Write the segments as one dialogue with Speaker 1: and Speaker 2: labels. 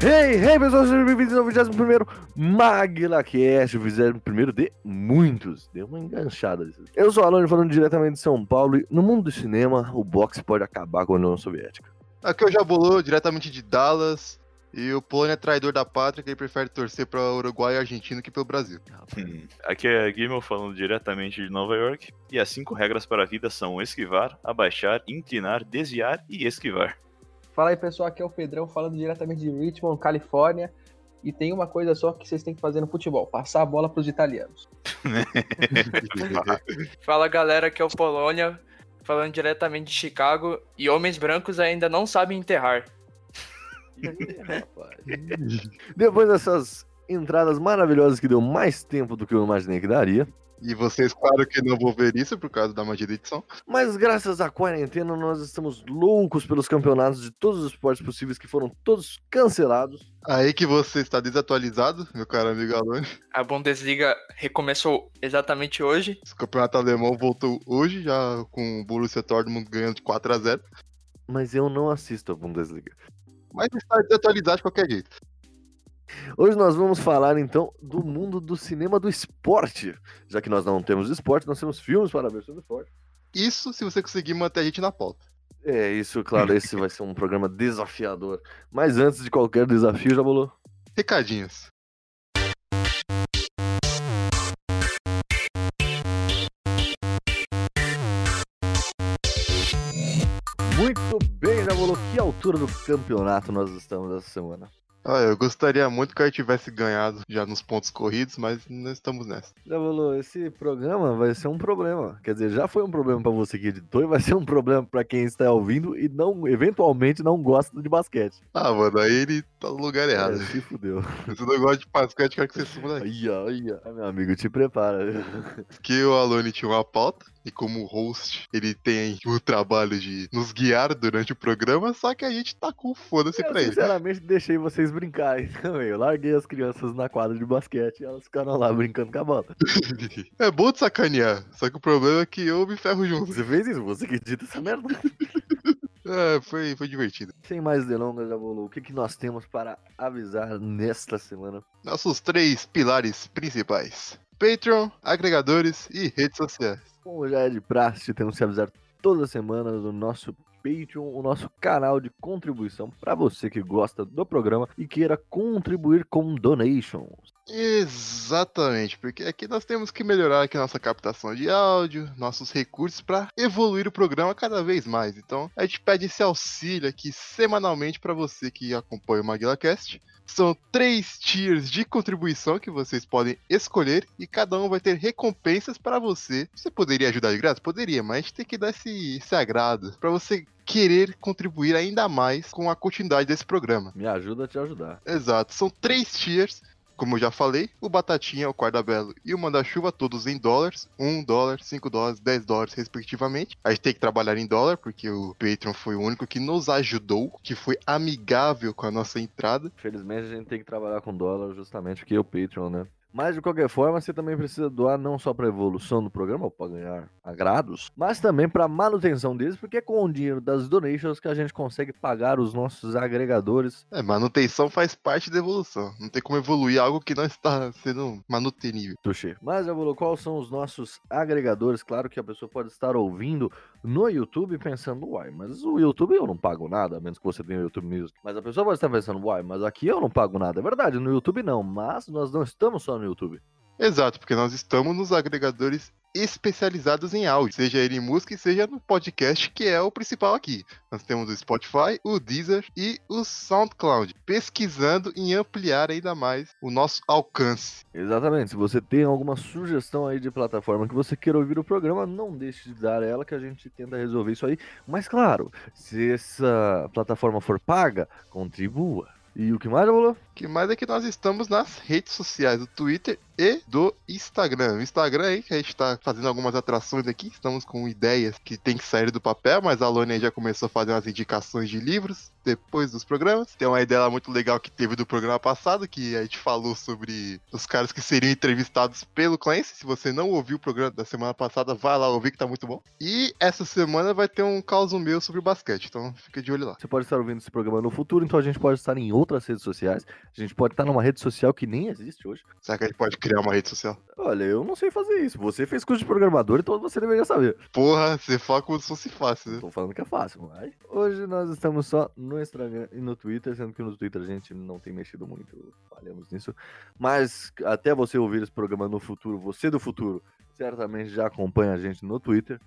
Speaker 1: Hey, hey pessoal, sejam bem-vindos ao 21 MaglaCast, o 21 de muitos. Deu uma enganchada. nisso. Eu sou o Alonso falando diretamente de São Paulo e no mundo do cinema, o boxe pode acabar com a União Soviética.
Speaker 2: Aqui é o Jabolô, diretamente de Dallas. E o Polônia é traidor da pátria, que ele prefere torcer para Uruguai e Argentina que pelo Brasil.
Speaker 3: Aqui é Gimel falando diretamente de Nova York, e as cinco regras para a vida são esquivar, abaixar, inclinar, desviar e esquivar.
Speaker 4: Fala aí pessoal, aqui é o Pedrão falando diretamente de Richmond, Califórnia. E tem uma coisa só que vocês têm que fazer no futebol: passar a bola pros italianos.
Speaker 5: Fala galera, que é o Polônia, falando diretamente de Chicago, e homens brancos ainda não sabem enterrar.
Speaker 1: Depois dessas entradas maravilhosas que deu mais tempo do que eu imaginei que daria,
Speaker 2: E vocês, claro que não vão ver isso por causa da magia da edição.
Speaker 1: mas graças à quarentena nós estamos loucos pelos campeonatos de todos os esportes possíveis que foram todos cancelados.
Speaker 2: Aí que você está desatualizado, meu caro amigo Alone.
Speaker 5: A Bundesliga recomeçou exatamente hoje.
Speaker 2: Esse campeonato alemão voltou hoje, já com o Borussia Dortmund ganhando de 4 a 0
Speaker 1: Mas eu não assisto a Bundesliga.
Speaker 2: Mas está desatualizado de qualquer jeito.
Speaker 1: Hoje nós vamos falar então do mundo do cinema do esporte. Já que nós não temos esporte, nós temos filmes para ver sobre esporte.
Speaker 2: Isso se você conseguir manter a gente na pauta.
Speaker 1: É isso, claro, esse vai ser um programa desafiador. Mas antes de qualquer desafio, já bolou.
Speaker 2: Recadinhos.
Speaker 1: Muito bem, já bolou. Que altura do campeonato nós estamos essa semana?
Speaker 2: Ah, eu gostaria muito que a gente tivesse ganhado já nos pontos corridos, mas não estamos nessa.
Speaker 1: Já bolou, esse programa vai ser um problema. Quer dizer, já foi um problema para você que editou e vai ser um problema para quem está ouvindo e não, eventualmente não gosta de basquete.
Speaker 2: Ah, mano, aí ele tá no lugar
Speaker 1: É,
Speaker 2: errado.
Speaker 1: se fudeu.
Speaker 2: Esse negócio de basquete, quero que você suma daí.
Speaker 1: Aí, ó, aí, ó. Meu amigo, te prepara. viu?
Speaker 2: que o Alone tinha uma pauta e como host ele tem o trabalho de nos guiar durante o programa, só que a gente tacou foda-se
Speaker 1: Eu,
Speaker 2: pra ele.
Speaker 1: sinceramente, deixei vocês brincarem também. Eu larguei as crianças na quadra de basquete e elas ficaram lá brincando com a bola.
Speaker 2: é bom de sacanear, só que o problema é que eu me ferro junto.
Speaker 1: Você fez isso, você que edita essa merda.
Speaker 2: É, foi, foi divertido.
Speaker 1: Sem mais delongas, Abolou, o que, que nós temos para avisar nesta semana?
Speaker 2: Nossos três pilares principais: Patreon, agregadores e redes sociais.
Speaker 1: Como já é de praxe, temos que avisar toda semana do nosso Patreon, o nosso canal de contribuição para você que gosta do programa e queira contribuir com donations.
Speaker 2: Exatamente, porque aqui nós temos que melhorar aqui nossa captação de áudio, nossos recursos para evoluir o programa cada vez mais. Então, a gente pede esse auxílio aqui semanalmente para você que acompanha o MaguilaCast. São três tiers de contribuição que vocês podem escolher e cada um vai ter recompensas para você. Você poderia ajudar de graça? Poderia, mas a gente tem que dar esse, esse agrado para você querer contribuir ainda mais com a continuidade desse programa.
Speaker 1: Me ajuda a te ajudar.
Speaker 2: Exato, são três tiers. Como eu já falei, o Batatinha, o Guardabelo e o Manda-Chuva, todos em dólares. 1 dólar, 5 dólares, 10 dólares, respectivamente. A gente tem que trabalhar em dólar, porque o Patreon foi o único que nos ajudou, que foi amigável com a nossa entrada.
Speaker 1: Infelizmente, a gente tem que trabalhar com dólar justamente porque é o Patreon, né? Mas de qualquer forma, você também precisa doar não só para a evolução do programa, para ganhar agrados, mas também para a manutenção deles, porque é com o dinheiro das donations que a gente consegue pagar os nossos agregadores.
Speaker 2: É, manutenção faz parte da evolução. Não tem como evoluir algo que não está sendo manutenível.
Speaker 1: Tuxê. Mas, Avolo, quais são os nossos agregadores? Claro que a pessoa pode estar ouvindo no YouTube pensando, uai, mas o YouTube eu não pago nada, a menos que você tenha o YouTube Music. Mas a pessoa pode estar pensando, uai, mas aqui eu não pago nada. É verdade, no YouTube não, mas nós não estamos só no YouTube.
Speaker 2: Exato, porque nós estamos nos agregadores especializados em áudio, seja ele em música e seja no podcast, que é o principal aqui. Nós temos o Spotify, o Deezer e o SoundCloud, pesquisando em ampliar ainda mais o nosso alcance.
Speaker 1: Exatamente. Se você tem alguma sugestão aí de plataforma que você queira ouvir o programa, não deixe de dar ela que a gente tenta resolver isso aí. Mas claro, se essa plataforma for paga, contribua. E o que mais, Avalo?
Speaker 2: O que mais é que nós estamos nas redes sociais do Twitter e do Instagram. O Instagram aí, que a gente tá fazendo algumas atrações aqui, estamos com ideias que tem que sair do papel, mas a Lônia já começou a fazer umas indicações de livros depois dos programas. Tem uma ideia lá muito legal que teve do programa passado, que a gente falou sobre os caras que seriam entrevistados pelo Clancy. Se você não ouviu o programa da semana passada, vai lá ouvir que tá muito bom. E essa semana vai ter um caos meu sobre basquete, então fica de olho lá.
Speaker 1: Você pode estar ouvindo esse programa no futuro, então a gente pode estar em outras redes sociais. A gente pode estar numa rede social que nem existe hoje.
Speaker 2: Será que a gente pode criar uma rede social?
Speaker 1: Olha, eu não sei fazer isso. Você fez curso de programador, então você deveria saber.
Speaker 2: Porra, você fala como se fosse fácil, né?
Speaker 1: Tô falando que é fácil, mas. Hoje nós estamos só no Instagram e no Twitter, sendo que no Twitter a gente não tem mexido muito. Falhamos nisso. Mas até você ouvir esse programa no futuro, você do futuro, certamente já acompanha a gente no Twitter.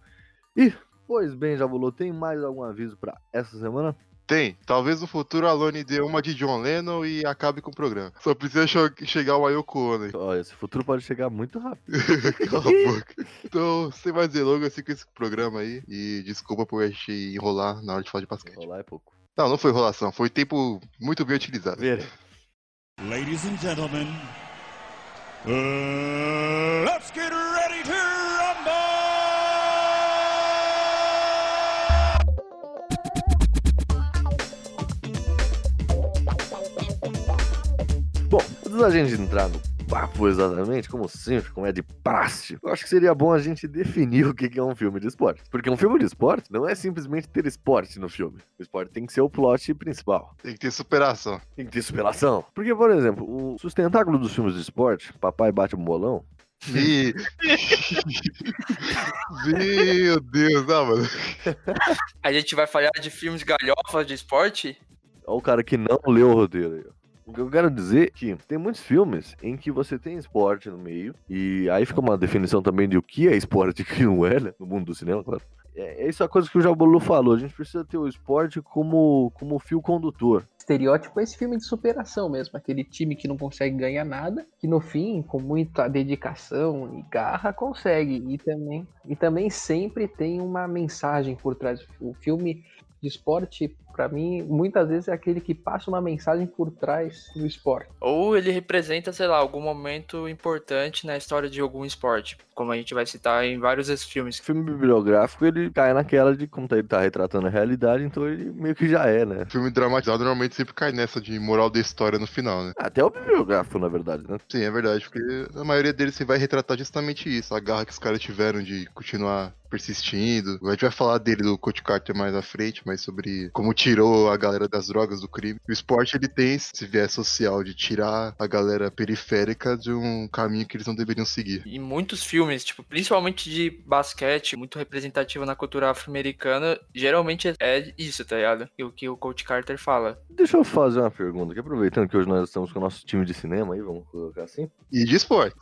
Speaker 1: E, pois bem, já voltou. Tem mais algum aviso pra essa semana?
Speaker 2: Tem. Talvez no futuro a Lone dê uma de John Lennon e acabe com o programa. Só precisa cho- chegar o Ayoko Ono aí.
Speaker 1: Olha, esse futuro pode chegar muito rápido.
Speaker 2: Cala a boca. Então, sem mais delongas, eu fico esse programa aí. E desculpa por eu te enrolar na hora de falar de basquete.
Speaker 1: Rolar é pouco.
Speaker 2: Não, não foi enrolação. Foi tempo muito bem utilizado.
Speaker 1: Ver.
Speaker 6: Ladies and gentlemen, uh, let's get ready to rumble!
Speaker 1: Bom, antes da gente entrar no papo exatamente, como sempre, como é de praxe, eu acho que seria bom a gente definir o que que é um filme de esporte. Porque um filme de esporte não é simplesmente ter esporte no filme. O esporte tem que ser o plot principal.
Speaker 2: Tem que ter superação.
Speaker 1: Tem que ter superação. Porque, por exemplo, o sustentáculo dos filmes de esporte, Papai Bate o Bolão,
Speaker 2: E... Meu Deus, ah, mano.
Speaker 5: A gente vai falar de filmes galhofas de esporte?
Speaker 1: Olha o cara que não leu o roteiro aí. ó. O que eu quero dizer é que tem muitos filmes em que você tem esporte no meio, e aí fica uma definição também de o que é esporte e o que não é, né? No mundo do cinema, claro. É, é isso a coisa que o Jabulu falou, a gente precisa ter o esporte como, como fio condutor.
Speaker 4: Estereótipo é esse filme de superação mesmo, aquele time que não consegue ganhar nada, que no fim, com muita dedicação e garra, consegue. E também, e também sempre tem uma mensagem por trás. O filme de esporte, pra mim, muitas vezes é aquele que passa uma mensagem por trás do esporte.
Speaker 5: Ou ele representa, sei lá, algum momento importante na história de algum esporte, como a gente vai citar em vários desses filmes.
Speaker 1: Esse filme bibliográfico, ele cai naquela de como tá- ele tá retratando a realidade, então ele meio que já é, né?
Speaker 2: Filme dramatizado normalmente sempre cai nessa de moral da história no final, né?
Speaker 1: Até o bibliográfico, na verdade, né?
Speaker 2: Sim, é verdade, porque a maioria deles você vai retratar justamente isso, a garra que os caras tiveram de continuar persistindo. A gente vai falar dele do Coach Carter mais à frente, mas sobre como tirou a galera das drogas do crime. O esporte ele tem esse viés social de tirar a galera periférica de um caminho que eles não deveriam seguir.
Speaker 5: Em muitos filmes, tipo, principalmente de basquete, muito representativo na cultura afro-americana, geralmente é isso, tá ligado? E O que o Coach Carter fala.
Speaker 1: Deixa eu fazer uma pergunta, que aproveitando que hoje nós estamos com o nosso time de cinema aí, vamos colocar assim.
Speaker 2: E de esporte.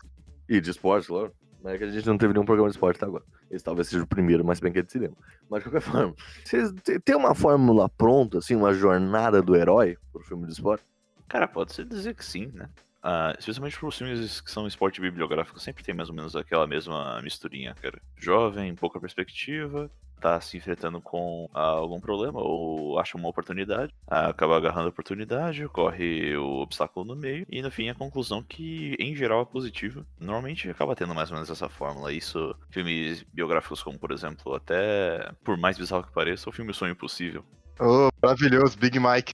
Speaker 1: E de esporte, claro. Mas é que a gente não teve nenhum programa de esporte até agora. Esse talvez seja o primeiro, mas bem que é de cinema. Mas de qualquer forma, vocês te- tem uma fórmula pronta, assim, uma jornada do herói pro filme de esporte?
Speaker 3: Cara, pode ser dizer que sim, né? Ah, especialmente para os filmes que são esporte bibliográfico, sempre tem mais ou menos aquela mesma misturinha, cara. Jovem, pouca perspectiva, tá se enfrentando com ah, algum problema ou acha uma oportunidade, ah, acaba agarrando a oportunidade, corre o obstáculo no meio e no fim a conclusão que em geral é positiva. Normalmente acaba tendo mais ou menos essa fórmula. Isso, filmes biográficos como, por exemplo, até por mais bizarro que pareça, o filme Sonho Impossível.
Speaker 2: Oh, maravilhoso, Big Mike.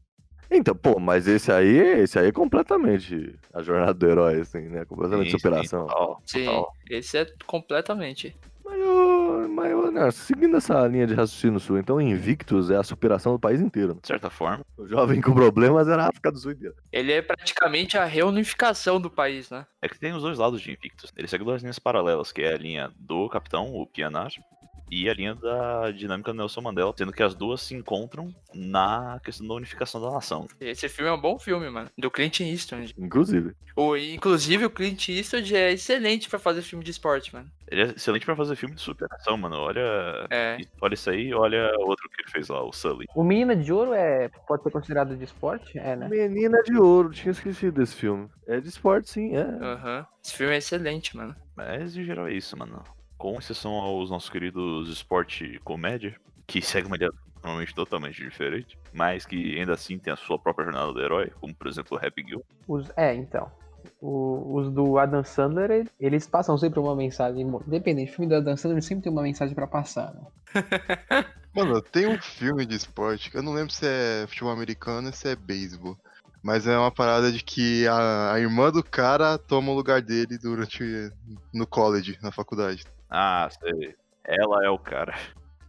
Speaker 1: Então, pô, mas esse aí, esse aí é completamente a jornada do herói, assim, né? Completamente
Speaker 3: Sim, sim,
Speaker 1: superação.
Speaker 3: total,
Speaker 5: Sim,
Speaker 3: total.
Speaker 5: esse é completamente.
Speaker 1: Mas, eu, mas eu, né, seguindo essa linha de raciocínio sua, então Invictus é a superação do país inteiro. né?
Speaker 3: De certa forma.
Speaker 1: O jovem com problemas era a África do Sul inteira.
Speaker 5: Ele é praticamente a reunificação do país, né?
Speaker 3: É que tem os dois lados de Invictus. Ele segue duas linhas paralelas, que é a linha do Capitão, o Pianar, e a linha da dinâmica do Nelson Mandela, sendo que as duas se encontram na questão da unificação da nação.
Speaker 5: Esse filme é um bom filme, mano. Do Clint Eastwood.
Speaker 1: Inclusive.
Speaker 5: O, inclusive, o Clint Eastwood é excelente pra fazer filme de esporte, mano.
Speaker 3: Ele é excelente pra fazer filme de superação, mano. Olha,
Speaker 5: É.
Speaker 3: olha isso aí, olha outro que ele fez lá, o Sully.
Speaker 4: O Menina de Ouro é, pode ser considerado de esporte? É, né?
Speaker 1: Menina de Ouro, tinha esquecido desse filme. É de esporte, sim, é.
Speaker 5: Aham. Esse filme é excelente, mano.
Speaker 3: Mas em geral é isso, mano. Com exceção aos nossos queridos esporte e comédia, que segue uma linha normalmente totalmente diferente, mas que ainda assim tem a sua própria jornada do herói, como por exemplo o Happy Gil.
Speaker 4: Os, é, então. O- os do Adam Sandler, ele- eles passam sempre uma mensagem. mo- Independente, o filme do Adam Sandler sempre tem uma mensagem pra passar. né?
Speaker 2: Mano, tem um filme de esporte, eu não lembro se é futebol americano ou se é beisebol. Mas é uma parada de que a, a irmã do cara toma o lugar dele durante. no college, na faculdade.
Speaker 3: Ah, sei. Ela é o cara.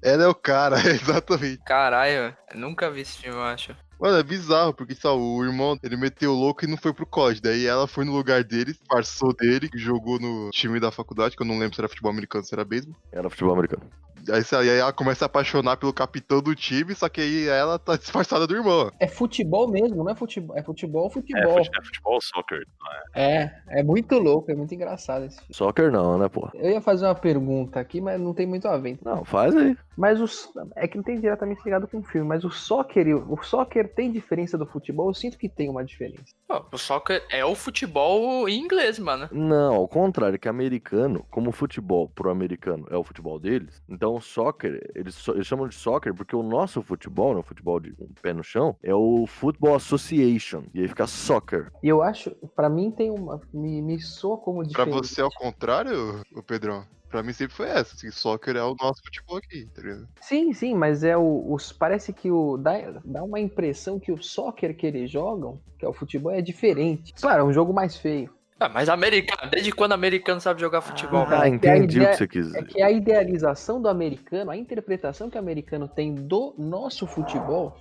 Speaker 2: Ela é o cara, exatamente.
Speaker 5: Caralho, eu nunca vi esse filme, eu acho.
Speaker 2: Mano, é bizarro, porque só o irmão, ele meteu o louco e não foi pro college. Daí ela foi no lugar dele, parçou dele, jogou no time da faculdade, que eu não lembro se era futebol americano ou se era beisebol.
Speaker 1: Era futebol americano.
Speaker 2: Aí, se- aí ela começa a apaixonar pelo capitão do time, só que aí ela tá disfarçada do irmão.
Speaker 4: É futebol mesmo, não é futebol. É futebol,
Speaker 3: É,
Speaker 4: futebol.
Speaker 3: fute- é futebol, soccer. não é?
Speaker 4: É, é muito louco, é muito engraçado esse filme.
Speaker 1: Soccer não, né, porra?
Speaker 4: Eu ia fazer uma pergunta aqui, mas não tem muito a ver.
Speaker 1: Não, faz aí.
Speaker 4: Mas os, é que não tem diretamente ligado com o filme, mas o soccer, e o o soccer tem diferença do futebol? Eu sinto que tem uma diferença.
Speaker 5: Pô, o soccer é o futebol em inglês, mano.
Speaker 1: Não, ao contrário, é que americano, como o futebol pro americano é o futebol deles, então o soccer, eles, so- eles chamam de soccer porque o nosso futebol, né, o futebol de um pé no chão, é o Football Association. E aí fica soccer.
Speaker 4: E eu acho, pra mim tem uma. Me, me soa como
Speaker 2: Pra
Speaker 4: diferença.
Speaker 2: você, ao contrário, o Pedrão, pra mim sempre foi essa. Assim, soccer é o nosso futebol aqui, tá ligado?
Speaker 4: Sim, sim, mas é o. Os, parece que o. Dá, dá uma impressão que o soccer que eles jogam, que é o futebol, é diferente. Claro, é um jogo mais feio.
Speaker 5: Ah, mas americano, desde quando americano sabe jogar futebol?
Speaker 4: é
Speaker 1: Ah,
Speaker 4: que a
Speaker 1: entendi o
Speaker 4: ideia-
Speaker 1: que você quis
Speaker 4: É
Speaker 1: dizer.
Speaker 4: que a idealização do americano, a interpretação que o americano tem do nosso futebol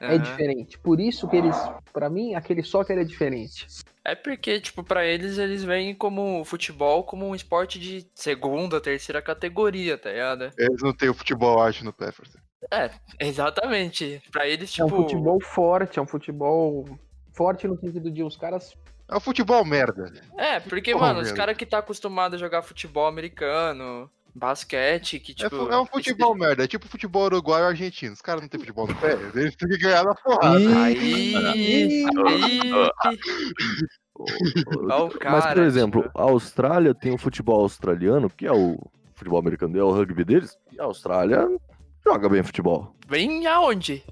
Speaker 4: é
Speaker 5: Aham.
Speaker 4: diferente. Por isso que eles. Pra mim, aquele soccer é diferente.
Speaker 5: É porque, tipo, pra eles, eles veem como o futebol como um esporte de segunda, terceira categoria, tá ligado?
Speaker 2: Eles não têm o futebol arte no Pefferson.
Speaker 5: Exatamente. Pra eles,
Speaker 4: É
Speaker 5: tipo.
Speaker 4: um futebol forte, é um futebol forte no sentido de os caras.
Speaker 2: É o futebol merda.
Speaker 5: É, porque,
Speaker 2: Porra,
Speaker 5: mano, os
Speaker 2: velho.
Speaker 5: caras que tá acostumado a jogar futebol americano, basquete, que,
Speaker 2: É,
Speaker 5: tipo.
Speaker 2: fu- é um futebol merda. É tipo futebol uruguaio e argentino. Os caras não têm futebol no pé, eles têm que ganhar na porrada.
Speaker 5: Aí. aí-
Speaker 1: O- o-
Speaker 5: Ó o
Speaker 1: Mas, por
Speaker 5: cara,
Speaker 1: exemplo,
Speaker 5: tipo.
Speaker 1: a Austrália tem o futebol australiano, que é o futebol americano, é o rugby deles, e a Austrália joga bem futebol.
Speaker 5: Vem aonde?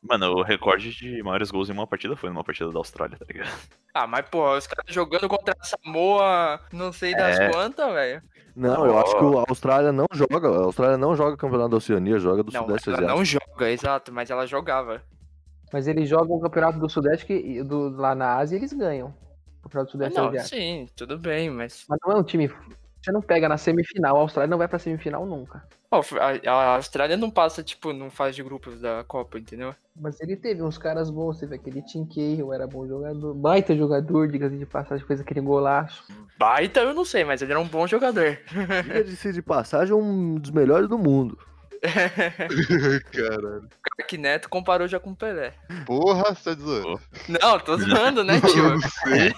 Speaker 3: Mano, o recorde de maiores gols em uma partida foi numa partida da Austrália, tá ligado?
Speaker 5: Ah, mas, porra, os caras jogando contra a Samoa, não sei das
Speaker 3: É.
Speaker 5: quantas, velho.
Speaker 1: Não, eu acho que a Austrália não joga. A Austrália não joga campeonato da Oceania, joga do
Speaker 5: Não,
Speaker 1: Sudeste
Speaker 5: ela
Speaker 1: Asiático.
Speaker 5: não joga, exato, mas ela jogava.
Speaker 4: Mas eles jogam o campeonato do Sudeste que, do, lá na Ásia e eles ganham. O campeonato do Sudeste
Speaker 5: Não,
Speaker 4: Asiático.
Speaker 5: sim, tudo bem, mas.
Speaker 4: Mas não é um time. Você não pega na semifinal, a Austrália não vai pra semifinal nunca.
Speaker 5: Ó, a, a Austrália não passa, tipo, não faz de grupos da Copa, entendeu?
Speaker 4: Mas ele teve uns caras bons, teve aquele Tim Cahill, era bom jogador, baita jogador, diga de passagem, fez aquele golaço.
Speaker 5: Baita eu não sei, mas ele era um bom jogador.
Speaker 1: Diga de si de passagem, um dos melhores do mundo.
Speaker 2: Cara,
Speaker 5: Craque Neto comparou já com o Pelé.
Speaker 2: porra, você tá zoando.
Speaker 5: Não, tô zoando, né, tio? É.
Speaker 2: Não sei.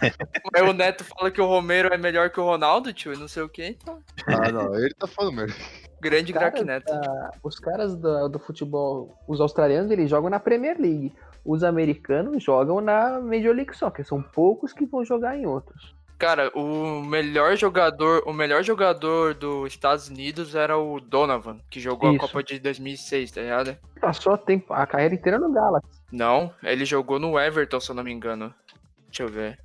Speaker 5: Mas o Neto fala que o Romero é melhor que o Ronaldo, tio, e não sei o que, então.
Speaker 2: Ah, não, ele tá falando merda.
Speaker 5: Grande
Speaker 4: Cara,
Speaker 5: craque Neto.
Speaker 4: Ah, Os caras do, do futebol, os australianos, eles jogam na Premier League. Os americanos jogam na Major League Soccer, são poucos que vão jogar em outros.
Speaker 5: Cara, o melhor jogador, o melhor jogador dos Estados Unidos era o Donovan, que jogou
Speaker 4: Isso.
Speaker 5: a Copa de 2006, tá ligado?
Speaker 4: Passou a, tempo, a carreira inteira no Galaxy.
Speaker 5: Não, ele jogou no Everton, se eu não me engano. Deixa eu ver.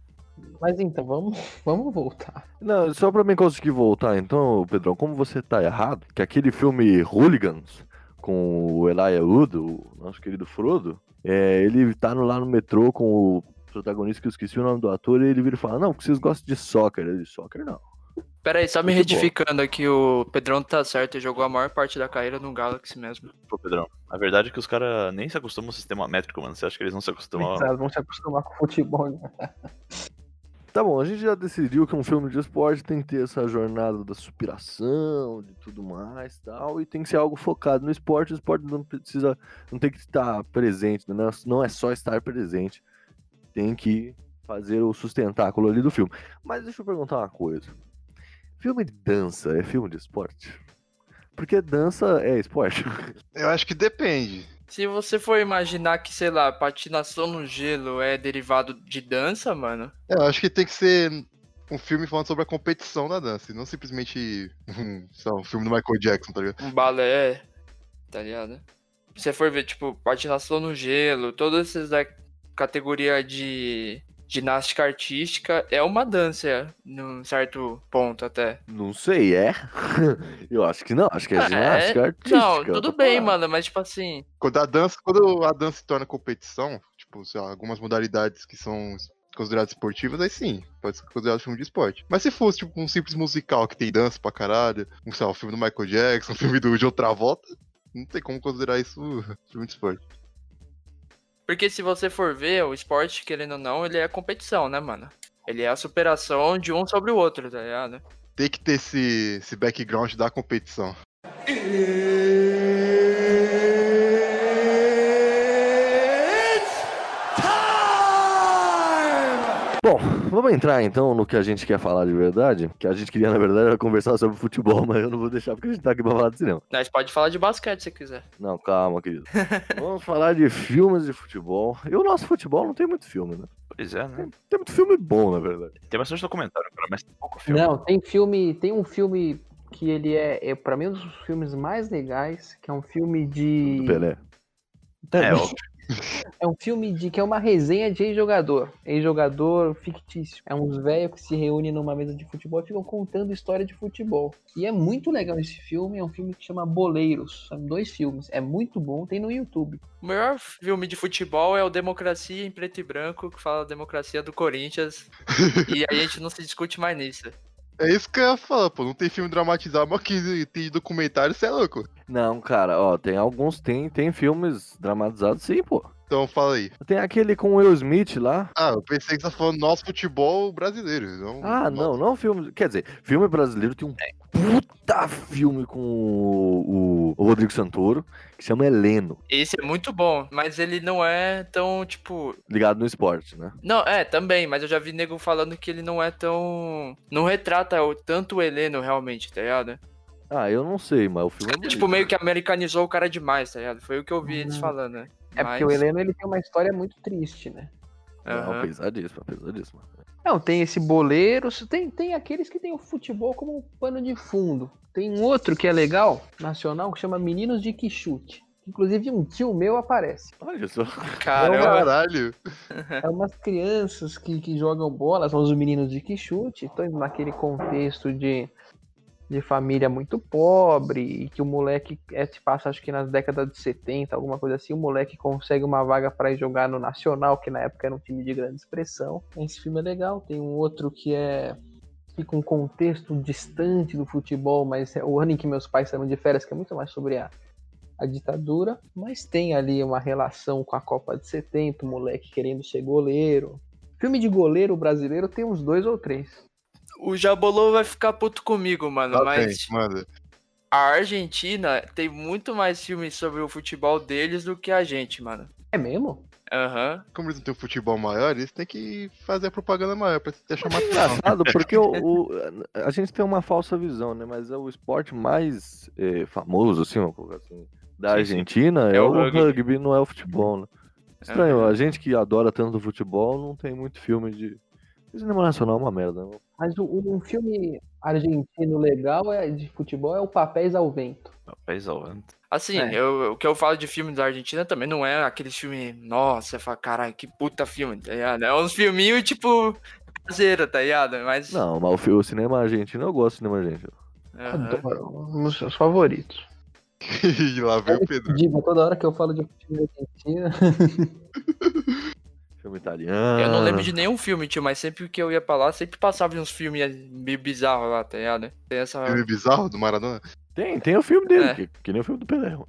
Speaker 4: Mas então, vamos, vamos voltar.
Speaker 1: Não, só pra mim conseguir voltar, então, Pedrão, como você tá errado, que aquele filme Hooligans com o Elijah Wood, o nosso querido Frodo, é, ele tá no- lá no metrô com o protagonista que eu esqueci o nome do ator, e ele vira e fala, não, porque vocês gostam de soccer. Ele, soccer não.
Speaker 5: Pera aí, só me
Speaker 1: Muito bom.
Speaker 5: retificando aqui, o Pedrão tá certo, ele jogou a maior parte da carreira no Galaxy mesmo.
Speaker 3: Pô, Pedrão, a verdade é que os caras nem se acostumam ao sistema métrico, mano. Você acha que eles não se acostumam?
Speaker 4: Elas vão se acostumar com o futebol, né?
Speaker 1: Tá bom, a gente já decidiu que um filme de esporte tem que ter essa jornada da superação, de tudo mais tal, e tem que ser algo focado no esporte. O esporte não precisa, não tem que estar presente, né? não é só estar presente, tem que fazer o sustentáculo ali do filme. Mas deixa eu perguntar uma coisa: filme de dança é filme de esporte? Porque dança é esporte.
Speaker 2: Eu acho que depende.
Speaker 5: Se você for imaginar que, sei lá, patinação no gelo é derivado de dança, mano,
Speaker 2: É, eu acho que tem que ser um filme falando sobre a competição da dança, e não simplesmente um, sei lá, um filme do Michael Jackson, tá ligado?
Speaker 5: um balé, tá ligado? Se você for ver, tipo, patinação no gelo, todas essas da categoria de ginástica artística é uma dança, num certo ponto até.
Speaker 1: Não sei, é? Eu acho que não, acho que é
Speaker 5: Ah, é?
Speaker 1: ginástica artística.
Speaker 5: Não,
Speaker 1: eu
Speaker 5: tudo
Speaker 1: tô
Speaker 5: bem,
Speaker 1: falando.
Speaker 5: mano, mas tipo assim,
Speaker 2: Quando a dança, quando a dança se torna competição, tipo, sei lá, algumas modalidades que são consideradas esportivas, aí sim, pode ser considerado filme de esporte. Mas se fosse, tipo, um simples musical que tem dança pra caralho, um, sei lá, um filme do Michael Jackson, um filme do de outra volta, não tem como considerar isso filme de esporte.
Speaker 5: Porque se você for ver, o esporte, querendo ou não, ele é competição, né, mano? Ele é a superação de um sobre o outro, tá ligado?
Speaker 2: Tem que ter esse, esse background da competição.
Speaker 1: Bom, vamos entrar então no que a gente quer falar de verdade. Que a gente queria, na verdade, era conversar sobre futebol, mas eu não vou deixar porque a gente tá aqui pra falar de cinema.
Speaker 5: Mas pode falar de basquete se quiser.
Speaker 1: Não, calma, querido. vamos falar de filmes de futebol. E o nosso futebol não tem muito filme, né?
Speaker 3: Pois é, né?
Speaker 1: Tem, tem muito filme bom, na verdade.
Speaker 3: Tem bastante documentário, cara, mas tem pouco filme.
Speaker 4: Não, tem filme, tem um filme que ele é, é para mim um dos filmes mais legais, que é um filme de
Speaker 1: Do Pelé.
Speaker 3: É,
Speaker 4: Também.
Speaker 3: ó,
Speaker 4: É um filme de que é uma resenha de ex-jogador. Ex-jogador fictício. É uns velhos que se reúnem numa mesa de futebol e ficam contando história de futebol. E é muito legal esse filme. É um filme que chama Boleiros. São dois filmes. É muito bom. Tem no YouTube.
Speaker 5: O melhor filme de futebol é o Democracia em Preto e Branco, que fala da democracia do Corinthians. e a gente não se discute mais nisso.
Speaker 2: É isso que eu ia falar, pô. Não tem filme dramatizado, mas que tem documentário, você é louco.
Speaker 1: Não, cara, ó, tem alguns, tem, tem filmes dramatizados sim, pô.
Speaker 2: Então fala aí.
Speaker 1: Tem aquele com o Will Smith lá.
Speaker 2: Ah, eu pensei que você tá falando nosso futebol brasileiro. Não,
Speaker 1: Ah, não, não filme. Quer dizer, filme brasileiro tem um puta filme com o, o- o Rodrigo Santoro, que chama Heleno,
Speaker 5: Esse é muito bom, mas ele não é tão, tipo.
Speaker 1: ligado no esporte, né?
Speaker 5: Não, é, também, mas eu já vi nego falando que ele não é tão. Não retrata o- tanto o Heleno realmente, tá ligado?
Speaker 1: Ah, eu não sei, mas o filme é
Speaker 5: Tipo,
Speaker 1: bonito.
Speaker 5: meio que americanizou o cara demais, tá ligado? Foi o que eu vi eles
Speaker 4: Hum.
Speaker 5: falando, né?
Speaker 4: É porque o
Speaker 5: Mas-
Speaker 4: Heleno ele tem uma história muito triste, né?
Speaker 1: Não,
Speaker 5: Aham.
Speaker 1: pesadíssimo, pesadíssimo.
Speaker 4: Não, tem esse Boleiros. Tem, tem aqueles que tem o futebol como um pano de fundo. Tem um outro que é legal, nacional, que chama Meninos de Quixute. Inclusive, um tio meu aparece.
Speaker 1: Olha só.
Speaker 5: Caramba,
Speaker 2: Caralho.
Speaker 4: É umas crianças que, que jogam bola, são os meninos de que chute, estão naquele contexto de, de família muito pobre, e que o moleque é, se passa, acho que nas décadas de 70, alguma coisa assim, o moleque consegue uma vaga para ir jogar no Nacional, que na época era um time de grande expressão. Esse filme é legal, tem um outro que é. Fica um contexto distante do futebol, mas é o ano em que meus pais saíram de férias, que é muito mais sobre a, a ditadura, mas tem ali uma relação com a Copa de 70, o moleque querendo ser goleiro. Filme de goleiro brasileiro tem uns dois ou três.
Speaker 5: o Jabolô vai ficar puto comigo, mano,
Speaker 2: Tá
Speaker 5: mas
Speaker 2: bem, manda.
Speaker 5: a Argentina tem muito mais filmes sobre o futebol deles do que a gente, mano.
Speaker 4: É mesmo?
Speaker 5: Aham.
Speaker 2: Como eles não têm um futebol maior, eles têm que fazer a propaganda maior pra até chamar atenção.
Speaker 1: Engraçado, porque o, o- a gente tem uma falsa visão, né? Mas é o esporte mais eh, famoso, assim, vamos colocar assim, da
Speaker 3: Sim, sim.
Speaker 1: Argentina é,
Speaker 5: É o É.
Speaker 1: o rugby.
Speaker 3: rugby.
Speaker 1: não é o futebol, né? Estranho, a gente que adora tanto o futebol não tem muito filme de. O cinema nacional é uma merda. né?
Speaker 4: Mas o- um filme argentino legal é, de futebol é o Papéis ao Vento.
Speaker 3: Papéis ao vento.
Speaker 5: Assim,
Speaker 4: É.
Speaker 5: eu- o que eu falo de filme da Argentina também não é aquele filme, nossa, fala, caralho, que puta filme, tá ligado? É uns filminhos, tipo, caseiro, tá ligado? Mas.
Speaker 1: Não, mas o, fi- o cinema argentino, eu gosto do cinema argentino.
Speaker 5: aham.
Speaker 4: Adoro, um dos meus favoritos.
Speaker 2: e lá veio É o Pedro.
Speaker 4: Diga, toda hora que eu falo de time da Argentina,
Speaker 1: Filme italiano.
Speaker 5: Eu não lembro de nenhum filme, tio, mas sempre que eu ia pra lá, sempre passava uns filmes meio bizarros lá, tá ligado? Tem essa.
Speaker 2: Filme bizarro do Maradona?
Speaker 1: Tem, tem o filme dele,
Speaker 5: É.
Speaker 1: que, que nem o filme do Pelé. irmão.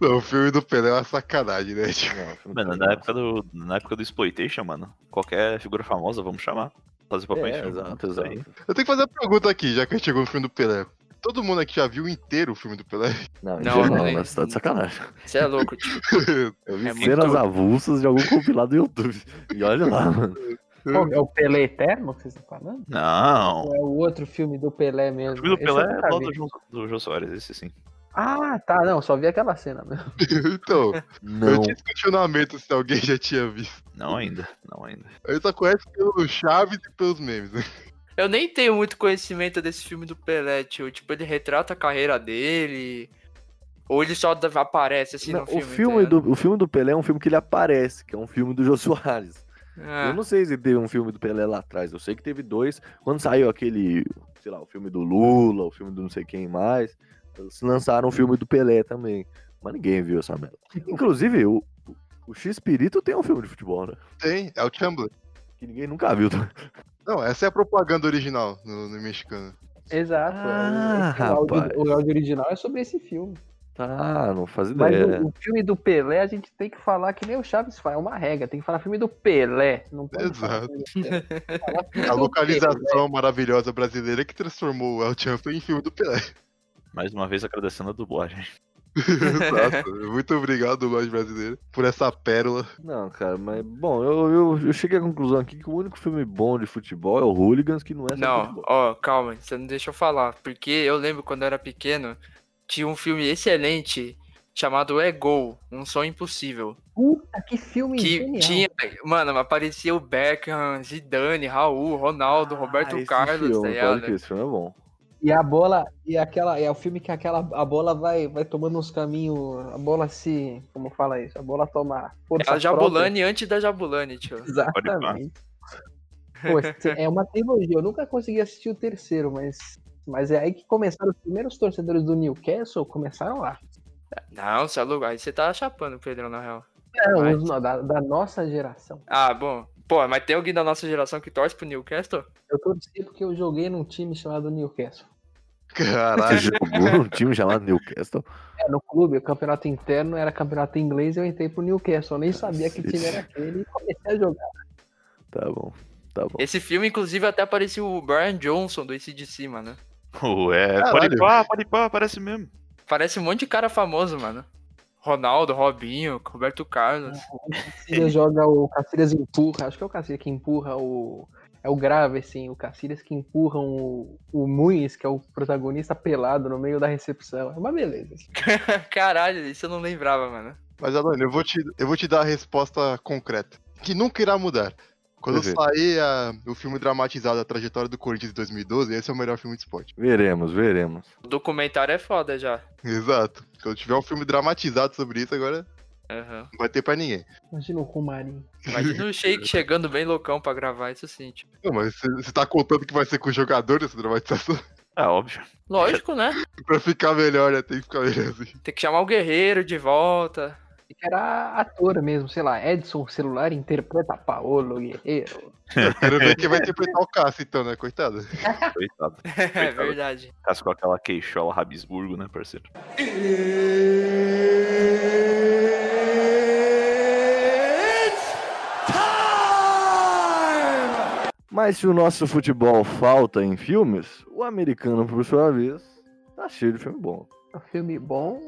Speaker 2: Não, o filme do Pelé é uma sacanagem, né? Tipo,
Speaker 1: Não, o filme do
Speaker 3: Mano,
Speaker 1: Pelé
Speaker 3: na
Speaker 1: não.
Speaker 3: época do, na época do Exploitation, mano, qualquer figura famosa, vamos chamar. Fazer papel em tá
Speaker 1: É,
Speaker 3: filme.
Speaker 1: exato,
Speaker 3: Isso aí.
Speaker 1: exato.
Speaker 2: Eu tenho que fazer uma pergunta aqui, já que a gente chegou no filme do Pelé. Todo mundo aqui já viu inteiro o filme do Pelé?
Speaker 1: Não,
Speaker 5: Não,
Speaker 1: não,
Speaker 5: não
Speaker 1: não,
Speaker 5: tem.
Speaker 1: mas tá de sacanagem.
Speaker 5: Você é louco, tio.
Speaker 1: Eu vi
Speaker 5: É muito-
Speaker 1: cenas avulsas de algum compilado do YouTube. E olha lá, mano.
Speaker 4: qual que é o Pelé Eterno que vocês estão falando?
Speaker 3: Não.
Speaker 4: Ou é o outro filme do Pelé
Speaker 3: O
Speaker 4: mesmo?
Speaker 3: filme do
Speaker 4: Esse eu
Speaker 3: Pelé é
Speaker 4: nunca
Speaker 3: lá
Speaker 4: vi.
Speaker 3: do João, do João Soares, esse sim.
Speaker 4: Ah, tá, não, só vi aquela cena mesmo.
Speaker 2: então, eu
Speaker 1: Não.
Speaker 2: tinha esse questionamento se alguém já tinha visto.
Speaker 3: Não ainda, não ainda.
Speaker 2: Eu só conheço pelo Chaves e pelos memes, né?
Speaker 5: Eu nem tenho muito conhecimento desse filme do Pelé, tio. Tipo, ele retrata a carreira dele. Ou ele só da- aparece assim
Speaker 1: Não,
Speaker 5: no
Speaker 1: o,
Speaker 5: filme.
Speaker 1: filme
Speaker 5: tá ligado?
Speaker 1: do, o filme do Pelé é um filme que ele aparece, que é um filme do Jô Soares.
Speaker 5: Ah,
Speaker 1: Eu não sei se teve um filme do Pelé lá atrás. Eu sei que teve dois. Quando saiu aquele, sei lá, o filme do Lula, o filme do não sei quem mais, eles lançaram o filme do Pelé também. Mas ninguém viu essa merda. Inclusive, o, o X-Pirito tem um filme de futebol, né?
Speaker 2: Tem, é o Tumblr.
Speaker 1: Que ninguém nunca viu. também.
Speaker 2: Não, essa é a propaganda original no, no mexicano.
Speaker 4: Exato.
Speaker 1: Ah,
Speaker 4: é o- o, áudio-
Speaker 1: rapaz.
Speaker 4: o áudio original é sobre esse filme.
Speaker 1: Tá, não faz
Speaker 4: Mas
Speaker 1: ideia.
Speaker 4: o, o filme do Pelé a gente tem que falar que nem o Chaves faz, é uma regra. Tem que falar filme do Pelé. Não pode falar
Speaker 2: Exato.
Speaker 4: filme do Pelé. Tem
Speaker 2: A
Speaker 4: que falar filme do Pelé.
Speaker 2: localização maravilhosa brasileira que transformou o El Champion em filme do Pelé.
Speaker 3: Mais uma vez agradecendo a dublagem.
Speaker 2: Exato. Muito obrigado, dublagem brasileira, por essa pérola.
Speaker 1: Não, cara, mas bom, eu, eu, eu cheguei à conclusão aqui que o único filme bom de futebol é o Hooligans, que não é sobre
Speaker 5: Não,
Speaker 1: futebol.
Speaker 5: ó, calma, você não deixa eu falar. Porque eu lembro quando eu era pequeno, tinha um filme excelente chamado É Gol, Um Sonho Impossível.
Speaker 4: Puta, que filme
Speaker 5: Que
Speaker 4: genial.
Speaker 5: tinha, mano, aparecia o Beckham, Zidane, Raul, Ronaldo, Roberto Carlos,
Speaker 1: Ah, filme,
Speaker 5: tá
Speaker 1: pode
Speaker 5: ligado?
Speaker 1: que esse filme é bom.
Speaker 4: E a bola, e aquela, é o filme que aquela, a bola vai, vai tomando uns caminhos, a bola se, como fala isso, a bola toma
Speaker 5: É
Speaker 4: força
Speaker 5: a
Speaker 4: própria.
Speaker 5: Jabulani antes da Jabulani, tio.
Speaker 4: Exatamente. Pô, esse- é uma trilogia, eu nunca consegui assistir o terceiro, mas, mas é aí que começaram os primeiros torcedores do Newcastle, começaram lá.
Speaker 5: Não, você é louco. Aí você tá chapando, Pedrão, na real.
Speaker 4: Não,
Speaker 5: É, Mas-
Speaker 4: os no- da, da nossa geração.
Speaker 5: Ah, bom. Pô, mas tem alguém da nossa geração que torce pro Newcastle?
Speaker 4: Eu torci porque eu joguei num time chamado Newcastle.
Speaker 1: Você Ah.
Speaker 2: Caralho.
Speaker 1: jogou num time chamado Newcastle?
Speaker 4: É, no clube, o campeonato interno era campeonato inglês, eu entrei pro Newcastle, eu nem sabia que time era aquele e comecei a jogar.
Speaker 1: Tá bom, tá bom.
Speaker 5: Esse filme, inclusive, até apareceu o Brian Johnson do ICDC, mano.
Speaker 3: Ué,
Speaker 2: Caralho.
Speaker 3: pode pá, pode pá, parece mesmo.
Speaker 5: Parece um monte de cara famoso, mano. Ronaldo, Robinho, Roberto Carlos.
Speaker 4: Cacilhas joga o Cacilhas empurra, acho que é o Cacilhas que empurra o. É o grave, assim, o Cacilhas que empurra o, o Muniz, que é o protagonista pelado no meio da recepção. É uma beleza. assim.
Speaker 5: Caralho, isso eu não lembrava, mano.
Speaker 2: Mas, Alane, eu vou, te, eu vou te dar a resposta concreta, que nunca irá mudar. Quando
Speaker 1: Perfeito.
Speaker 2: sair a- o filme dramatizado A Trajetória do Corinthians de 2012, esse é o melhor filme de esporte.
Speaker 1: Veremos, veremos.
Speaker 5: O documentário é foda já.
Speaker 2: Exato. Quando tiver um filme dramatizado sobre isso, agora
Speaker 5: Aham.
Speaker 2: não vai ter pra ninguém.
Speaker 4: Imagina o Romarinho.
Speaker 5: Imagina o Sheik chegando bem loucão pra gravar isso sim, tipo.
Speaker 2: Não, mas você- você tá contando que vai ser com o jogador essa dramatização?
Speaker 3: Ah, óbvio.
Speaker 5: Lógico, né?
Speaker 2: pra ficar melhor, né? Tem que ficar melhor assim.
Speaker 5: Tem que chamar o guerreiro de volta.
Speaker 4: E que era ator mesmo, sei lá, Edson Celular interpreta Paolo Guerreiro.
Speaker 2: Quero ver quem vai interpretar o Cássio, então, né? Coitado.
Speaker 3: Coitado.
Speaker 5: É verdade.
Speaker 3: Cascou aquela queixola Rabisburgo, né, parceiro?
Speaker 1: Mas se o nosso futebol falta em filmes, o americano, por sua vez, tá cheio de filme bom.
Speaker 4: É um filme bom,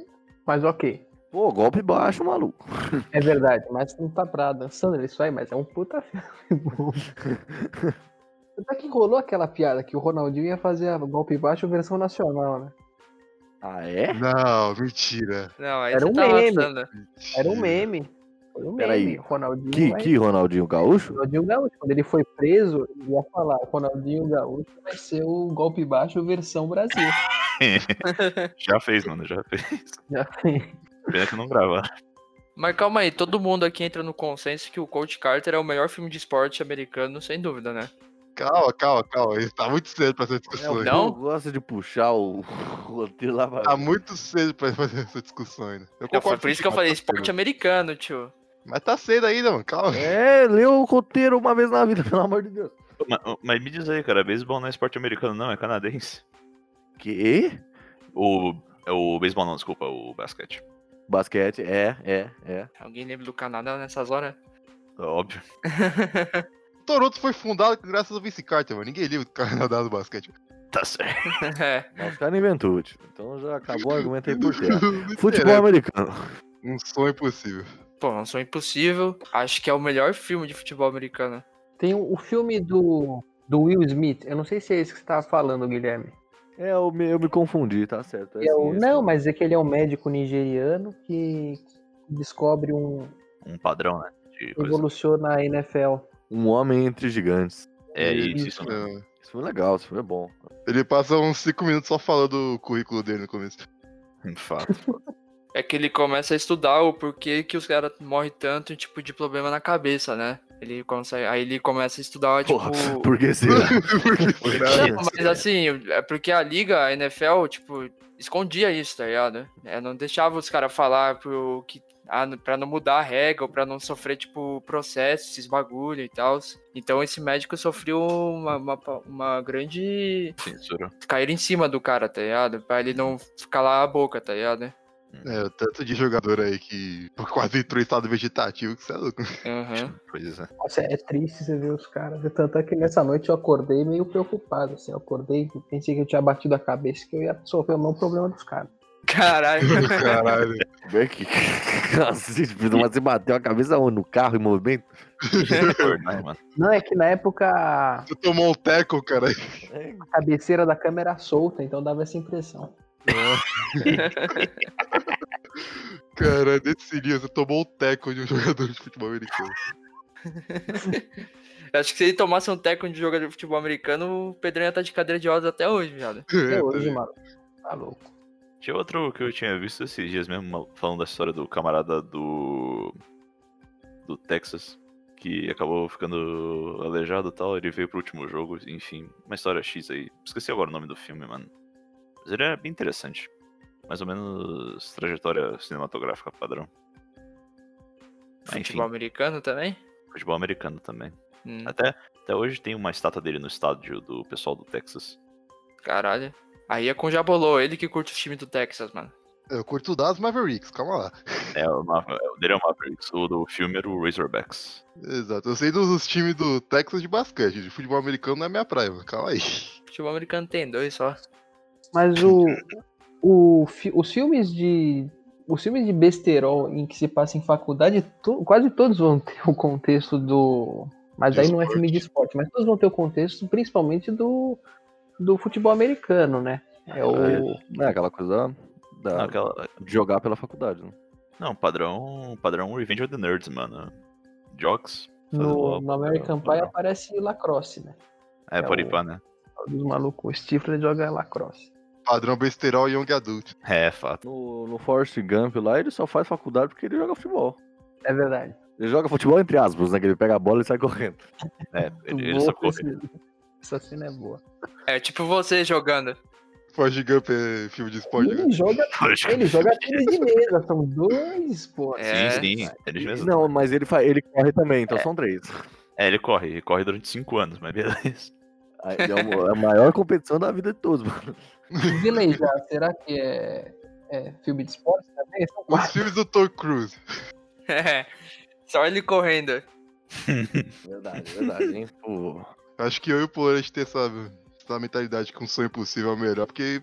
Speaker 4: mas ok.
Speaker 1: Pô, golpe baixo, maluco.
Speaker 4: É verdade, mas não tá pra dançando isso aí, mas é um puta filme bom. Até que rolou aquela piada que o Ronaldinho ia fazer a golpe baixo versão nacional, né?
Speaker 1: Ah, é?
Speaker 2: Não, mentira.
Speaker 5: Não, aí
Speaker 4: Era
Speaker 5: você
Speaker 4: um
Speaker 5: tá
Speaker 4: meme.
Speaker 5: lançando.
Speaker 4: Era um meme. Foi um
Speaker 1: Peraí,
Speaker 4: meme. O Ronaldinho.
Speaker 1: Que,
Speaker 4: vai-
Speaker 1: que Ronaldinho
Speaker 4: o
Speaker 1: Gaúcho?
Speaker 4: Ronaldinho Gaúcho. Quando ele foi preso, ele ia falar: o Ronaldinho Gaúcho vai ser o golpe baixo versão Brasil.
Speaker 3: Já fez, mano, já fez.
Speaker 4: Já tem.
Speaker 3: Pena que não gravar.
Speaker 5: Mas calma aí, todo mundo aqui entra no consenso que o Coach Carter é o melhor filme de esporte americano, sem dúvida, né?
Speaker 2: Calma, calma, calma. Tá muito cedo pra essa
Speaker 1: É,
Speaker 2: discussão. ainda.
Speaker 5: Não?
Speaker 1: Eu gosto de puxar o o roteiro lá pra.
Speaker 2: Tá muito cedo pra fazer essa discussão ainda. Eu
Speaker 5: Não, foi
Speaker 2: concordo
Speaker 5: por isso que eu
Speaker 2: contigo,
Speaker 5: falei é
Speaker 2: mas tá
Speaker 5: esporte
Speaker 2: cedo.
Speaker 5: americano, tio.
Speaker 2: Mas tá cedo ainda, mano. Calma.
Speaker 1: É, leu o roteiro uma vez na vida, pelo amor de Deus.
Speaker 3: Mas, mas me diz aí, cara, beisebol não é esporte americano, não, é canadense.
Speaker 1: Que?
Speaker 3: O, é o beisebol não, desculpa, o basquete.
Speaker 1: Basquete, é, é, é.
Speaker 5: Alguém lembra do Canadá nessas horas?
Speaker 3: Óbvio.
Speaker 2: Toronto foi fundado graças ao Vince Carter, mano. Ninguém liga o Canadá do basquete.
Speaker 3: Tá certo.
Speaker 5: é.
Speaker 1: Mas o cara inventou, tio. Então já acabou o argumento aí por terra.
Speaker 2: Não
Speaker 1: Futebol é
Speaker 2: interessa.
Speaker 1: americano.
Speaker 2: Um sonho impossível.
Speaker 5: Pô, Mansão Impossível. Acho que é o melhor filme de futebol americano.
Speaker 4: Tem o o filme do, do Will Smith. Eu não sei se é esse que você tava falando, Guilherme.
Speaker 1: É, eu me, eu me confundi, tá certo. é
Speaker 4: É
Speaker 1: sim,
Speaker 4: o-
Speaker 1: esse
Speaker 4: não,
Speaker 1: mesmo.
Speaker 4: mas é que ele é um médico nigeriano que descobre um.
Speaker 3: Um padrão, né? De coisa.
Speaker 4: evoluciona a NFL.
Speaker 1: Um homem entre gigantes.
Speaker 3: É isso, isso mesmo.
Speaker 2: É.
Speaker 1: Isso foi legal, isso foi bom.
Speaker 3: Tipo,
Speaker 2: Ele passa uns 5 minutos só falando o currículo dele no começo.
Speaker 3: Um fato.
Speaker 5: É que ele começa a estudar o porquê que os caras morrem tanto, tipo, de problema na cabeça, né? Ele consegue. Aí ele começa a estudar, tipo.
Speaker 1: Porra, por que Tipo, será?
Speaker 2: Porque,
Speaker 3: Não,
Speaker 2: cara,
Speaker 5: Não, mas assim, é porque a liga, a NFL, tipo, escondia isso, tá ligado? É, não deixava os caras falar pro que. Ah, n- pra não mudar a regra, ou pra não sofrer, tipo, processo, esses bagulho e tal. Então esse médico sofreu uma, uma, pa- uma grande.
Speaker 3: Censura.
Speaker 5: cair em cima do cara, tá ligado? Pra ele não calar a boca, tá ligado?
Speaker 2: É, o tanto de jogador aí que quase entrou em estado vegetativo, que você é louco.
Speaker 5: Aham.
Speaker 3: Pois é.
Speaker 4: Nossa, é triste você ver os caras. Tanto é que nessa noite eu acordei meio preocupado. Assim, eu acordei e pensei que eu tinha batido a cabeça que eu ia resolver o meu problema dos caras.
Speaker 5: Caralho.
Speaker 2: Caralho.
Speaker 1: Beck, cacete, mas você bateu a cabeça onde? no carro em movimento?
Speaker 3: Acordar, né, mano.
Speaker 4: Não, é que na época a
Speaker 2: Você tomou um teco, cara.
Speaker 4: cabeceira da câmera era solta, então dava essa impressão.
Speaker 2: Cara, decidiria, você tomou um teco de um jogador de futebol americano.
Speaker 5: Eu acho que se ele tomasse um teco de jogador de futebol americano, o Pedrinho ia tá de cadeira de rodas até hoje, viado.
Speaker 4: Até
Speaker 2: É,
Speaker 4: hoje,
Speaker 2: tá
Speaker 4: mano. Tá louco.
Speaker 3: Tinha outro que eu tinha visto esses dias mesmo, mal- falando da história do camarada do. do Texas, que acabou ficando aleijado e tal. Ele veio pro último jogo, enfim, uma história X aí. Esqueci agora o nome do filme, mano. Mas ele é bem interessante. Mais ou menos trajetória cinematográfica padrão. Mas, Ah, enfim,
Speaker 5: Futebol americano também?
Speaker 3: futebol americano também.
Speaker 5: Hum,
Speaker 3: Até, até hoje tem uma estátua dele no estádio do pessoal do Texas.
Speaker 5: caralho. Aí é com o Jabolô, ele que curte o time do Texas, mano.
Speaker 2: Eu curto o Dallas Mavericks, calma lá.
Speaker 3: É, o Ma- o dele é o Mavericks, o do filme era o Razorbacks.
Speaker 2: Exato, eu sei dos, dos times do Texas de basquete, de futebol americano não é minha praia, mano. calma aí.
Speaker 5: Futebol americano tem dois só.
Speaker 4: Mas o, o fi- os filmes de. Os filmes de besterol em que se passa em faculdade, to- quase todos vão ter o contexto do. Mas
Speaker 2: De
Speaker 4: aí não é filme de esporte, mas todos vão ter o contexto principalmente do, do futebol americano, né? É o.
Speaker 1: Não é aquela coisa da,
Speaker 5: Ah.
Speaker 3: Não, aquela,
Speaker 1: de jogar pela faculdade, né?
Speaker 3: Não, padrão, padrão Revenge of the Nerds, mano. Jocks. fazendo
Speaker 4: No,
Speaker 3: logo,
Speaker 4: no American
Speaker 3: padrão.
Speaker 4: Pie aparece lacrosse, né?
Speaker 3: É,
Speaker 4: é
Speaker 3: pode
Speaker 4: o-
Speaker 3: ir pá, né?
Speaker 4: Os malucos, o Stifler joga lacrosse.
Speaker 2: Padrão besterol e young adult.
Speaker 3: É, fato.
Speaker 1: No, no Forrest Gump lá, ele só faz faculdade porque ele joga futebol.
Speaker 4: É verdade.
Speaker 1: Ele joga futebol entre aspas, né? Que ele pega a bola e sai correndo.
Speaker 3: É, ele, ele
Speaker 4: Boa
Speaker 3: só corre.
Speaker 4: esse- Essa cena é boa.
Speaker 5: É tipo você jogando.
Speaker 2: Forrest Gump é filme de
Speaker 4: E
Speaker 2: esporte. né?
Speaker 4: ele joga, ele joga tênis de mesa, são dois esportes.
Speaker 5: É.
Speaker 3: Sim, sim, eles mesmo.
Speaker 1: Não, mas ele, fa- ele corre também, então são três.
Speaker 3: É, ele corre, ele corre durante 5 anos, mas beleza.
Speaker 1: Aí É uma- é a maior competição da vida de todos, mano.
Speaker 4: Velejar, será que é, é filme de esporte também? São
Speaker 2: Os
Speaker 4: quatro.
Speaker 2: filmes do Tom Cruise.
Speaker 5: É. Só ele correndo.
Speaker 1: Verdade, verdade, hein? Pô,
Speaker 2: Acho que eu e o Polo, a gente tem essa, essa mentalidade que um sonho impossível é o melhor, porque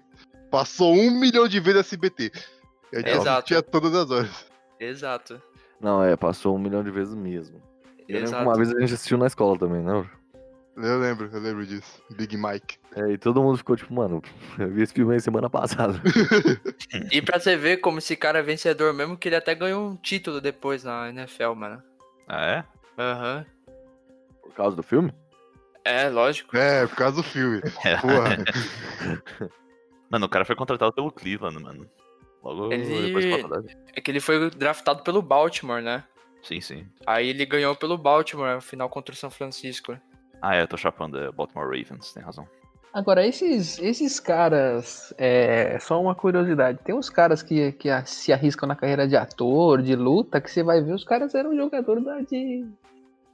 Speaker 2: passou um milhão de vezes SBT. E a gente
Speaker 5: Exato.
Speaker 2: assistia todas as horas.
Speaker 5: Exato.
Speaker 1: Não, é, passou um milhão de vezes mesmo. Eu lembro que
Speaker 5: Exato.
Speaker 1: uma vez a gente assistiu na escola também, né?
Speaker 2: Eu lembro, eu lembro disso. Big Mike.
Speaker 1: É, e todo mundo ficou tipo, mano, eu vi esse filme aí semana passada.
Speaker 5: E pra você ver como esse cara é vencedor mesmo, que ele até ganhou um título depois na NFL, mano.
Speaker 3: Ah, é?
Speaker 5: Aham.
Speaker 1: Por causa do filme?
Speaker 5: É, lógico.
Speaker 2: É, por causa do filme.
Speaker 3: É.
Speaker 2: Porra.
Speaker 3: Mano, o cara foi contratado pelo Cleveland, mano. Logo
Speaker 5: Ele-
Speaker 3: depois da faculdade.
Speaker 5: É que ele foi draftado pelo Baltimore, né?
Speaker 3: Sim, sim.
Speaker 5: Aí ele ganhou pelo Baltimore, a final contra o São Francisco.
Speaker 3: Ah, é, eu tô chapando é Baltimore Ravens, tem razão.
Speaker 4: Agora, esses, esses caras, é só uma curiosidade, tem uns caras que, que a- se arriscam na carreira de ator, de luta, que você vai ver, os caras eram jogadores da- de,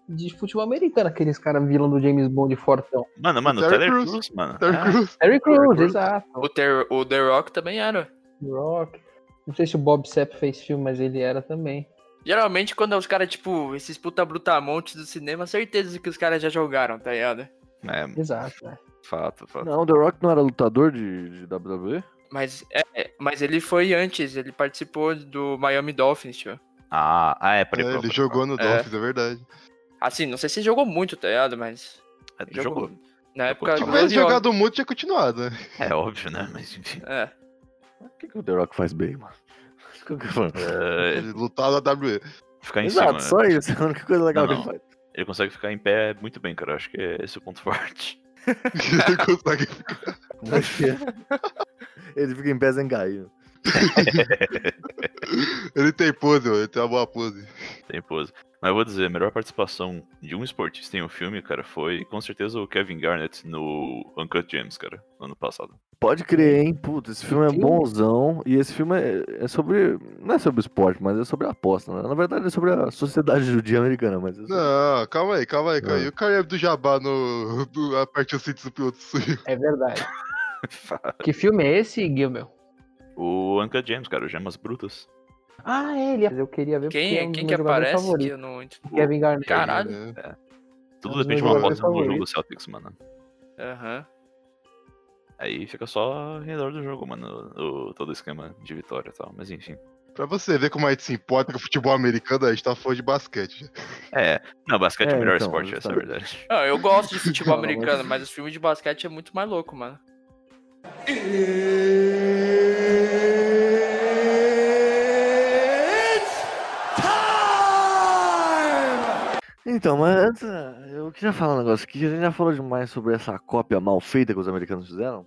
Speaker 4: de futebol americano, aqueles caras vilão do James Bond fortão.
Speaker 3: Mano, mano, o
Speaker 2: Terry
Speaker 3: Terry
Speaker 2: Crews.
Speaker 3: Crews, mano.
Speaker 2: Terry
Speaker 3: Ah,
Speaker 2: Crews.
Speaker 4: Terry Crews,
Speaker 3: Crews.
Speaker 4: exato.
Speaker 5: O, Ter- o The Rock também era.
Speaker 4: Rock. Não sei se o Bob Sepp fez filme, mas ele era também.
Speaker 5: Geralmente, quando é os caras, tipo, esses puta brutamontes do cinema, certeza que os caras já jogaram, tá ligado?
Speaker 3: É,
Speaker 4: Exato. né?
Speaker 3: fato, fato.
Speaker 1: Não, The Rock não era lutador de, de WWE?
Speaker 5: Mas, é, é, mas ele foi antes, ele participou do Miami Dolphins, tio.
Speaker 3: Ah, ah, é,
Speaker 2: É,
Speaker 3: peraí. peraí,
Speaker 2: ele
Speaker 3: peraí.
Speaker 2: jogou no Dolphins, é verdade.
Speaker 5: Assim, não sei se jogou muito, tá ligado? Mas
Speaker 3: É,
Speaker 5: ele jogou.
Speaker 3: jogou.
Speaker 5: na época...
Speaker 2: Se
Speaker 3: Jogou.
Speaker 5: jogou
Speaker 2: tivesse
Speaker 5: de óculos.
Speaker 2: Tipo, jogado muito, tinha continuado, né?
Speaker 3: É óbvio, né? Mas enfim.
Speaker 5: É.
Speaker 1: O que, que o The Rock faz bem, mano? Isso que eu quero falar.
Speaker 3: É,
Speaker 2: Ele lutava na WWE.
Speaker 3: ficar em
Speaker 1: Exato,
Speaker 3: cima.
Speaker 1: só isso. A única coisa legal
Speaker 3: Não,
Speaker 1: que ele faz.
Speaker 3: Ele consegue ficar em pé muito bem, cara. Acho que é esse o ponto forte.
Speaker 2: Ele consegue
Speaker 1: Acho que é. ele fica em pé sem cair. né?
Speaker 2: Ele tem pose, mano. Ele tem uma boa pose.
Speaker 3: Tem pose. Mas eu vou dizer, a melhor participação de um esportista em um filme, cara, foi com certeza o Kevin Garnett no Uncut James, cara, no ano passado.
Speaker 1: Pode crer, hein? Puta, esse filme é
Speaker 4: Filme.
Speaker 1: bonzão. E esse filme é, é sobre. Não é sobre esporte, mas é sobre aposta, né? Na verdade, é sobre a sociedade judia americana, mas. é sobre-
Speaker 2: Não, calma aí, calma aí, calma aí.
Speaker 1: Ah.
Speaker 2: E o Kareem do Jabá no. Do, a parte do do piloto suíço.
Speaker 4: É verdade. que filme é esse, Gilmel?
Speaker 3: o Uncut James, cara, o Gemas Brutas.
Speaker 4: Ah, é, ele. Eu queria ver
Speaker 5: Quem,
Speaker 4: é um
Speaker 5: é,
Speaker 4: dos
Speaker 5: quem
Speaker 4: meus
Speaker 5: que
Speaker 4: jogadores
Speaker 5: aparece que
Speaker 4: favoritos.
Speaker 5: eu não... ent-
Speaker 4: Kevin Garnett.
Speaker 5: Caralho.
Speaker 2: É.
Speaker 3: Tudo
Speaker 4: É um dos
Speaker 3: depende de uma
Speaker 4: meus jogadores
Speaker 3: aposta no jogo do
Speaker 4: favoritos.
Speaker 3: Celtics, mano.
Speaker 5: Aham.
Speaker 3: Aí fica só ao redor do jogo, mano, o, todo o esquema de vitória e tal. Mas enfim.
Speaker 2: Pra você ver como a gente se importa com o futebol americano, a gente tá falando de basquete. já.
Speaker 3: É, não, basquete é,
Speaker 1: É,
Speaker 3: o melhor
Speaker 1: então,
Speaker 3: esporte, essa é a
Speaker 1: justamente.
Speaker 3: verdade.
Speaker 5: Ah, eu gosto de futebol
Speaker 1: Não, mas-
Speaker 5: americano, mas os filmes de basquete é muito mais louco, mano.
Speaker 1: Então, mas antes, ah, eu queria falar um negócio aqui. A gente já falou demais sobre essa cópia mal feita que os americanos fizeram.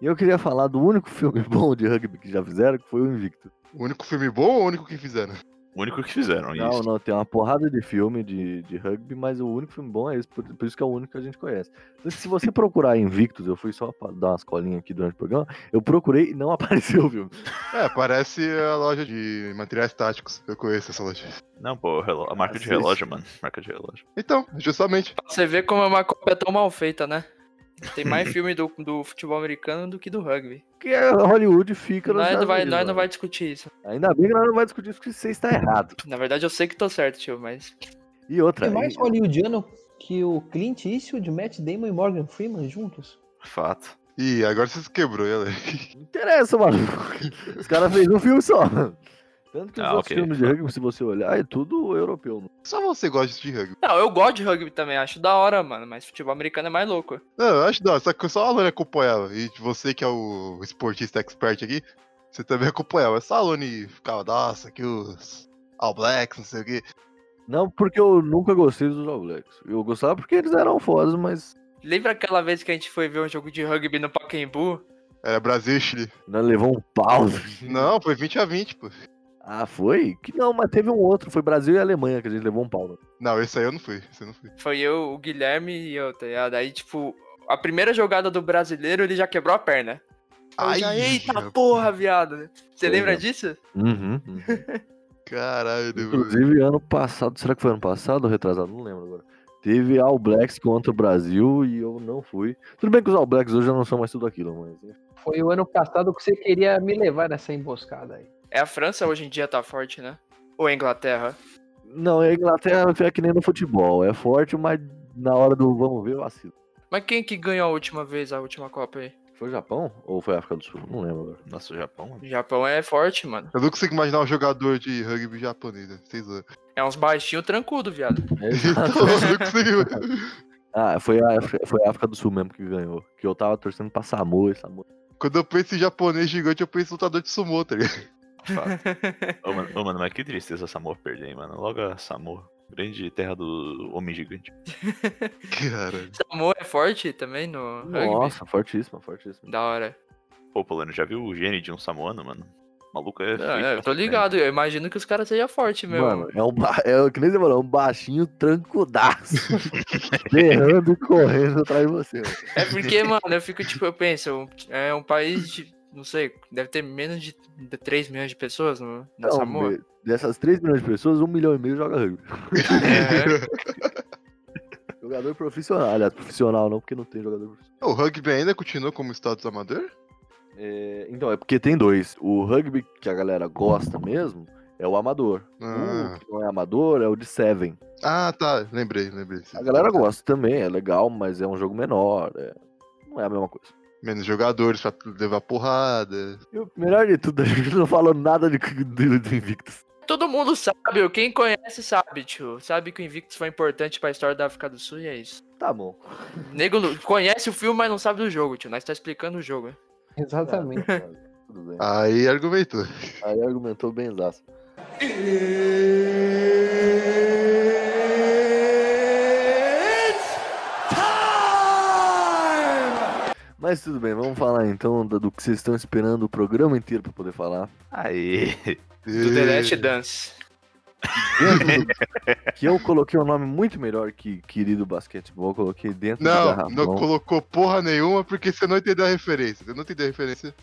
Speaker 1: E eu queria falar do único filme bom de rugby que já fizeram, que foi o Invicto.
Speaker 2: O único filme bom ou o único que fizeram?
Speaker 3: O único que fizeram
Speaker 1: Não,
Speaker 3: isso.
Speaker 1: não, tem uma porrada de filme de, de rugby, mas o único filme bom é esse, por, por isso que é o único que a gente conhece. Então, se você procurar Invictus, eu fui só pra dar umas colinhas aqui durante o programa, eu procurei e não apareceu o filme.
Speaker 2: É, parece a loja de materiais táticos. Eu conheço essa loja.
Speaker 3: Não, pô, o relo- a marca
Speaker 1: Assiste.
Speaker 3: de relógio, mano. Marca de relógio.
Speaker 2: Então, justamente.
Speaker 5: Você vê como é uma cópia tão mal feita, né? Tem mais filme do, do futebol americano do que do rugby.
Speaker 1: Porque a Hollywood fica nos
Speaker 5: Nós não,
Speaker 1: Estados
Speaker 5: vai,
Speaker 1: Unidos,
Speaker 5: nós não
Speaker 1: mano.
Speaker 5: vai discutir isso.
Speaker 1: Ainda bem que nós não vai discutir isso, porque você está errado.
Speaker 5: Na verdade, eu sei que tô certo, tio, mas.
Speaker 1: E outra,
Speaker 4: Tem mais
Speaker 1: e-
Speaker 4: hollywoodiano que o Clint Eastwood, Matt Damon e Morgan Freeman juntos?
Speaker 3: Fato.
Speaker 2: Ih, agora você se quebrou, ela.
Speaker 1: Não interessa, maluco. Os caras fez um filme só. Tanto que os
Speaker 3: Ah,
Speaker 1: outros
Speaker 3: ok.
Speaker 1: filmes de rugby, se você olhar, é tudo europeu. né?
Speaker 2: Só você gosta de rugby.
Speaker 5: Não, eu gosto de rugby também, acho da hora, mano, mas futebol americano é mais louco.
Speaker 2: Não, eu acho não, só que só a Lone acompanhava. E você que é o esportista expert aqui, você também acompanhava. Só a Lone ficava, nossa, que os All Blacks, não sei o quê.
Speaker 1: Não porque eu nunca gostei dos All Blacks. Eu gostava porque eles eram fodas, mas
Speaker 5: Lembra aquela vez que a gente foi ver um jogo de rugby no Pacaembu?
Speaker 2: Era Brasil e Chile.
Speaker 1: ainda levou um pau.
Speaker 2: Não, foi 20 a 20, pô.
Speaker 1: Ah, foi? Que não, mas teve um outro. Foi Brasil e Alemanha que a gente levou um pau. né?
Speaker 2: Não, esse aí eu não fui. Esse eu não fui.
Speaker 5: Foi eu, o Guilherme e eu, tá ligado? Aí, tipo, a primeira jogada do brasileiro, ele já quebrou a perna. Aí, já, eita
Speaker 2: rapaz.
Speaker 5: porra, viado. Você
Speaker 1: Pois
Speaker 5: lembra
Speaker 1: é.
Speaker 5: disso?
Speaker 1: Uhum.
Speaker 2: Caralho, mano.
Speaker 1: Inclusive, ano passado, será que foi ano passado ou retrasado? Não lembro agora. Teve All Blacks contra o Brasil e eu não fui. Tudo bem que os All Blacks hoje já não são mais tudo aquilo, mas. né?
Speaker 4: Foi o ano passado que você queria me levar nessa emboscada aí.
Speaker 5: É a França hoje em dia tá forte, né? Ou a Inglaterra?
Speaker 1: Não, a Inglaterra é que nem no futebol. É forte, mas na hora do vamos ver, vacilo.
Speaker 5: Mas quem que ganhou a última vez, a última Copa aí?
Speaker 1: Foi o Japão ou foi a África do Sul? Não lembro agora.
Speaker 3: Nossa, o Japão, mano.
Speaker 5: O Japão é forte, mano.
Speaker 2: Eu não consigo imaginar um jogador de rugby japonês, né? Vocês zoam.
Speaker 5: É uns baixinhos trancudo, viado.
Speaker 2: Então, eu não consigo.
Speaker 1: ah, foi a, África, foi a África do Sul mesmo que ganhou. Que eu tava torcendo pra Samoa e Samoa.
Speaker 2: Quando eu penso em japonês gigante, eu penso em lutador de sumô, tá ligado?
Speaker 3: Ô, mano, ô, mano, mas que tristeza a Samoa perder, hein, mano. Logo a Samoa. Grande terra do homem gigante.
Speaker 2: Caralho.
Speaker 5: Samoa é forte também no rugby.
Speaker 1: Nossa, fortíssima, fortíssima.
Speaker 5: Da hora.
Speaker 3: Pô, Polônia, já viu o gene de um samoano, mano? O maluco é.
Speaker 5: Ah,
Speaker 3: feito
Speaker 5: é, eu
Speaker 3: pra
Speaker 5: tô
Speaker 3: ser
Speaker 5: ligado, eu imagino que os caras sejam fortes mesmo.
Speaker 1: Mano, é um, ba... é, o que nem você falou, é um baixinho trancudaço. berrando e correndo atrás de você. mano.
Speaker 5: É porque, mano, eu fico tipo, eu penso, um- é um país de, não sei, deve ter menos de 3 milhões de pessoas no, na
Speaker 1: Então,
Speaker 5: Samoa.
Speaker 1: be- dessas 3 milhões de pessoas, 1 milhão e meio joga rugby.
Speaker 5: É,
Speaker 1: Jogador profissional. Aliás, profissional não, porque não tem jogador profissional.
Speaker 2: O rugby ainda continua como status amador?
Speaker 1: É, então, é porque tem dois. O rugby que a galera gosta mesmo é o amador.
Speaker 2: Ah.
Speaker 1: O que não é amador é o de Seven.
Speaker 2: Ah, tá. Lembrei, lembrei.
Speaker 1: A galera gosta também, é legal, mas é um jogo menor. é- Não é a mesma coisa.
Speaker 2: Menos jogadores pra levar porrada.
Speaker 1: E o melhor de tudo, a gente não falou nada de, de, de Invictus.
Speaker 5: todo mundo sabe, quem conhece sabe, tio. Sabe que o Invictus foi importante pra história da África do Sul e é isso.
Speaker 1: Tá bom.
Speaker 5: Nego não- conhece o filme, mas não sabe do jogo, tio. Nós tá explicando o jogo.
Speaker 4: Exatamente.
Speaker 1: É, Tudo bem.
Speaker 2: Aí argumentou.
Speaker 1: Aí argumentou bem zaço. Mas tudo bem, vamos falar então do do que vocês estão esperando o programa inteiro pra poder falar.
Speaker 3: Aê!
Speaker 5: Do The Last Dance.
Speaker 1: Dentro do- que eu coloquei um nome muito melhor que querido basquetebol, eu coloquei dentro do
Speaker 2: Não,
Speaker 1: garrafão.
Speaker 2: não colocou porra nenhuma porque você não entendeu a referência. Você não entendeu a referência.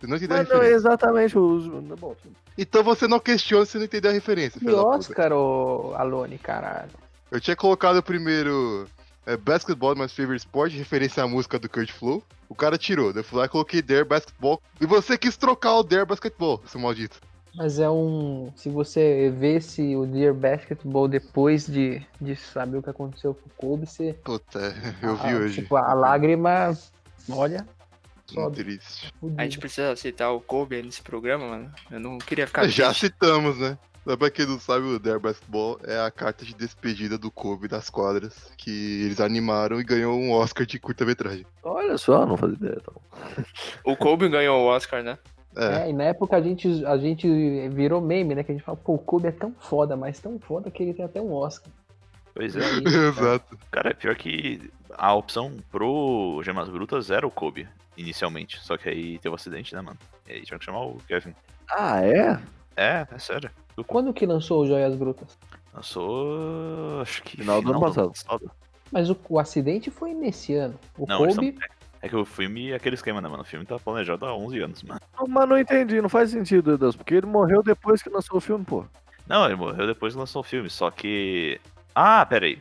Speaker 2: Você não entendeu a
Speaker 1: Mas não, é
Speaker 2: referência.
Speaker 1: exatamente os. Bom,
Speaker 2: Então você não questiona se não entendeu a referência.
Speaker 4: Que
Speaker 2: filho da puta.
Speaker 4: Oscar, ô Alone, caralho.
Speaker 2: Eu tinha colocado primeiro é, Basketball My Favorite Sport, referência à música do Kurt Flow. O cara tirou, daí eu fui lá e coloquei Dare Basketball. E você quis trocar o Dare Basketball, seu maldito.
Speaker 4: Mas é um. Se você vesse o Dear Basketball depois de, de saber o que aconteceu com o Kobe, você.
Speaker 2: Puta, eu vi
Speaker 4: a,
Speaker 2: hoje.
Speaker 4: Tipo, a lágrima. Olha,
Speaker 2: Hum,
Speaker 4: sobe.
Speaker 2: Triste.
Speaker 5: A gente precisa citar o Kobe aí nesse programa, mano. Eu não queria ficar.
Speaker 2: Já
Speaker 5: triste.
Speaker 2: citamos, né? Mas Pra quem não sabe, o Dare Basketball é a carta de despedida do Kobe das quadras, que eles animaram e ganhou um Oscar de curta-metragem.
Speaker 1: olha só, não fazia ideia. Tá bom.
Speaker 5: O Kobe ganhou o Oscar, né?
Speaker 2: É.
Speaker 4: É, e na época a gente, a gente virou meme, né? Que a gente fala, pô, o Kobe é tão foda, mas tão foda que ele tem até um Oscar.
Speaker 3: Pois
Speaker 4: E
Speaker 3: é.
Speaker 4: aí,
Speaker 2: Exato.
Speaker 3: Cara, é pior que a opção pro Gemas Brutas era o Kobe, inicialmente. Só que aí teve um acidente, né, mano? E aí tiveram que chamar o Kevin.
Speaker 1: Ah, é?
Speaker 3: É, é sério.
Speaker 4: Quando que lançou o Joias Brutas?
Speaker 3: Eu sou. Acho que.
Speaker 1: Final do ano
Speaker 3: passado.
Speaker 4: Mas o, o acidente foi nesse ano. O
Speaker 3: Não, eles
Speaker 5: um
Speaker 4: Kobe.
Speaker 3: É que o filme é aquele esquema, né, mano? O filme tá planejado há 11 anos, mano.
Speaker 1: Mas não entendi, não faz sentido, Deus, porque ele morreu depois que lançou o filme, pô.
Speaker 3: Não, ele morreu depois que lançou o filme, só que. Ah, peraí.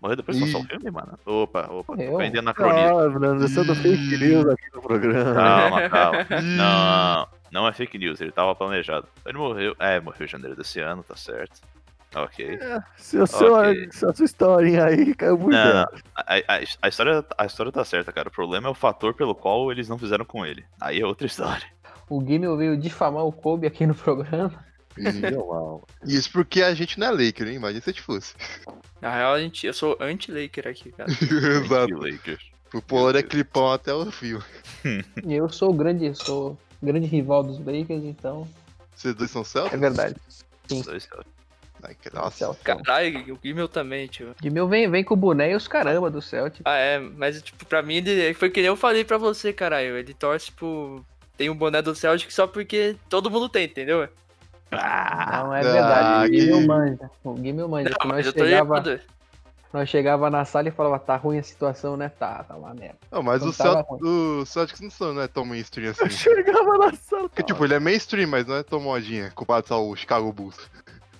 Speaker 3: Morreu depois que lançou
Speaker 2: Ih.
Speaker 3: o filme, mano? Opa, opa,
Speaker 4: Morreu?
Speaker 3: tô ainda anacronismo.
Speaker 1: Ah, Fernando, você é do fake news aqui no programa.
Speaker 3: Calma, calma. Não, não é fake news, ele tava planejado. Ele morreu. É, morreu em janeiro desse ano, tá certo. Ok.
Speaker 2: É.
Speaker 1: Se a sua,
Speaker 3: Ok.
Speaker 1: se a sua historinha aí caiu muito
Speaker 3: Não,
Speaker 1: bem.
Speaker 3: não. A, a- a história, a história tá certa, cara. O problema é o fator pelo qual eles não fizeram com ele. Aí é outra história.
Speaker 4: O Gimel veio difamar o Kobe aqui no programa.
Speaker 2: E-
Speaker 1: Deu mal.
Speaker 2: Isso porque a gente não é Laker, hein? Imagina se a gente fosse.
Speaker 5: Na real, a gente, eu sou anti-Laker aqui, cara.
Speaker 2: Exato.
Speaker 3: Lakers.
Speaker 2: O Polar é
Speaker 3: Deus.
Speaker 2: clipão até o fio.
Speaker 4: E eu sou o grande, sou o grande rival dos Lakers, então.
Speaker 2: Vocês dois são Celtics?
Speaker 4: É verdade. Sim.
Speaker 3: Dois-
Speaker 2: Ai, que- nossa.
Speaker 4: É, Celtics.
Speaker 5: Caralho, o Gimel também, tio.
Speaker 4: Gimel vem, vem com o boné e os caramba do Celtic.
Speaker 5: Ah, é, mas tipo, pra mim ele foi que nem eu falei pra você, caralho. Ele torce pro. Tem um boné do Celtic só porque todo mundo tem, entendeu?
Speaker 3: Ah,
Speaker 4: Não, é
Speaker 2: ah,
Speaker 4: verdade.
Speaker 2: que-
Speaker 4: O Gimel manja. O Gimel manja. que nós,
Speaker 5: Mas eu tô
Speaker 4: chegava,
Speaker 5: errado.
Speaker 4: nós chegava na sala e falava, tá ruim a situação, né? Tá, tá uma merda.
Speaker 2: Não, mas
Speaker 4: Não
Speaker 2: o,
Speaker 4: tava
Speaker 2: Celt... o Celtics não, são, não é tão mainstream assim.
Speaker 1: Eu chegava na sala.
Speaker 2: Porque, tipo, ele é mainstream, mas não é tão modinha, comparado ao Chicago Bulls.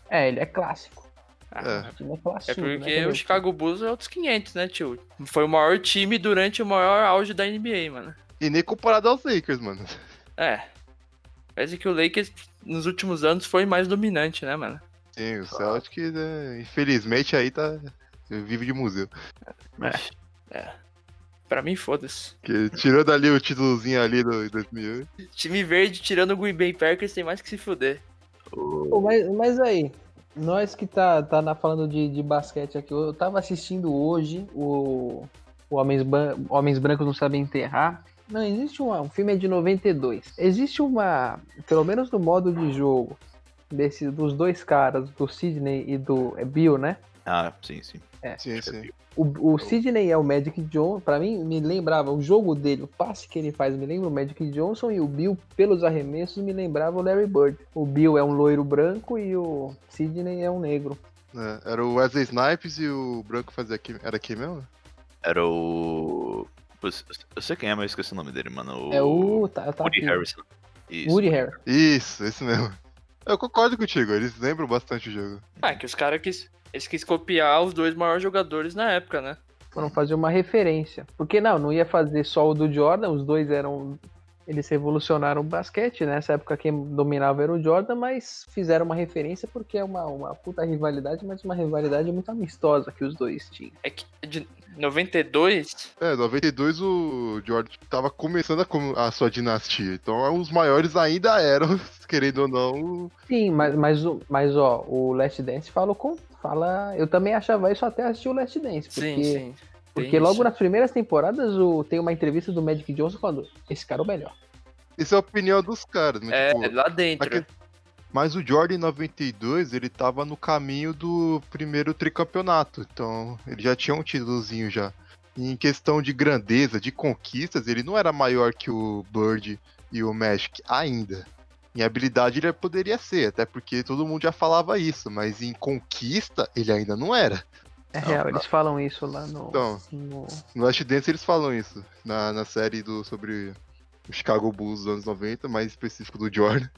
Speaker 4: É, ele é clássico.
Speaker 5: Ah,
Speaker 4: O time é
Speaker 5: É
Speaker 4: clássico.
Speaker 5: porque o Chicago Bulls é outros 500, né, tio? Foi o maior time durante o maior auge da NBA, mano.
Speaker 2: E nem comparado aos Lakers, mano.
Speaker 5: É. Parece que o Lakers nos últimos anos foi mais dominante, né, mano?
Speaker 2: Sim, o Celtics, é... infelizmente, aí tá... Vive de museu.
Speaker 3: É.
Speaker 5: Pra mim, foda-se.
Speaker 2: Que tirou dali o títulozinho ali do 2008.
Speaker 5: Time verde tirando o Green Bay Packers tem mais que se fuder.
Speaker 4: Pô, mas, mas aí, nós que tá, tá na, falando de, de basquete aqui, eu tava assistindo hoje o, o Homens, Ban- Homens Brancos Não Sabem Enterrar. Não, existe uma, um filme é de 92. Existe uma, pelo menos no modo de jogo, desse, dos dois caras, do Sidney e do é Bill, né?
Speaker 3: Ah, sim, sim.
Speaker 2: Sim, sim.
Speaker 4: O, o Sidney é o Magic Johnson, pra mim me lembrava o jogo dele, o passe que ele faz me lembra o Magic Johnson e o Bill, pelos arremessos, me lembrava o Larry Bird. O Bill é um loiro branco e o Sidney é um negro.
Speaker 2: É, era o Wesley Snipes e o Branco fazia aqui. Era quem mesmo?
Speaker 3: Era o. Putz, Eu sei quem é, mas eu esqueci o nome dele, mano.
Speaker 4: É o. Tá, tá
Speaker 3: Woody
Speaker 4: aqui.
Speaker 3: Harrison. Isso.
Speaker 4: Woody Harris.
Speaker 2: Isso, esse mesmo. Eu concordo contigo, eles lembram bastante o jogo.
Speaker 5: Ah, que os caras quis, eles quis copiar os dois maiores jogadores na época, né?
Speaker 4: Foram fazer uma referência. Porque não, não ia fazer só o do Jordan, os dois eram. Eles revolucionaram o basquete, né? nessa época quem dominava era o Jordan, mas fizeram uma referência porque é uma, uma puta rivalidade, mas uma rivalidade muito amistosa que os dois tinham.
Speaker 5: É que de 92,
Speaker 2: É, 92 o Jordan tava começando a, com- a sua dinastia, então os maiores ainda eram, querendo ou não.
Speaker 4: Sim, mas, mas, o- mas ó, o Last Dance fala com. Fala. Eu também achava isso até assistir o Last Dance. Porque,
Speaker 5: sim, sim. Tem
Speaker 4: porque logo
Speaker 5: isso.
Speaker 4: nas primeiras temporadas o, tem uma entrevista do Magic Johnson falando: esse cara é o melhor.
Speaker 2: Isso é a opinião dos caras, mas,
Speaker 5: É,
Speaker 2: tipo,
Speaker 4: né?
Speaker 5: lá dentro.
Speaker 2: aquele- mas o Jordan em 92, ele tava no caminho do primeiro tricampeonato, então ele já tinha um títulozinho já. Em questão de grandeza, de conquistas, ele não era maior que o Bird e o Magic ainda. Em habilidade ele poderia ser, até porque todo mundo já falava isso, mas em conquista ele ainda não era.
Speaker 4: É real, eles falam isso lá no.
Speaker 2: Então.
Speaker 4: no-
Speaker 2: No Last Dance eles falam isso, na, na série do, sobre o Chicago Bulls dos anos 90, mais específico do Jordan.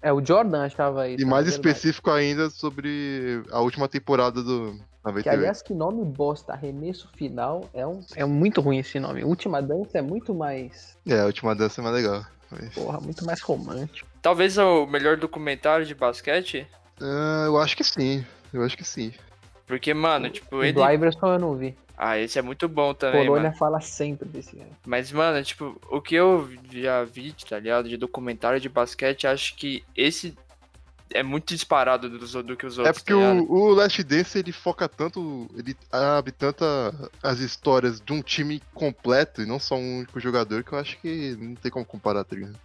Speaker 4: É, o Jordan achava isso.
Speaker 2: E
Speaker 4: é
Speaker 2: mais
Speaker 4: verdade.
Speaker 2: específico ainda sobre a última temporada do
Speaker 4: Que
Speaker 2: 98.
Speaker 4: aliás, que nome bosta, arremesso final é um. É muito ruim esse nome. Última dança é muito mais.
Speaker 2: É, a última dança é mais legal. mas-
Speaker 4: Porra, muito mais romântico.
Speaker 5: Talvez o melhor documentário de basquete.
Speaker 2: Ah, eu acho que sim, eu acho que sim.
Speaker 5: Porque, mano, tipo,
Speaker 4: O
Speaker 5: ele.
Speaker 4: do né? Iverson eu não vi.
Speaker 5: Ah, esse é muito bom também,
Speaker 4: Polônia
Speaker 5: mano.
Speaker 4: fala sempre desse cara.
Speaker 5: Mas, mano, tipo, o que eu já vi, tá ligado? De documentário de basquete, acho que esse é muito disparado dos- do, que os
Speaker 2: É
Speaker 5: outros.
Speaker 2: porque
Speaker 5: tá ligado?
Speaker 2: o, o Last Dance ele foca tanto, ele abre tanta as histórias de um time completo e não só um único jogador que eu acho que não tem como comparar, tá ligado?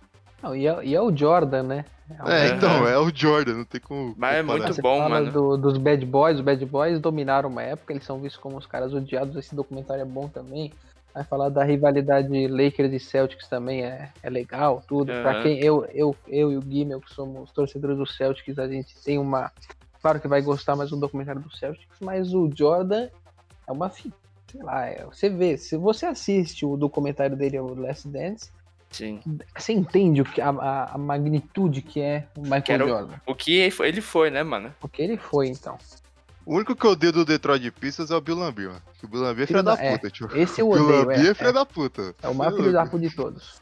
Speaker 4: Não, e, é, e é o Jordan, né? um-
Speaker 2: É,
Speaker 5: Aham.
Speaker 2: então, é o Jordan, não tem como
Speaker 5: Mas é
Speaker 2: comparar.
Speaker 5: muito
Speaker 4: Você
Speaker 5: bom,
Speaker 4: fala
Speaker 5: mano.
Speaker 4: do- dos Bad Boys, os Bad Boys dominaram uma época, eles são vistos como os caras odiados, esse documentário é bom também. Vai falar da rivalidade Lakers e Celtics também é, é legal, tudo. Pra
Speaker 5: Aham.
Speaker 4: quem eu, eu, eu e o Guimel, que somos torcedores do Celtics, a gente tem uma. Claro que vai gostar mais do documentário do Celtics, mas o Jordan é uma fita. Sei lá, é- você vê, se você assiste o documentário dele, o Last Dance,
Speaker 5: Sim.
Speaker 4: você entende o que, a, a- a magnitude que é o Michael
Speaker 5: Quero-
Speaker 4: Jordan.
Speaker 5: O que ele foi- ele foi, né, mano?
Speaker 4: Porque ele foi, então.
Speaker 2: O único que eu odeio do Detroit Pistons é o Bill Lambie, mano. Que o Bill Lambie é filha
Speaker 4: Filho
Speaker 2: da
Speaker 4: da-
Speaker 2: puta, tio.
Speaker 4: Esse eu
Speaker 2: O Bill
Speaker 4: odeio,
Speaker 2: Lambie é
Speaker 4: é.
Speaker 2: filha da puta.
Speaker 4: É o maior filho da puta de todos.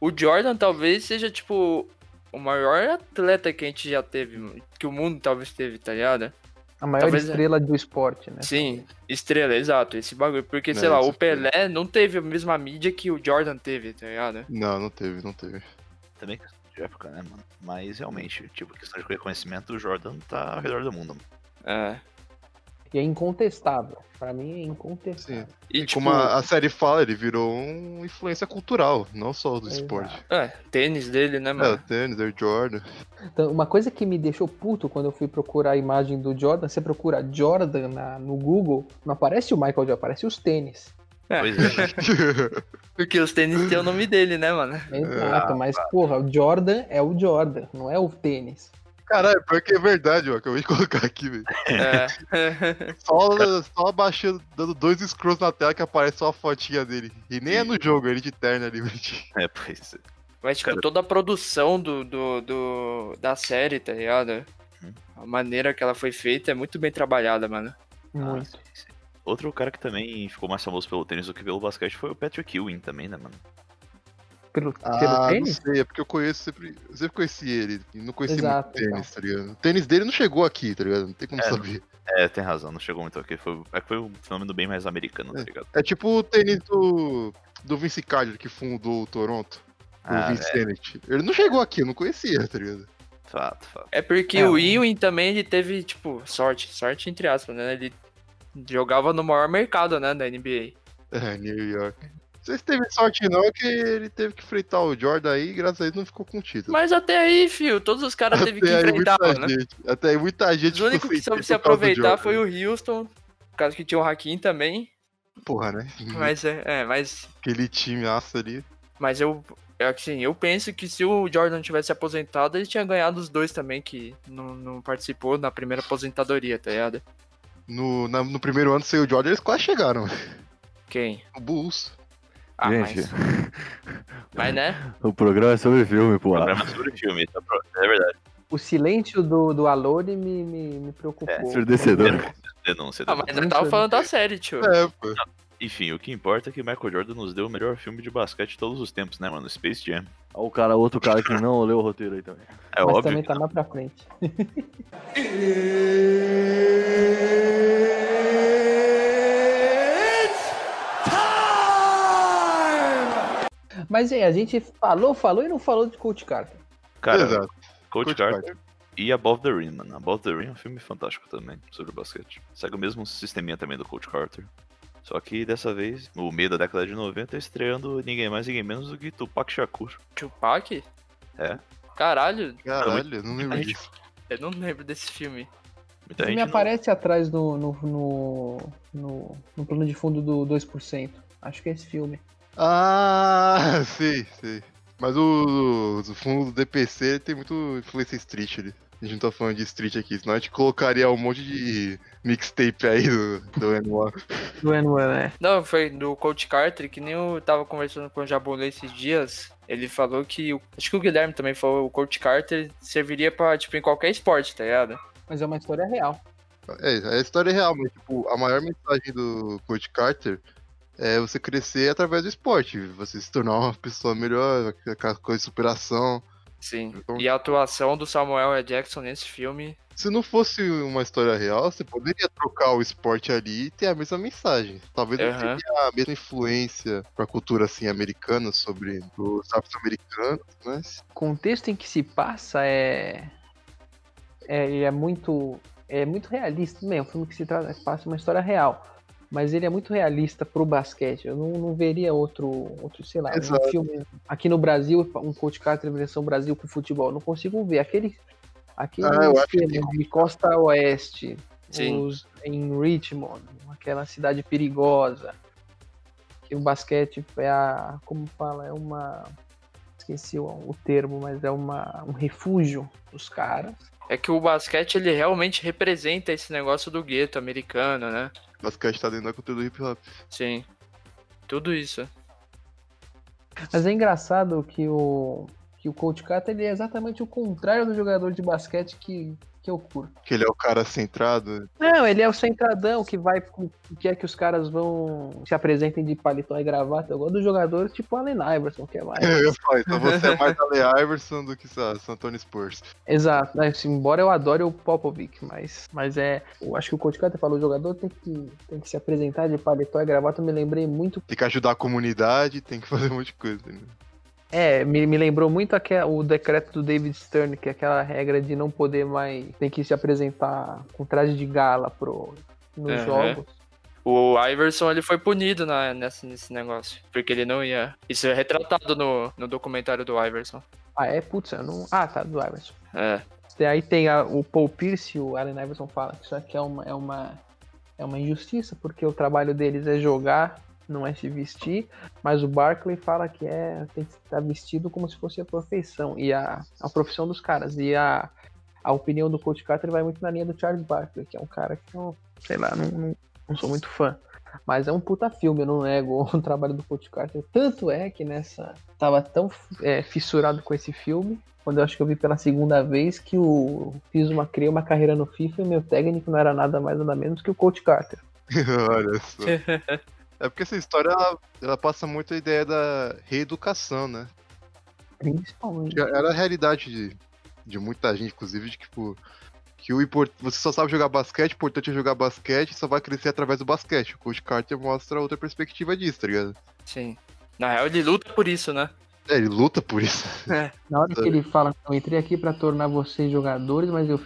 Speaker 5: O Jordan talvez seja, tipo, o maior atleta que a gente já teve, mano, que o mundo talvez teve, tá ligado?
Speaker 4: A maior
Speaker 5: Talvez- é.
Speaker 4: estrela do esporte, né?
Speaker 5: Sim, estrela, exato, esse bagulho. Porque,
Speaker 2: Não,
Speaker 5: sei lá,
Speaker 2: isso
Speaker 5: o Pelé não teve a mesma mídia que o Jordan teve, tá ligado?
Speaker 2: Não, não teve, não teve.
Speaker 3: Também questão de época, né, mano? Mas realmente, tipo, questão de reconhecimento, o Jordan tá ao redor do mundo. mano.
Speaker 5: É.
Speaker 4: E é incontestável. Pra mim é incontestável.
Speaker 5: E,
Speaker 2: E
Speaker 5: tipo,
Speaker 2: como a, a série fala, ele virou uma influência cultural, não só do
Speaker 4: Exato.
Speaker 2: esporte.
Speaker 5: é, tênis dele, né,
Speaker 2: É, o
Speaker 5: mano?
Speaker 2: tênis, é o Jordan.
Speaker 4: Então, uma coisa que me deixou puto quando eu fui procurar a imagem do Jordan, você procura Jordan na- no Google, não aparece o Michael Jordan, aparece os tênis.
Speaker 5: É.
Speaker 3: Pois é.
Speaker 5: Porque os tênis têm o nome dele, né, mano?
Speaker 2: É,
Speaker 4: Exato, É mas porra, o Jordan é o Jordan, não é o tênis.
Speaker 2: Caralho, pior que é verdade, ó. Acabei de colocar aqui, velho.
Speaker 5: É.
Speaker 2: Só, só abaixando, dando dois scrolls na tela que aparece só a fotinha dele. E nem é no jogo, ele de terno ali, velho.
Speaker 3: é, pois é.
Speaker 5: Mas, tipo, toda a produção do, do, do- da série, tá ligado?
Speaker 3: Uhum.
Speaker 5: A maneira que ela foi feita é muito bem trabalhada, mano.
Speaker 4: Muito.
Speaker 3: sim, sim. Outro cara que também ficou mais famoso pelo tênis do que pelo basquete foi o Patrick Ewing também, né, mano?
Speaker 4: Pelo, pelo
Speaker 2: Ah, não
Speaker 4: tênis?
Speaker 2: sei, é porque eu conheço sempre. Eu sempre conheci ele. E não conheci
Speaker 4: Exato, então.
Speaker 2: muito tênis, tá ligado? O tênis dele não chegou aqui, tá ligado? Não tem como saber.
Speaker 3: É, tem razão, não chegou muito aqui. Foi, é que foi um fenômeno bem mais americano, tá ligado?
Speaker 2: É tipo o tênis do, do Vince Carter que fundou o Toronto. o
Speaker 3: Ah,
Speaker 2: Vince Tenet. Ele não chegou aqui, eu não conhecia, tá ligado?
Speaker 3: fato, fato.
Speaker 5: É porque
Speaker 4: É,
Speaker 5: o
Speaker 4: o-
Speaker 2: né?
Speaker 5: Ewing também, ele teve, tipo, sorte. Sorte entre aspas, né? Ele jogava no maior mercado, né, da NBA.
Speaker 2: É, New York. Vocês teve sorte não, que ele teve que enfrentar o Jordan aí e graças a isso não ficou com o título.
Speaker 5: Mas até aí, fio, todos os caras teve que
Speaker 2: Até aí
Speaker 5: enfrentar,
Speaker 2: muita
Speaker 5: né?
Speaker 2: gente- Até aí muita gente.
Speaker 5: O único
Speaker 2: ficou sem
Speaker 5: que
Speaker 2: título
Speaker 5: soube se
Speaker 2: por causa do
Speaker 5: aproveitar
Speaker 2: Jordan.
Speaker 5: foi o Houston, por causa que tinha o Hakim também.
Speaker 2: Porra, né?
Speaker 5: Mas é, é, mas,
Speaker 2: Aquele time aço ali.
Speaker 5: mas eu. é Assim, eu penso que se o Jordan tivesse aposentado, ele tinha ganhado os dois também, que não, não participou na primeira aposentadoria, tá ligado?
Speaker 2: No, na- no primeiro ano sem o Jordan, eles quase chegaram.
Speaker 5: Quem?
Speaker 2: O Bulls.
Speaker 5: Ah,
Speaker 1: Gente.
Speaker 5: mas. Mas né?
Speaker 1: O programa é sobre filme, pô.
Speaker 3: O programa é sobre filme, tá pronto. É verdade.
Speaker 4: O silêncio do, do Alori me, me,
Speaker 5: É.
Speaker 4: me preocupou.
Speaker 1: Surdecedor.
Speaker 3: Denúncia. denúncia.
Speaker 5: Ah, mas eu
Speaker 4: Não
Speaker 5: tava
Speaker 4: sei.
Speaker 5: falando da série, tio.
Speaker 2: É, pô.
Speaker 3: Enfim, o que importa é que Michael Jordan nos deu o melhor filme de basquete de todos os tempos, né, mano? Space Jam.
Speaker 1: Olha o cara, outro cara que não leu o roteiro aí também.
Speaker 3: É
Speaker 4: mas
Speaker 3: óbvio.
Speaker 4: também
Speaker 3: que
Speaker 4: tá lá pra frente. Mas é, a gente falou, falou e não falou de Coach Carter.
Speaker 3: Cara,
Speaker 2: Exato.
Speaker 3: Coach,
Speaker 2: Coach
Speaker 3: Carter, e Above the Rim, mano. Above the Rim é um filme fantástico também sobre basquete. Segue o mesmo sisteminha também do Coach Carter. Só que dessa vez, no meio da década de 90, estreando ninguém mais, ninguém menos do que Tupac Shakur.
Speaker 5: Tupac?
Speaker 3: É.
Speaker 5: Caralho,
Speaker 2: Caralho, eu não lembro
Speaker 3: Ai.
Speaker 2: disso.
Speaker 5: eu não lembro desse filme.
Speaker 3: Muita
Speaker 4: Ele
Speaker 3: gente
Speaker 4: me
Speaker 3: não-
Speaker 4: aparece atrás no, no, no, no, no plano de fundo do 2%. Acho que é esse filme.
Speaker 2: Ah, sei, sei. Mas o, o fundo do DPC tem muito influência street ali. A gente não tá falando de street aqui, senão a gente colocaria um monte de mixtape aí do, do N1.
Speaker 4: Do N1, né?
Speaker 5: Não, é, foi do Coach Carter, que nem eu tava conversando com o Jabulê esses dias. Ele falou que. o- Acho que o Guilherme também falou, o Coach Carter serviria pra, tipo, em qualquer esporte, tá ligado?
Speaker 4: Mas é uma história real.
Speaker 2: É, a história é real, mas tipo, a maior mensagem do Coach Carter é você crescer através do esporte, você se tornar uma pessoa melhor, aquela coisa de superação.
Speaker 5: Sim.
Speaker 2: Então-
Speaker 5: E a atuação do Samuel L. Jackson nesse filme.
Speaker 2: Se não fosse uma história real, você poderia trocar o esporte ali e ter a mesma mensagem. Talvez não
Speaker 5: Aham.
Speaker 2: teria a mesma influência pra cultura assim americana sobre os afro-americanos, mas
Speaker 4: O contexto em que se passa é. É, é muito. É muito realista mesmo. O filme que se trata, passa uma história real. Mas ele é muito realista pro basquete. Eu não, não veria outro, outro, sei lá, um
Speaker 2: Exato.
Speaker 4: filme aqui no Brasil, um Coach Carter versão Brasil com futebol. Eu não consigo ver. Aquele, aquele
Speaker 2: Ah, eu acho que
Speaker 4: esquema de Costa Oeste,
Speaker 5: Sim.
Speaker 4: os- em Richmond, aquela cidade perigosa. Que o basquete é a. Como fala? É uma. Esqueci o, o termo, mas é uma, um refúgio dos caras.
Speaker 5: É que o basquete, ele realmente representa esse negócio do gueto americano, né?
Speaker 2: o basquete tá dentro da cultura do hip hop.
Speaker 5: Sim. Tudo isso.
Speaker 4: Mas é engraçado que o, que o Coach Carter ele é exatamente o contrário do jogador de basquete que, que eu curto.
Speaker 2: Que ele é o cara centrado.
Speaker 4: Não, ele é o centradão que vai. com- que é que os caras vão. se apresentem de paletó e gravata. Eu gosto do jogador tipo Allen Iverson, que é mais.
Speaker 2: Eu ia falar, então você é mais Ale Iverson do que sei lá, San Antonio Spurs.
Speaker 4: Exato, né, assim, embora eu adore o Popovic, mas, mas é. Eu acho que o Coach Carter falou: o jogador tem que, tem que se apresentar de paletó e gravata. Eu me lembrei muito.
Speaker 2: Tem que ajudar a comunidade, tem que fazer um monte de coisa. Né?
Speaker 4: É, me, me lembrou muito aquela, o decreto do David Stern, que é aquela regra de não poder mais. tem que se apresentar com traje de gala pro, nos
Speaker 5: Aham.
Speaker 4: jogos.
Speaker 5: O Iverson, ele foi punido na, nessa- nesse negócio. Porque ele não ia. Isso é retratado no, no documentário do Iverson.
Speaker 4: Ah, é? Putz, eu não. Ah, tá, do Iverson.
Speaker 5: É.
Speaker 4: Daí Aí tem a- o Paul Pierce e o Allen Iverson fala que isso aqui é uma, é, uma, é uma injustiça, porque o trabalho deles é jogar, não é se vestir, mas o Barkley fala que é tem que estar vestido como se fosse a profissão, e a, a profissão dos caras. E a, a opinião do Coach Carter vai muito na linha do Charles Barkley, que é um cara que eu, sei lá, não, não, não sou muito fã. Mas é um puta filme, eu não nego o trabalho do Coach Carter. Tanto é que nessa. Tava tão é, fissurado com esse filme quando eu acho que eu vi pela segunda vez que o fiz uma criei uma carreira no FIFA e meu técnico não era nada mais nada menos que o Coach Carter.
Speaker 2: Olha só. É porque essa história ela, ela passa muito a ideia da reeducação, né?
Speaker 4: Principalmente.
Speaker 2: Que Era a realidade de, de muita gente, inclusive, de que, tipo, que o import... você só sabe jogar basquete, o importante é jogar basquete e só vai crescer através do basquete. O Coach Carter mostra outra perspectiva disso, tá ligado?
Speaker 5: Sim. Na real, ele luta por isso, né?
Speaker 2: É, ele luta por isso.
Speaker 4: Na hora que ele fala, eu entrei aqui pra tornar vocês jogadores, mas eu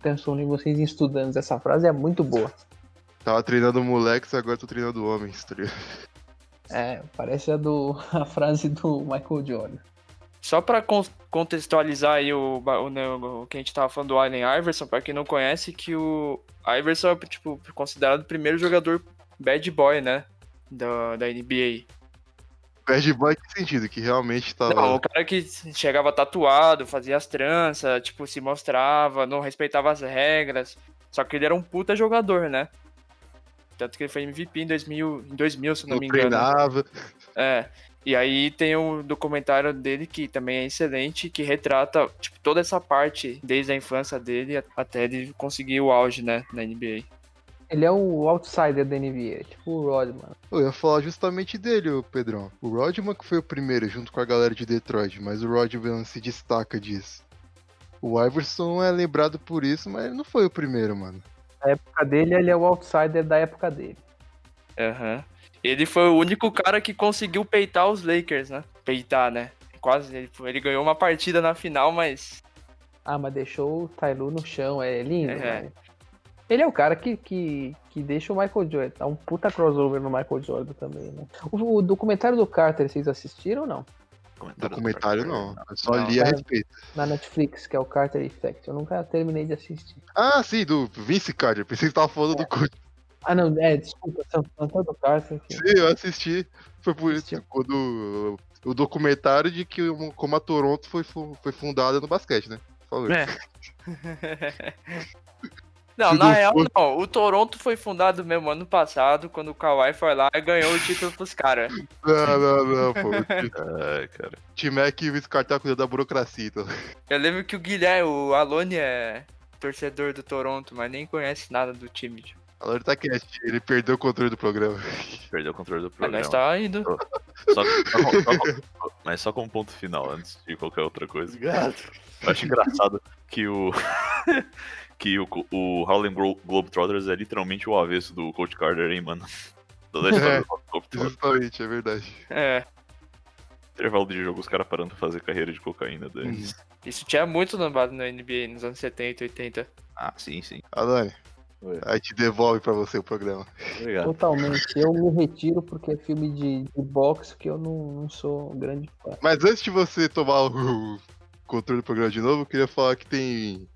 Speaker 4: transformei vocês em estudantes. Essa frase é muito boa.
Speaker 2: Tava treinando moleques, agora tô treinando homens, tá ligado?
Speaker 4: É, parece a, do, a frase do Michael Jordan.
Speaker 5: Só pra con- contextualizar aí o, ba- o, né, o que a gente tava falando do Allen Iverson, pra quem não conhece, que o Iverson é, tipo, considerado o primeiro jogador bad boy, né? Da, da NBA.
Speaker 2: Bad boy, que sentido? Que realmente tava.
Speaker 5: Não, o cara que chegava tatuado, fazia as tranças, tipo, se mostrava, não respeitava as regras. Só que ele era um puta jogador, né? Tanto que ele foi MVP em 2000, em 2000 se eu não,
Speaker 2: não
Speaker 5: me engano.
Speaker 2: treinava.
Speaker 5: É. E aí tem o documentário dele que também é excelente, que retrata tipo, toda essa parte desde a infância dele a- até ele conseguir o auge, né, na NBA.
Speaker 4: Ele é o outsider da NBA, tipo o Rodman.
Speaker 2: Eu ia falar justamente dele, ô Pedrão. O Rodman que foi o primeiro, junto com a galera de Detroit, mas o Rodman se destaca disso. O Iverson é lembrado por isso, mas ele não foi o primeiro, mano.
Speaker 4: Na época dele, ele é o outsider da época dele.
Speaker 5: Aham. Ele foi o único cara que conseguiu peitar os Lakers, né? Peitar, né? Quase ele, ele ganhou uma partida na final, mas
Speaker 4: Ah, mas deixou o Tailu no chão, é lindo.
Speaker 5: É.
Speaker 4: velho. Ele é o cara que, que, que deixa o Michael Jordan. Dá um puta crossover no Michael Jordan também, né? O, o documentário do Carter, vocês assistiram ou não? é,
Speaker 3: Documentário, do
Speaker 2: Documentário
Speaker 3: Carter,
Speaker 2: não. Eu só
Speaker 4: Não,
Speaker 2: li a
Speaker 4: cara.
Speaker 2: respeito.
Speaker 4: Na Netflix, que é o Carter Effect. Eu nunca terminei de assistir.
Speaker 2: Ah, sim, do Vince Carter. Pensei que tava falando do Coach.
Speaker 4: Ah, não, é, desculpa, São Francisco do Carter. enfim.
Speaker 2: Sim, eu assisti. Foi por isso. tipo,
Speaker 4: Assistiu.
Speaker 2: Quando, o documentário de que o- como a Toronto foi, fu- foi fundada no basquete, né? Por favor.
Speaker 3: É.
Speaker 5: Não,
Speaker 2: Se
Speaker 5: na
Speaker 2: não
Speaker 5: real
Speaker 2: fosse-
Speaker 5: não. O Toronto foi fundado mesmo ano passado, quando o Kawhi foi lá e ganhou o título pros caras.
Speaker 2: Não, não, não, pô. O time-
Speaker 3: Ai, cara.
Speaker 2: o time é que o Vince Carter tá cuidando da burocracia, então.
Speaker 5: Eu lembro que o Guilherme, o Alone é torcedor do Toronto, mas nem conhece nada do time. Tipo.
Speaker 2: Agora ele tá quietinho, ele perdeu o controle do programa.
Speaker 3: Perdeu o controle do
Speaker 5: Mas
Speaker 3: programa.
Speaker 5: nós tá indo.
Speaker 3: Só- só com- só com- mas só como ponto final, antes de qualquer outra coisa. Eu acho engraçado que o. que o, o Harlem Glo- Globetrotters é literalmente o avesso do Coach Carter, hein, mano? Toda a história
Speaker 2: É.
Speaker 3: do Globetrotters.
Speaker 2: Justamente, é verdade.
Speaker 5: É.
Speaker 3: Intervalo de jogo, os caras parando pra fazer carreira de cocaína deles.
Speaker 5: Isso tinha muito no, ba- na NBA nos anos 70, 80.
Speaker 3: Ah, sim, sim.
Speaker 2: Alane,
Speaker 1: Oi.
Speaker 2: aí te devolve pra você o programa.
Speaker 3: Obrigado.
Speaker 4: Totalmente. Eu me retiro porque é filme de, de boxe que eu não, não sou grande fã.
Speaker 2: Mas antes de você tomar o controle do programa de novo, eu queria falar que tem.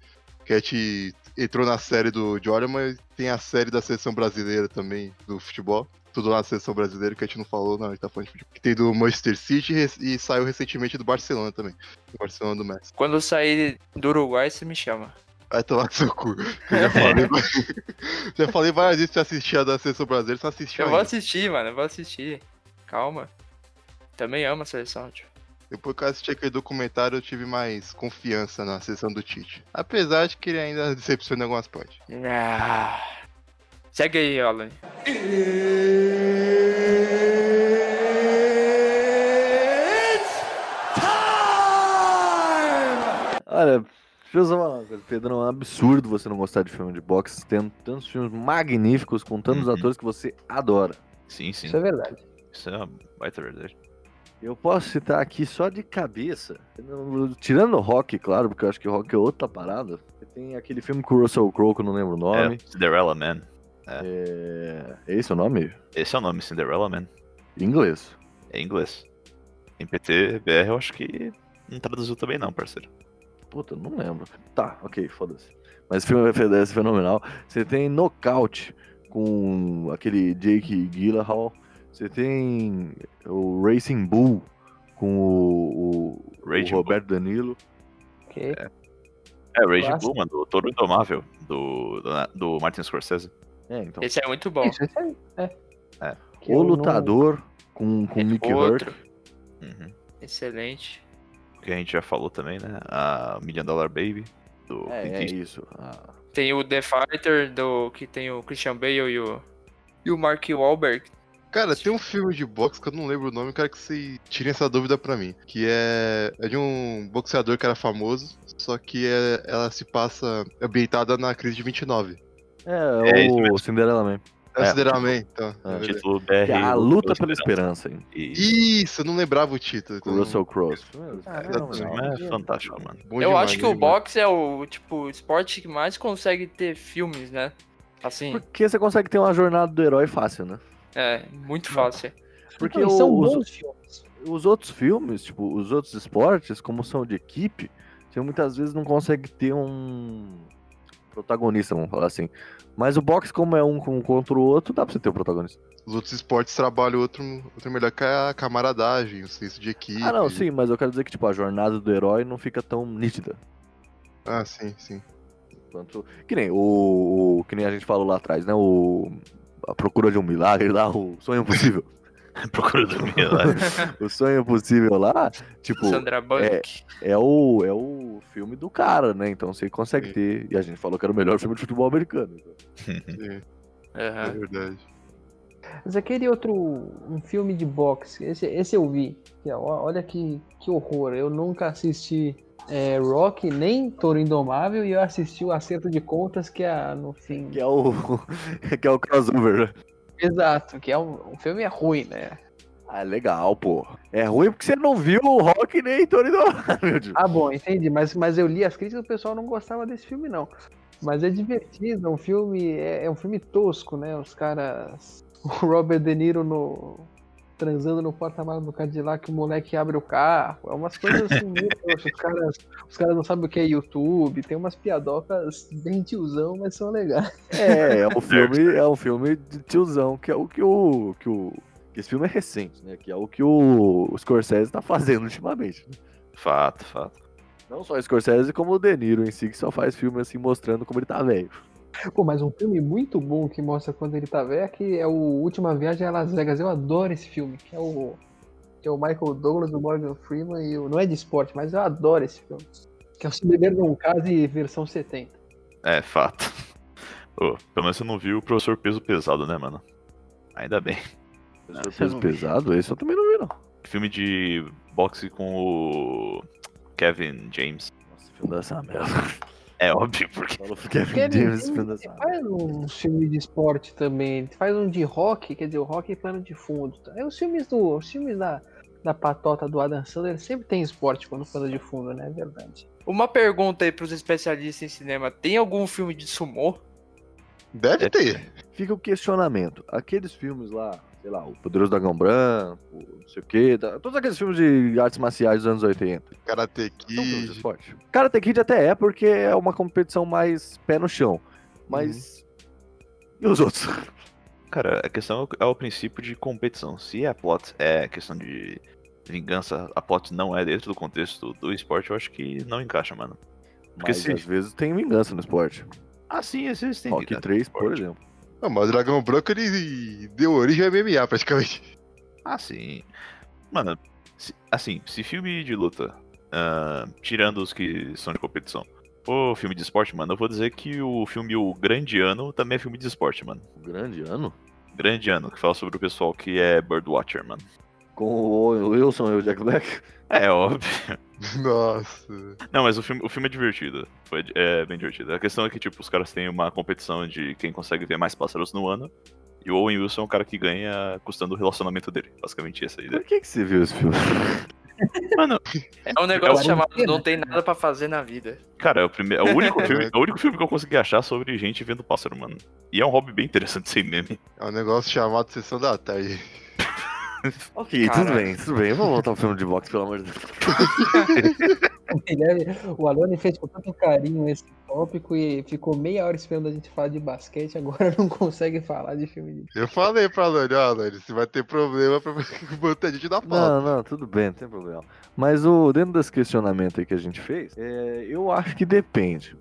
Speaker 2: Que a gente entrou na série do Jordan, mas tem a série da seleção brasileira também, do futebol. Tudo lá na seleção brasileira que a gente não falou, não, a gente tá falando de futebol. Que tem do Manchester City e rec- e saiu recentemente do Barcelona também. Do Barcelona do Messi.
Speaker 5: Quando eu sair do Uruguai, você me chama.
Speaker 2: Vai tomar no seu cu. Eu
Speaker 1: É
Speaker 2: já falei, já falei várias vezes pra você assistir a da seleção brasileira, só assistiu
Speaker 5: Eu vou
Speaker 2: ainda.
Speaker 5: assistir, mano. Eu vou assistir. Calma. Também amo a seleção, tipo. tio.
Speaker 2: Depois que eu assisti aquele documentário, eu tive mais confiança na sessão do Tite. Apesar de que ele ainda decepciona em algumas partes.
Speaker 5: Ah. Segue aí, Alan.
Speaker 1: Olha, deixa eu só falar uma coisa. Pedrão, é um absurdo você não gostar de filme de boxe, tendo tantos filmes magníficos, com tantos
Speaker 3: Uhum.
Speaker 1: atores que você adora.
Speaker 3: Sim, sim.
Speaker 4: Isso é verdade.
Speaker 3: Isso é uma baita verdade.
Speaker 1: Eu posso citar aqui só de cabeça, não- tirando o Rock, claro, porque eu acho que o Rock é outra parada. Tem aquele filme com o Russell Crowe, que eu não lembro o
Speaker 3: É,
Speaker 1: nome.
Speaker 3: Cinderella Man.
Speaker 1: É... Esse é o nome?
Speaker 3: Esse é o nome, Cinderella Man.
Speaker 1: Em inglês.
Speaker 3: É em inglês. Em PT, BR, eu acho que não traduziu também não, parceiro.
Speaker 1: Puta, eu não lembro. Tá, ok, foda-se. Mas esse filme é fe- é fenomenal. Você tem Knockout com aquele Jake Gyllenhaal. Você tem o Racing Bull com o, o- o
Speaker 3: Raging Bull.
Speaker 1: Roberto Danilo.
Speaker 4: Ok.
Speaker 3: É, Rage
Speaker 4: Clássico.
Speaker 3: Blue, mano, do Toro Indomável, do, do, do Martin Scorsese.
Speaker 1: É, então.
Speaker 5: Esse é muito bom.
Speaker 4: Isso, isso aí. É.
Speaker 3: É.
Speaker 4: Que eu
Speaker 1: O
Speaker 4: não-
Speaker 1: Lutador com, com
Speaker 5: É
Speaker 1: Mickey
Speaker 5: outro.
Speaker 1: Hurt.
Speaker 3: Uhum.
Speaker 5: Excelente.
Speaker 3: Que a gente já falou também, né? A Million Dollar Baby, do
Speaker 1: É,
Speaker 3: Clint
Speaker 1: é
Speaker 3: Eastwood.
Speaker 1: isso. Ah,
Speaker 5: Tem o The Fighter, do, que tem o Christian Bale e o, e o Mark Wahlberg.
Speaker 2: Cara, tem um filme de boxe que eu não lembro o nome, eu quero que você tire essa dúvida pra mim. Que é. É de um boxeador que era famoso, só que é- ela se passa ambientada na crise de 29.
Speaker 1: É,
Speaker 3: É isso
Speaker 1: o Cinderela Man.
Speaker 2: É,
Speaker 1: É.
Speaker 2: o Cinderella Man, então. é
Speaker 1: É.
Speaker 2: verdade.
Speaker 3: Título BR.
Speaker 1: Que é a
Speaker 3: o-
Speaker 1: luta
Speaker 3: o
Speaker 1: pela esperança,
Speaker 3: Esperança.
Speaker 1: hein?
Speaker 3: E...
Speaker 2: Isso, eu não lembrava o título.
Speaker 1: Com
Speaker 2: então-
Speaker 1: o Russell Crowe.
Speaker 3: É
Speaker 4: Ah,
Speaker 2: Esse
Speaker 4: não,
Speaker 3: Isso
Speaker 2: filme
Speaker 4: não.
Speaker 3: é fantástico, mano.
Speaker 2: Bom
Speaker 5: eu
Speaker 2: demais,
Speaker 5: acho que
Speaker 2: bom
Speaker 5: o
Speaker 2: demais.
Speaker 5: boxe é o tipo esporte que mais consegue ter filmes, né? Assim,
Speaker 1: Porque você consegue ter uma jornada do herói fácil, né?
Speaker 5: é muito fácil.
Speaker 1: Porque
Speaker 4: Então, e são
Speaker 1: o- os-
Speaker 4: bons filmes.
Speaker 1: os outros filmes, tipo, os outros esportes, como são de equipe, você muitas vezes não consegue ter um protagonista, vamos falar assim. Mas o boxe, como é um com- contra o outro, dá pra você ter um protagonista.
Speaker 2: Os outros esportes trabalham outro, outro melhor que a camaradagem, o senso de equipe.
Speaker 1: Ah, não, sim, mas eu quero dizer que, tipo, a jornada do herói não fica tão nítida.
Speaker 2: Ah, sim, sim.
Speaker 1: Quanto... Que nem o, o- Que nem a gente falou lá atrás, né? O. A procura de um milagre lá, o sonho impossível.
Speaker 3: Procura do milagre.
Speaker 1: o sonho impossível lá, tipo.
Speaker 5: Sandra Bullock.
Speaker 1: é o, é o filme do cara, né? Então você consegue ter. E a gente falou que era o melhor filme de futebol americano. né?
Speaker 2: sim, é
Speaker 5: Aham.
Speaker 2: verdade.
Speaker 4: Mas aquele outro, um filme de boxe, esse, esse eu vi. Que, ó, Olha que, que horror, eu nunca assisti é, Rock, nem Toro Indomável, e eu assisti o Acerto de Contas, que é no fim.
Speaker 1: Que é o. que é o crossover. né?
Speaker 4: Exato, que é um, um filme é ruim, né?
Speaker 1: Ah, legal, pô. É ruim porque você não viu o Rock nem Tony do meu Deus.
Speaker 4: Ah, bom, entendi, mas, mas eu li as críticas e o pessoal não gostava desse filme, não. Mas é divertido, é um filme, é, é um filme tosco, né? Os caras. O Robert De Niro no. Transando no porta-malas do Cadillac, o moleque abre o carro. É umas coisas assim meio toscas. Os caras, os caras não sabem o que é YouTube. Tem umas piadocas bem tiozão, mas são legais.
Speaker 1: É, é um filme, é um filme de tiozão, que é o que o. Que o que esse filme é recente, né? Que é o que o, o Scorsese tá fazendo ultimamente.
Speaker 3: fato, fato.
Speaker 1: Não só o Scorsese, como o De Niro em si, que só faz filme assim mostrando como ele tá velho.
Speaker 4: Pô, mas um filme muito bom que mostra quando ele tá velho é que é o Última Viagem a Las Vegas. Eu adoro esse filme, que é o, que é o Michael Douglas, o Morgan Freeman e o. Não é de esporte, mas eu adoro esse filme. Que é o Se Beber Não Case versão 70.
Speaker 3: É, fato. Ô, pelo menos você não viu o professor peso pesado, né, mano? Ainda bem.
Speaker 1: Não,
Speaker 3: isso
Speaker 1: peso
Speaker 3: eu Ah, não vi.
Speaker 1: pesado, esse eu também não vi, não.
Speaker 3: Filme de boxe com o Kevin James.
Speaker 1: Nossa, filme dessa merda.
Speaker 3: É óbvio, porque
Speaker 1: Falou pro Kevin
Speaker 4: Kevin
Speaker 1: James,
Speaker 4: James,
Speaker 1: filme é dessa
Speaker 4: Ele
Speaker 1: merda.
Speaker 4: faz um filme de esporte também. Ele faz um de rock, quer dizer, o rock é plano de fundo. É os filmes do. Os filmes da, da patota do Adam Sandler sempre tem esporte quando plano de fundo, né? É verdade.
Speaker 5: Uma pergunta aí pros especialistas em cinema: tem algum filme de sumô?
Speaker 1: É.
Speaker 2: Deve ter.
Speaker 1: Fica o questionamento. Aqueles filmes lá, sei lá, O Poderoso Dragão Branco, não sei o quê, tá- todos aqueles filmes de artes marciais dos anos 80.
Speaker 2: Karate
Speaker 1: São filmes de
Speaker 2: Kid.
Speaker 1: esporte. Karate Kid até é, porque é uma competição mais pé no chão. Mas. E
Speaker 3: Uhum.
Speaker 1: os outros?
Speaker 3: Cara, a questão é o- é o princípio de competição. Se a plot é questão de vingança, a plot não é dentro do contexto do esporte, eu acho que não encaixa, mano. Porque
Speaker 1: Mas
Speaker 3: se.
Speaker 1: às vezes tem vingança no esporte.
Speaker 3: Ah, sim, existem.
Speaker 1: Rock
Speaker 3: vingança
Speaker 1: 3, por
Speaker 3: esporte.
Speaker 1: exemplo.
Speaker 2: Não, mas o Dragão Branco ele deu origem ao MMA praticamente.
Speaker 3: Ah, sim. Mano, se- assim, se filme de luta, ah, tirando os que são de competição, for filme de esporte, mano, eu vou dizer que o filme O Grande Ano também é filme de esporte, mano.
Speaker 1: O um grande ano?
Speaker 3: Grande Ano, que fala sobre o pessoal que é Birdwatcher, mano.
Speaker 1: Com o Wilson e o Jack Black.
Speaker 3: É óbvio.
Speaker 2: Nossa.
Speaker 3: Não, mas o filme, o filme é divertido. Foi, é bem divertido. A questão é que, tipo, os caras têm uma competição de quem consegue ver mais pássaros no ano. E o Owen Wilson é o cara que ganha custando o relacionamento dele. Basicamente essa é a ideia.
Speaker 1: Por que, que você viu esse filme?
Speaker 3: Mano,
Speaker 5: É um negócio
Speaker 3: É o-
Speaker 5: chamado Não Tem Nada pra Fazer na Vida.
Speaker 3: cara, é o, primeiro, é, o único filme, é o único filme que eu consegui achar sobre gente vendo pássaro, mano. E é um hobby bem interessante sem meme.
Speaker 2: É um negócio chamado Sessão da Tarde.
Speaker 1: Ok, tudo
Speaker 5: Caralho.
Speaker 1: bem, tudo bem. Vamos voltar ao filme de boxe, pelo amor de Deus.
Speaker 4: O Guilherme- né? O Alone fez com tanto carinho esse tópico e ficou meia hora esperando a gente falar de basquete, agora não consegue falar de filme de
Speaker 2: Eu falei pra Lani, ó, Lani, você vai ter problema pra botar a gente na pauta.
Speaker 1: Não, não, tudo bem, não tem problema. Mas o, dentro desse questionamento aí que a gente fez, é, eu acho que depende.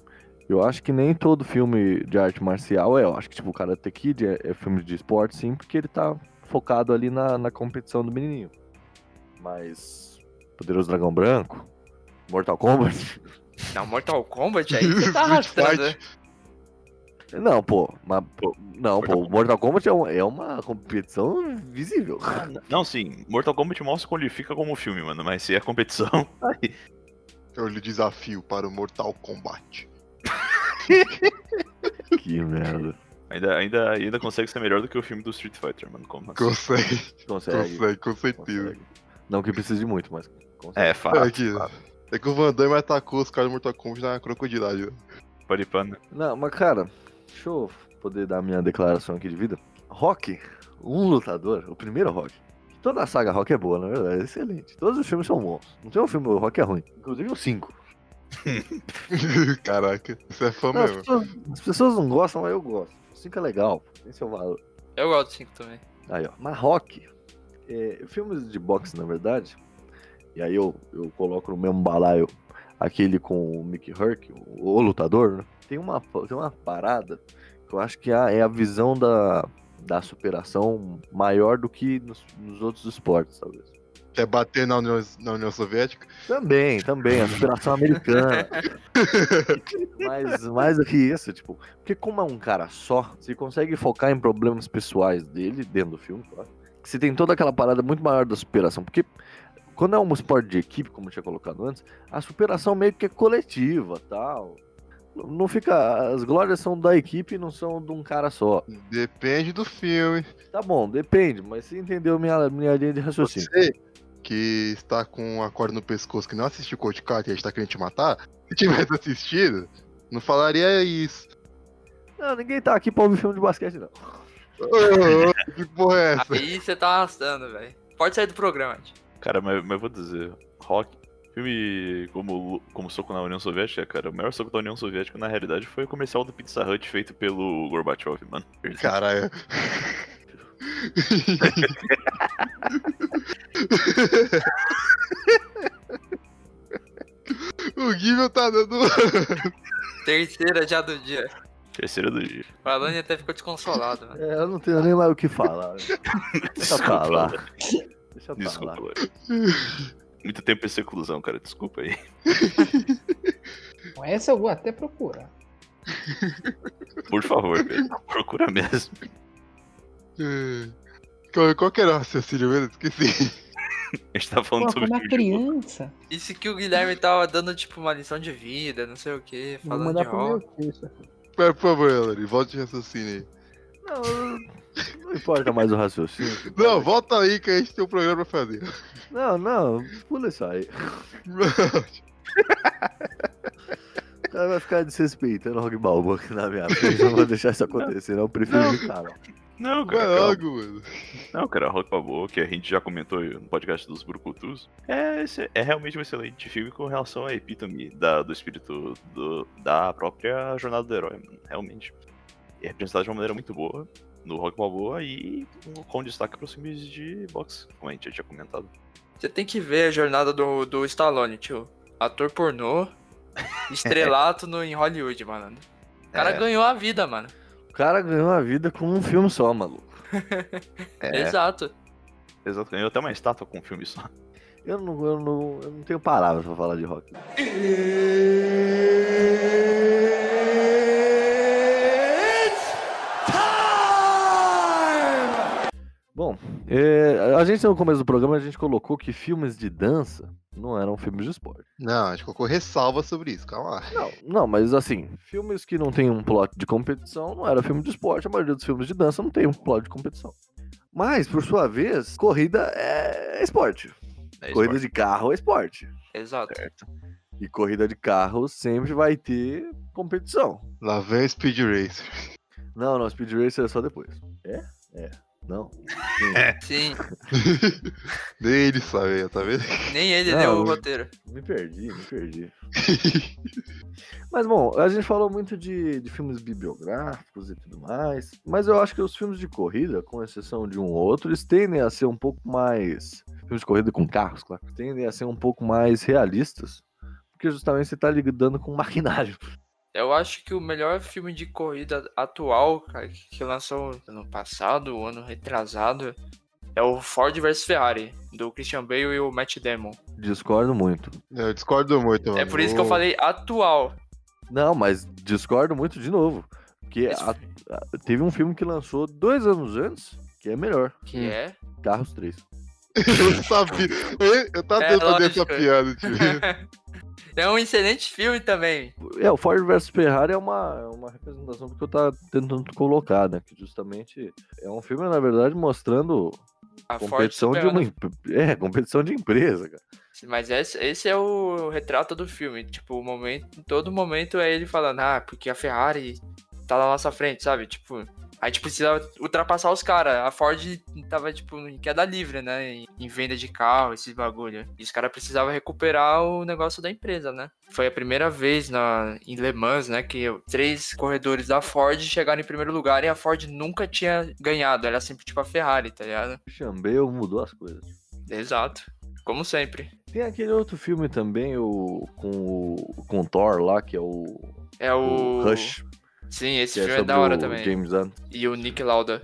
Speaker 1: Eu acho que nem todo filme de arte marcial é. Eu acho que, tipo, o Karate Kid é, é filme de esporte, sim, porque ele tá focado ali na, na competição do menininho. Mas. Poderoso Dragão Branco? Mortal Kombat?
Speaker 5: Não, Mortal Kombat aí você tá arrastando. né?
Speaker 1: Não, pô. Mas, pô, não,
Speaker 3: Mortal
Speaker 1: pô. Mortal Kombat é, um- é uma competição visível.
Speaker 3: Não, sim, Mortal Kombat mostra quando ele fica como filme, mano. Mas se é competição, aí.
Speaker 2: Eu lhe desafio para o Mortal Kombat.
Speaker 1: que merda.
Speaker 3: Ainda, ainda, ainda consegue ser melhor do que o filme do Street Fighter, mano. Como assim?
Speaker 2: Consegue,
Speaker 1: Consegue.
Speaker 2: consegue, com certeza.
Speaker 1: Consegue. Não que precise de muito, mas consegue.
Speaker 3: É, fato.
Speaker 2: Aqui, é que o Van Damme atacou os caras do Mortal Kombat na crocodilagem.
Speaker 3: Pode pano.
Speaker 1: Não, mas cara, deixa eu poder dar minha declaração aqui de vida. Rock, um lutador, o primeiro Rock, que Toda a saga Rock é boa, na verdade, é excelente. Todos os filmes são bons. Não tem um filme do Rock que é ruim. Inclusive os cinco.
Speaker 2: Caraca, você é fã
Speaker 1: Não, as,
Speaker 2: mesmo.
Speaker 1: pessoas, as pessoas não gostam, mas eu gosto. Os cinco é legal, tem seu valor.
Speaker 5: Eu gosto do 5 também.
Speaker 1: Aí, ó. Mas rock, é, filmes de boxe, na verdade, e aí eu, eu coloco no mesmo balaio aquele com o Mickey Herc, o, o lutador, né? Tem uma, tem uma parada que eu acho que é a- é a visão da, da superação maior do que nos, nos outros esportes, talvez.
Speaker 2: Quer bater na União, na União Soviética?
Speaker 1: Também, também, a superação americana. Mas mais do que isso, tipo, porque como é um cara só, você consegue focar em problemas pessoais dele dentro do filme, claro. que Você tem toda aquela parada muito maior da superação, porque quando é um esporte de equipe, como eu tinha colocado antes, a superação meio que é coletiva, tal. Não fica, as glórias são da equipe, não são de um cara só.
Speaker 2: Depende do filme.
Speaker 1: Tá bom, depende, mas você entendeu minha minha linha de raciocínio.
Speaker 2: Você que está com a corda no pescoço, que não assistiu o Coach Carter e está querendo te matar, se tivesse assistido, não falaria isso.
Speaker 1: Não, ninguém tá aqui pra ouvir filme de basquete não.
Speaker 2: Ô, ô, ô, que porra é essa?
Speaker 5: Aí você tá arrastando, velho. Pode sair do programa, gente.
Speaker 3: Cara, mas, mas eu vou dizer, Rock, filme como, como Soco na União Soviética, cara, o maior soco da União Soviética na realidade foi o comercial do Pizza Hut feito pelo Gorbachev, mano.
Speaker 2: Caralho. o Guilherme tá dando.
Speaker 5: Terceira já do dia.
Speaker 3: Terceira do dia.
Speaker 5: O Alane até ficou desconsolado, velho.
Speaker 1: É, eu não tenho nem mais o que falar. né? Deixa pra
Speaker 3: Desculpa,
Speaker 1: lá.
Speaker 3: Lore.
Speaker 1: Deixa pra
Speaker 3: Desculpa,
Speaker 1: lá.
Speaker 3: Lore. Muito tempo essa inclusão, cara, desculpa aí.
Speaker 4: Bom, Essa eu vou até procurar.
Speaker 3: Por favor, velho, procura mesmo.
Speaker 2: Qual, qual que era o raciocínio mesmo? Esqueci.
Speaker 3: A gente tá falando
Speaker 4: Pô,
Speaker 3: sobre
Speaker 4: uma
Speaker 3: filme de luta.
Speaker 4: criança.
Speaker 5: Isso que o Guilherme tava dando, tipo, uma lição de vida, não sei o que,
Speaker 4: Vou
Speaker 5: falando de
Speaker 4: mandar pro meu
Speaker 5: rock.
Speaker 4: tio isso aqui.
Speaker 2: Pera, por favor, Ellery, volte o raciocínio
Speaker 1: Não, eu- não importa mais o raciocínio.
Speaker 2: aí. Não, volta aí que a gente tem um programa pra fazer.
Speaker 1: Não, não, pula isso aí. O cara vai ficar desrespeitando o Rock Balboa aqui na minha frente. Eu não vou deixar isso acontecer, não. Eu prefiro
Speaker 2: Não.
Speaker 1: evitar. não.
Speaker 3: Não,
Speaker 2: Vai
Speaker 3: cara, aquela-
Speaker 2: logo, mano.
Speaker 3: não, cara, Rock Balboa, que a gente já comentou aí no podcast dos Brucutus, é, esse- é realmente um excelente filme com relação à epítome da- do espírito do- da própria jornada do herói, mano, realmente. É representado de uma maneira muito boa no Rock Balboa e com- com destaque para os filmes de boxe, como a gente já tinha comentado.
Speaker 5: Você tem que ver a jornada do, do Stallone, tio. Ator pornô, estrelato no, em Hollywood, mano. O cara
Speaker 3: É.
Speaker 5: ganhou a vida, mano.
Speaker 1: O cara ganhou a vida com um filme só, maluco.
Speaker 3: É,
Speaker 5: Exato.
Speaker 3: exato, ganhou até uma estátua com o filme só.
Speaker 1: Eu não, eu não, eu não tenho palavras pra falar de rock. Bom, é, a gente no começo do programa a gente colocou que filmes de dança não eram filmes de esporte.
Speaker 2: Não, a gente colocou ressalva sobre isso, calma lá.
Speaker 1: Não, não, mas assim, filmes que não tem um plot de competição não era filme de esporte, a maioria dos filmes de dança não tem um plot de competição. Mas, por sua vez, corrida é esporte.
Speaker 3: É
Speaker 1: corrida de carro é esporte.
Speaker 5: Exato.
Speaker 3: certo.
Speaker 1: E corrida de carro sempre vai ter competição.
Speaker 2: Lá vem o Speed Racer.
Speaker 1: Não, não, Speed Racer é só depois. É? É. Não. Sim.
Speaker 5: Sim,
Speaker 2: Nem ele sabia, tá vendo?
Speaker 5: nem ele
Speaker 1: Não,
Speaker 5: leu o
Speaker 1: eu-
Speaker 5: roteiro.
Speaker 1: me perdi, me perdi. Mas bom, a gente falou muito de, de filmes bibliográficos e tudo mais, mas eu acho que os filmes de corrida, com exceção de um ou outro, eles tendem a ser um pouco mais. Filmes de corrida com carros, claro, tendem a ser um pouco mais realistas, porque justamente você tá lidando com maquinário.
Speaker 5: Eu acho que o melhor filme de corrida atual, cara, que que lançou ano passado, o ano retrasado, é o Ford vs Ferrari, do Christian Bale e o Matt Damon.
Speaker 1: Discordo muito.
Speaker 2: Eu discordo muito, mano.
Speaker 5: É por isso que eu
Speaker 2: Ô,
Speaker 5: falei atual.
Speaker 1: Não, mas discordo muito de novo. Porque
Speaker 5: Esse
Speaker 1: a- a- teve um filme que lançou dois anos antes, que é melhor.
Speaker 5: Que é.
Speaker 1: Carros 3.
Speaker 2: Eu sabia. Eu- Eu tava
Speaker 5: É,
Speaker 2: tentando fazer
Speaker 5: lógico.
Speaker 2: essa piada, tio.
Speaker 5: é um excelente filme também.
Speaker 1: É, o Ford versus Ferrari é uma, é uma representação do que eu tava tentando colocar, né? Que justamente é um filme, na verdade, mostrando
Speaker 5: A
Speaker 1: competição
Speaker 5: Ford né?
Speaker 1: de uma
Speaker 5: superando.
Speaker 1: empre- É, competição de empresa, cara.
Speaker 5: Mas esse, esse é o retrato do filme. Tipo, o momento, em todo momento é ele falando, ah, porque a Ferrari tá na nossa frente, sabe? Tipo, A gente precisava ultrapassar os caras. A Ford tava, tipo, em queda livre, né? Em, em venda de carro, esses bagulho. E os caras precisavam recuperar o negócio da empresa, né? Foi a primeira vez na, em Le Mans, né? Que três corredores da Ford chegaram em primeiro lugar e a Ford nunca tinha ganhado. Era sempre, tipo, a Ferrari, tá ligado?
Speaker 1: Chambeu mudou as coisas.
Speaker 5: Exato. Como sempre.
Speaker 1: Tem aquele outro filme também, o com o com o Thor lá, que é o,
Speaker 5: É o.
Speaker 1: o Rush.
Speaker 5: Sim, esse
Speaker 1: que
Speaker 5: filme é,
Speaker 1: sobre
Speaker 5: da hora
Speaker 1: o
Speaker 5: também.
Speaker 1: James Gunn.
Speaker 5: E o Nick Lauda.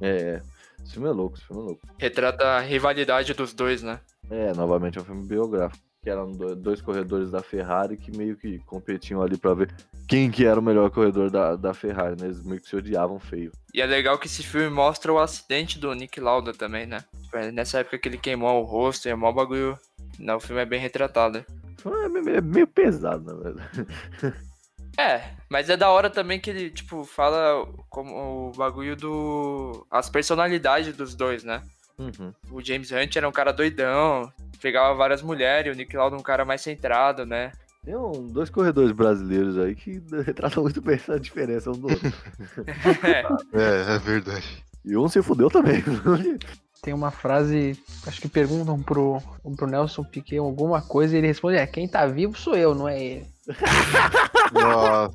Speaker 1: É, é. Esse filme é louco, esse filme é louco.
Speaker 5: Retrata a rivalidade dos dois, né?
Speaker 1: É, novamente é um filme biográfico. Que eram do- dois corredores da Ferrari que meio que competiam ali pra ver quem que era o melhor corredor da, da Ferrari, né? Eles meio que se odiavam feio.
Speaker 5: E é legal que esse filme mostra o acidente do Nick Lauda também, né? Foi Nessa época que ele queimou o rosto e o maior bagulho. Não, o filme é bem retratado.
Speaker 1: Esse filme É meio, é meio pesado, na verdade.
Speaker 5: É, mas é da hora também que ele, tipo, fala como o bagulho do. as personalidades dos dois, né?
Speaker 1: Uhum.
Speaker 5: O James Hunt era um cara doidão, pegava várias mulheres, o Nick Lauda um cara mais centrado, né?
Speaker 1: Tem um, dois corredores brasileiros aí que retratam muito bem essa diferença um do outro.
Speaker 2: É, é verdade.
Speaker 1: E um se fudeu também.
Speaker 4: Tem uma frase, acho que perguntam pro, pro Nelson Piquet alguma coisa e ele responde: É, quem tá vivo sou eu, não é ele.
Speaker 2: Nossa,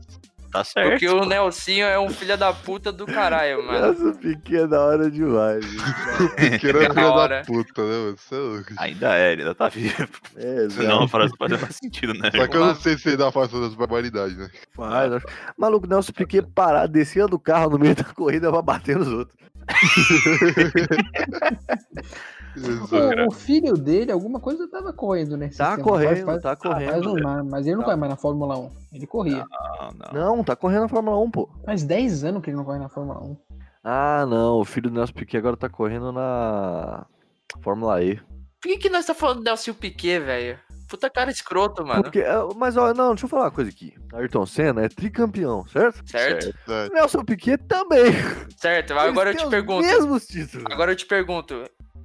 Speaker 3: Tá certo.
Speaker 5: Porque o Nelsinho é um filho da puta do caralho, mano.
Speaker 1: Essa pequena é da hora demais. gente.
Speaker 2: que era filho
Speaker 5: Da
Speaker 2: da
Speaker 5: hora.
Speaker 2: puta, né, mano? Você é louco.
Speaker 3: Ainda é, ele ainda tá vivo.
Speaker 1: É,
Speaker 3: Senão a
Speaker 1: exato.
Speaker 3: frase não faz sentido, né?
Speaker 2: Só que eu não sei se ele dá força das barbaridades, né?
Speaker 1: Faz, acho- Maluco, Nelson Piquet parar, descia do carro no meio da corrida pra bater nos outros.
Speaker 2: Jesus.
Speaker 3: é.
Speaker 4: O, o filho dele, alguma coisa tava correndo, né? esses
Speaker 1: Tá
Speaker 4: tempos.
Speaker 1: correndo,
Speaker 4: Faz-
Speaker 1: tá
Speaker 4: faz- faz
Speaker 1: correndo.
Speaker 4: um mar, mas ele não
Speaker 1: Tá.
Speaker 4: corre mais na Fórmula 1. Ele corria.
Speaker 3: Não,
Speaker 4: um-
Speaker 3: não.
Speaker 1: Não, tá correndo na Fórmula 1, pô.
Speaker 4: Faz 10 anos que ele não corre na Fórmula 1.
Speaker 1: Ah, não, o filho do Nelson Piquet agora tá correndo na Fórmula E.
Speaker 5: Por que, que nós tá falando do Nelson Piquet, velho? Puta cara escroto, mano.
Speaker 1: Porque, é, mas, ó, não, deixa eu falar uma coisa aqui. Ayrton Senna é tricampeão, certo?
Speaker 5: Certo?
Speaker 2: É,
Speaker 1: Nelson Piquet também.
Speaker 5: Certo, mas
Speaker 1: Eles
Speaker 5: agora eu
Speaker 1: têm
Speaker 5: te
Speaker 1: os
Speaker 5: pergunto.
Speaker 1: mesmos títulos.
Speaker 5: Agora eu te pergunto.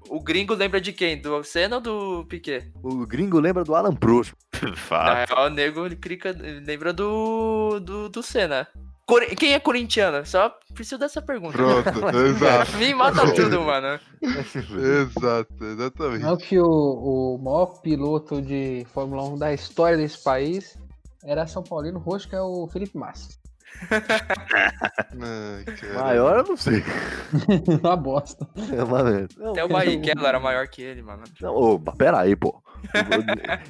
Speaker 5: O gringo lembra de quem? Do Senna ou do Piquet?
Speaker 1: O gringo lembra do Alan Prost.
Speaker 5: Na
Speaker 3: Fato.
Speaker 5: real, o nego ele clica, ele lembra do, do, do Senna. Cori- Quem é corintiano? Só preciso dessa pergunta.
Speaker 2: Pronto, exato,
Speaker 5: Me mata tudo, mano.
Speaker 2: exato,
Speaker 4: Não
Speaker 2: exatamente.
Speaker 4: que o, o maior piloto de Fórmula 1 da história desse país era São Paulino Roxo, que é o Felipe Massa.
Speaker 2: Ai, cara.
Speaker 1: Maior eu não sei.
Speaker 4: Uma bosta.
Speaker 1: É uma merda. Não,
Speaker 5: Até o Barrichello era maior que ele, mano.
Speaker 1: Não, ô, ba- pera aí, pô.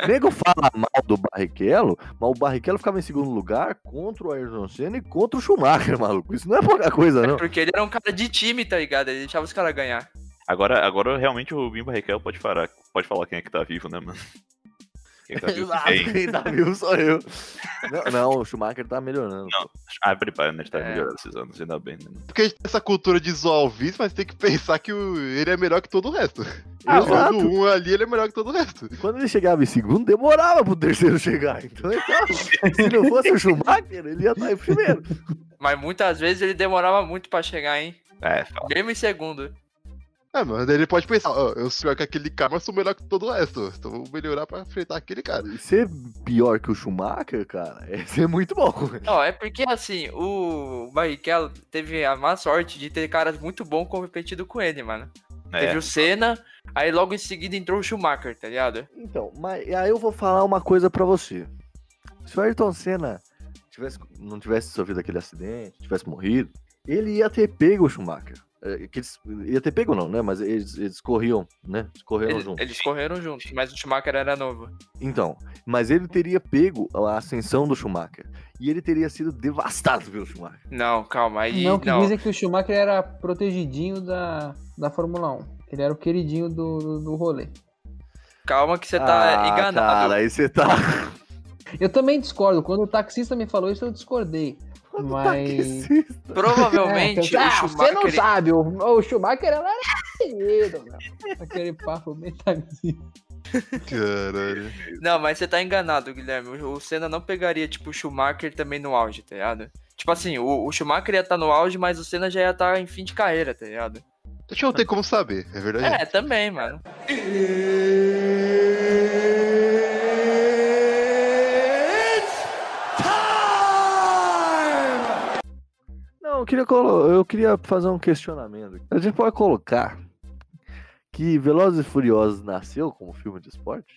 Speaker 1: O nego fala mal do Barrichello, mas o Barrichello ficava em segundo lugar contra o Ayrton Senna e contra o Schumacher, maluco. Isso não é pouca coisa, não.
Speaker 5: Porque ele era um cara de time, tá ligado? Ele deixava os caras ganhar.
Speaker 3: Agora, agora realmente o Bimbo Raquel pode falar, pode falar quem é que tá vivo, né, mano? Quem é que tá vivo?
Speaker 1: Exato,
Speaker 3: Quem?
Speaker 1: quem tá vivo sou eu. Não, não, o Schumacher tá melhorando. pô.
Speaker 3: Ah, prepara, né? A gente tá
Speaker 5: É.
Speaker 3: melhorando esses anos, ainda bem, né? mano?
Speaker 2: Porque a gente tem essa cultura de zoar o vice, mas tem que pensar que o- ele é melhor que todo o resto.
Speaker 1: Ah,
Speaker 2: Zoando
Speaker 1: exato.
Speaker 2: um ali, ele é melhor que todo o resto.
Speaker 1: Quando ele chegava em segundo, demorava pro terceiro chegar. Então, ele tava- se não fosse o Schumacher, ele ia estar em primeiro.
Speaker 5: Mas muitas vezes ele demorava muito pra chegar, hein?
Speaker 3: É, fala.
Speaker 5: Mesmo em segundo.
Speaker 2: É, mas ele pode pensar, ó, eu sou melhor que aquele cara, mas sou melhor que todo o resto. Então vou melhorar pra enfrentar aquele cara.
Speaker 1: Ser pior que o Schumacher, cara, é ser muito bom.
Speaker 5: Não, é porque assim, o Barrichello teve a má sorte de ter caras muito bons competindo com ele, mano. Teve
Speaker 3: É,
Speaker 5: o Senna, aí logo em seguida entrou o Schumacher, tá ligado?
Speaker 1: Então, mas aí eu vou falar uma coisa pra você. Se o Ayrton Senna tivesse, não tivesse sofrido aquele acidente, tivesse morrido, ele ia ter pego o Schumacher. É, que eles- ia ter pego não, né? Mas eles, eles corriam, né? Eles correram
Speaker 5: Eles,
Speaker 1: juntos.
Speaker 5: eles correram juntos, mas o Schumacher era novo.
Speaker 1: Então, mas ele teria pego a ascensão do Schumacher. E ele teria sido devastado pelo Schumacher.
Speaker 5: Não, calma, aí
Speaker 4: não,
Speaker 5: não.
Speaker 4: que dizem que o Schumacher era protegidinho da, da Fórmula 1. Ele era o queridinho do, do, do rolê.
Speaker 5: Calma que você tá
Speaker 1: Ah,
Speaker 5: enganado.
Speaker 1: Cara, aí você tá.
Speaker 4: Eu também discordo. Quando o taxista me falou isso, eu discordei.
Speaker 1: tá
Speaker 4: Mas.
Speaker 1: Taxista.
Speaker 5: Provavelmente
Speaker 4: É,
Speaker 5: o
Speaker 4: ah, você não
Speaker 5: Schumacher.
Speaker 4: sabe, o, o Schumacher era querido, meu. Aquele papo bem taxista.
Speaker 2: Caralho.
Speaker 5: Não, mas você tá enganado, Guilherme. O o Senna não pegaria, tipo, o Schumacher também no auge, tá ligado? Tipo assim, o, o Schumacher ia estar no auge, mas o Senna já ia estar em fim de carreira, tá ligado?
Speaker 2: Deixa eu ter como saber, é verdade?
Speaker 5: É, também, mano.
Speaker 1: Não, queria, colo- eu queria fazer um questionamento. A gente pode colocar que Velozes e Furiosos nasceu como filme de esporte?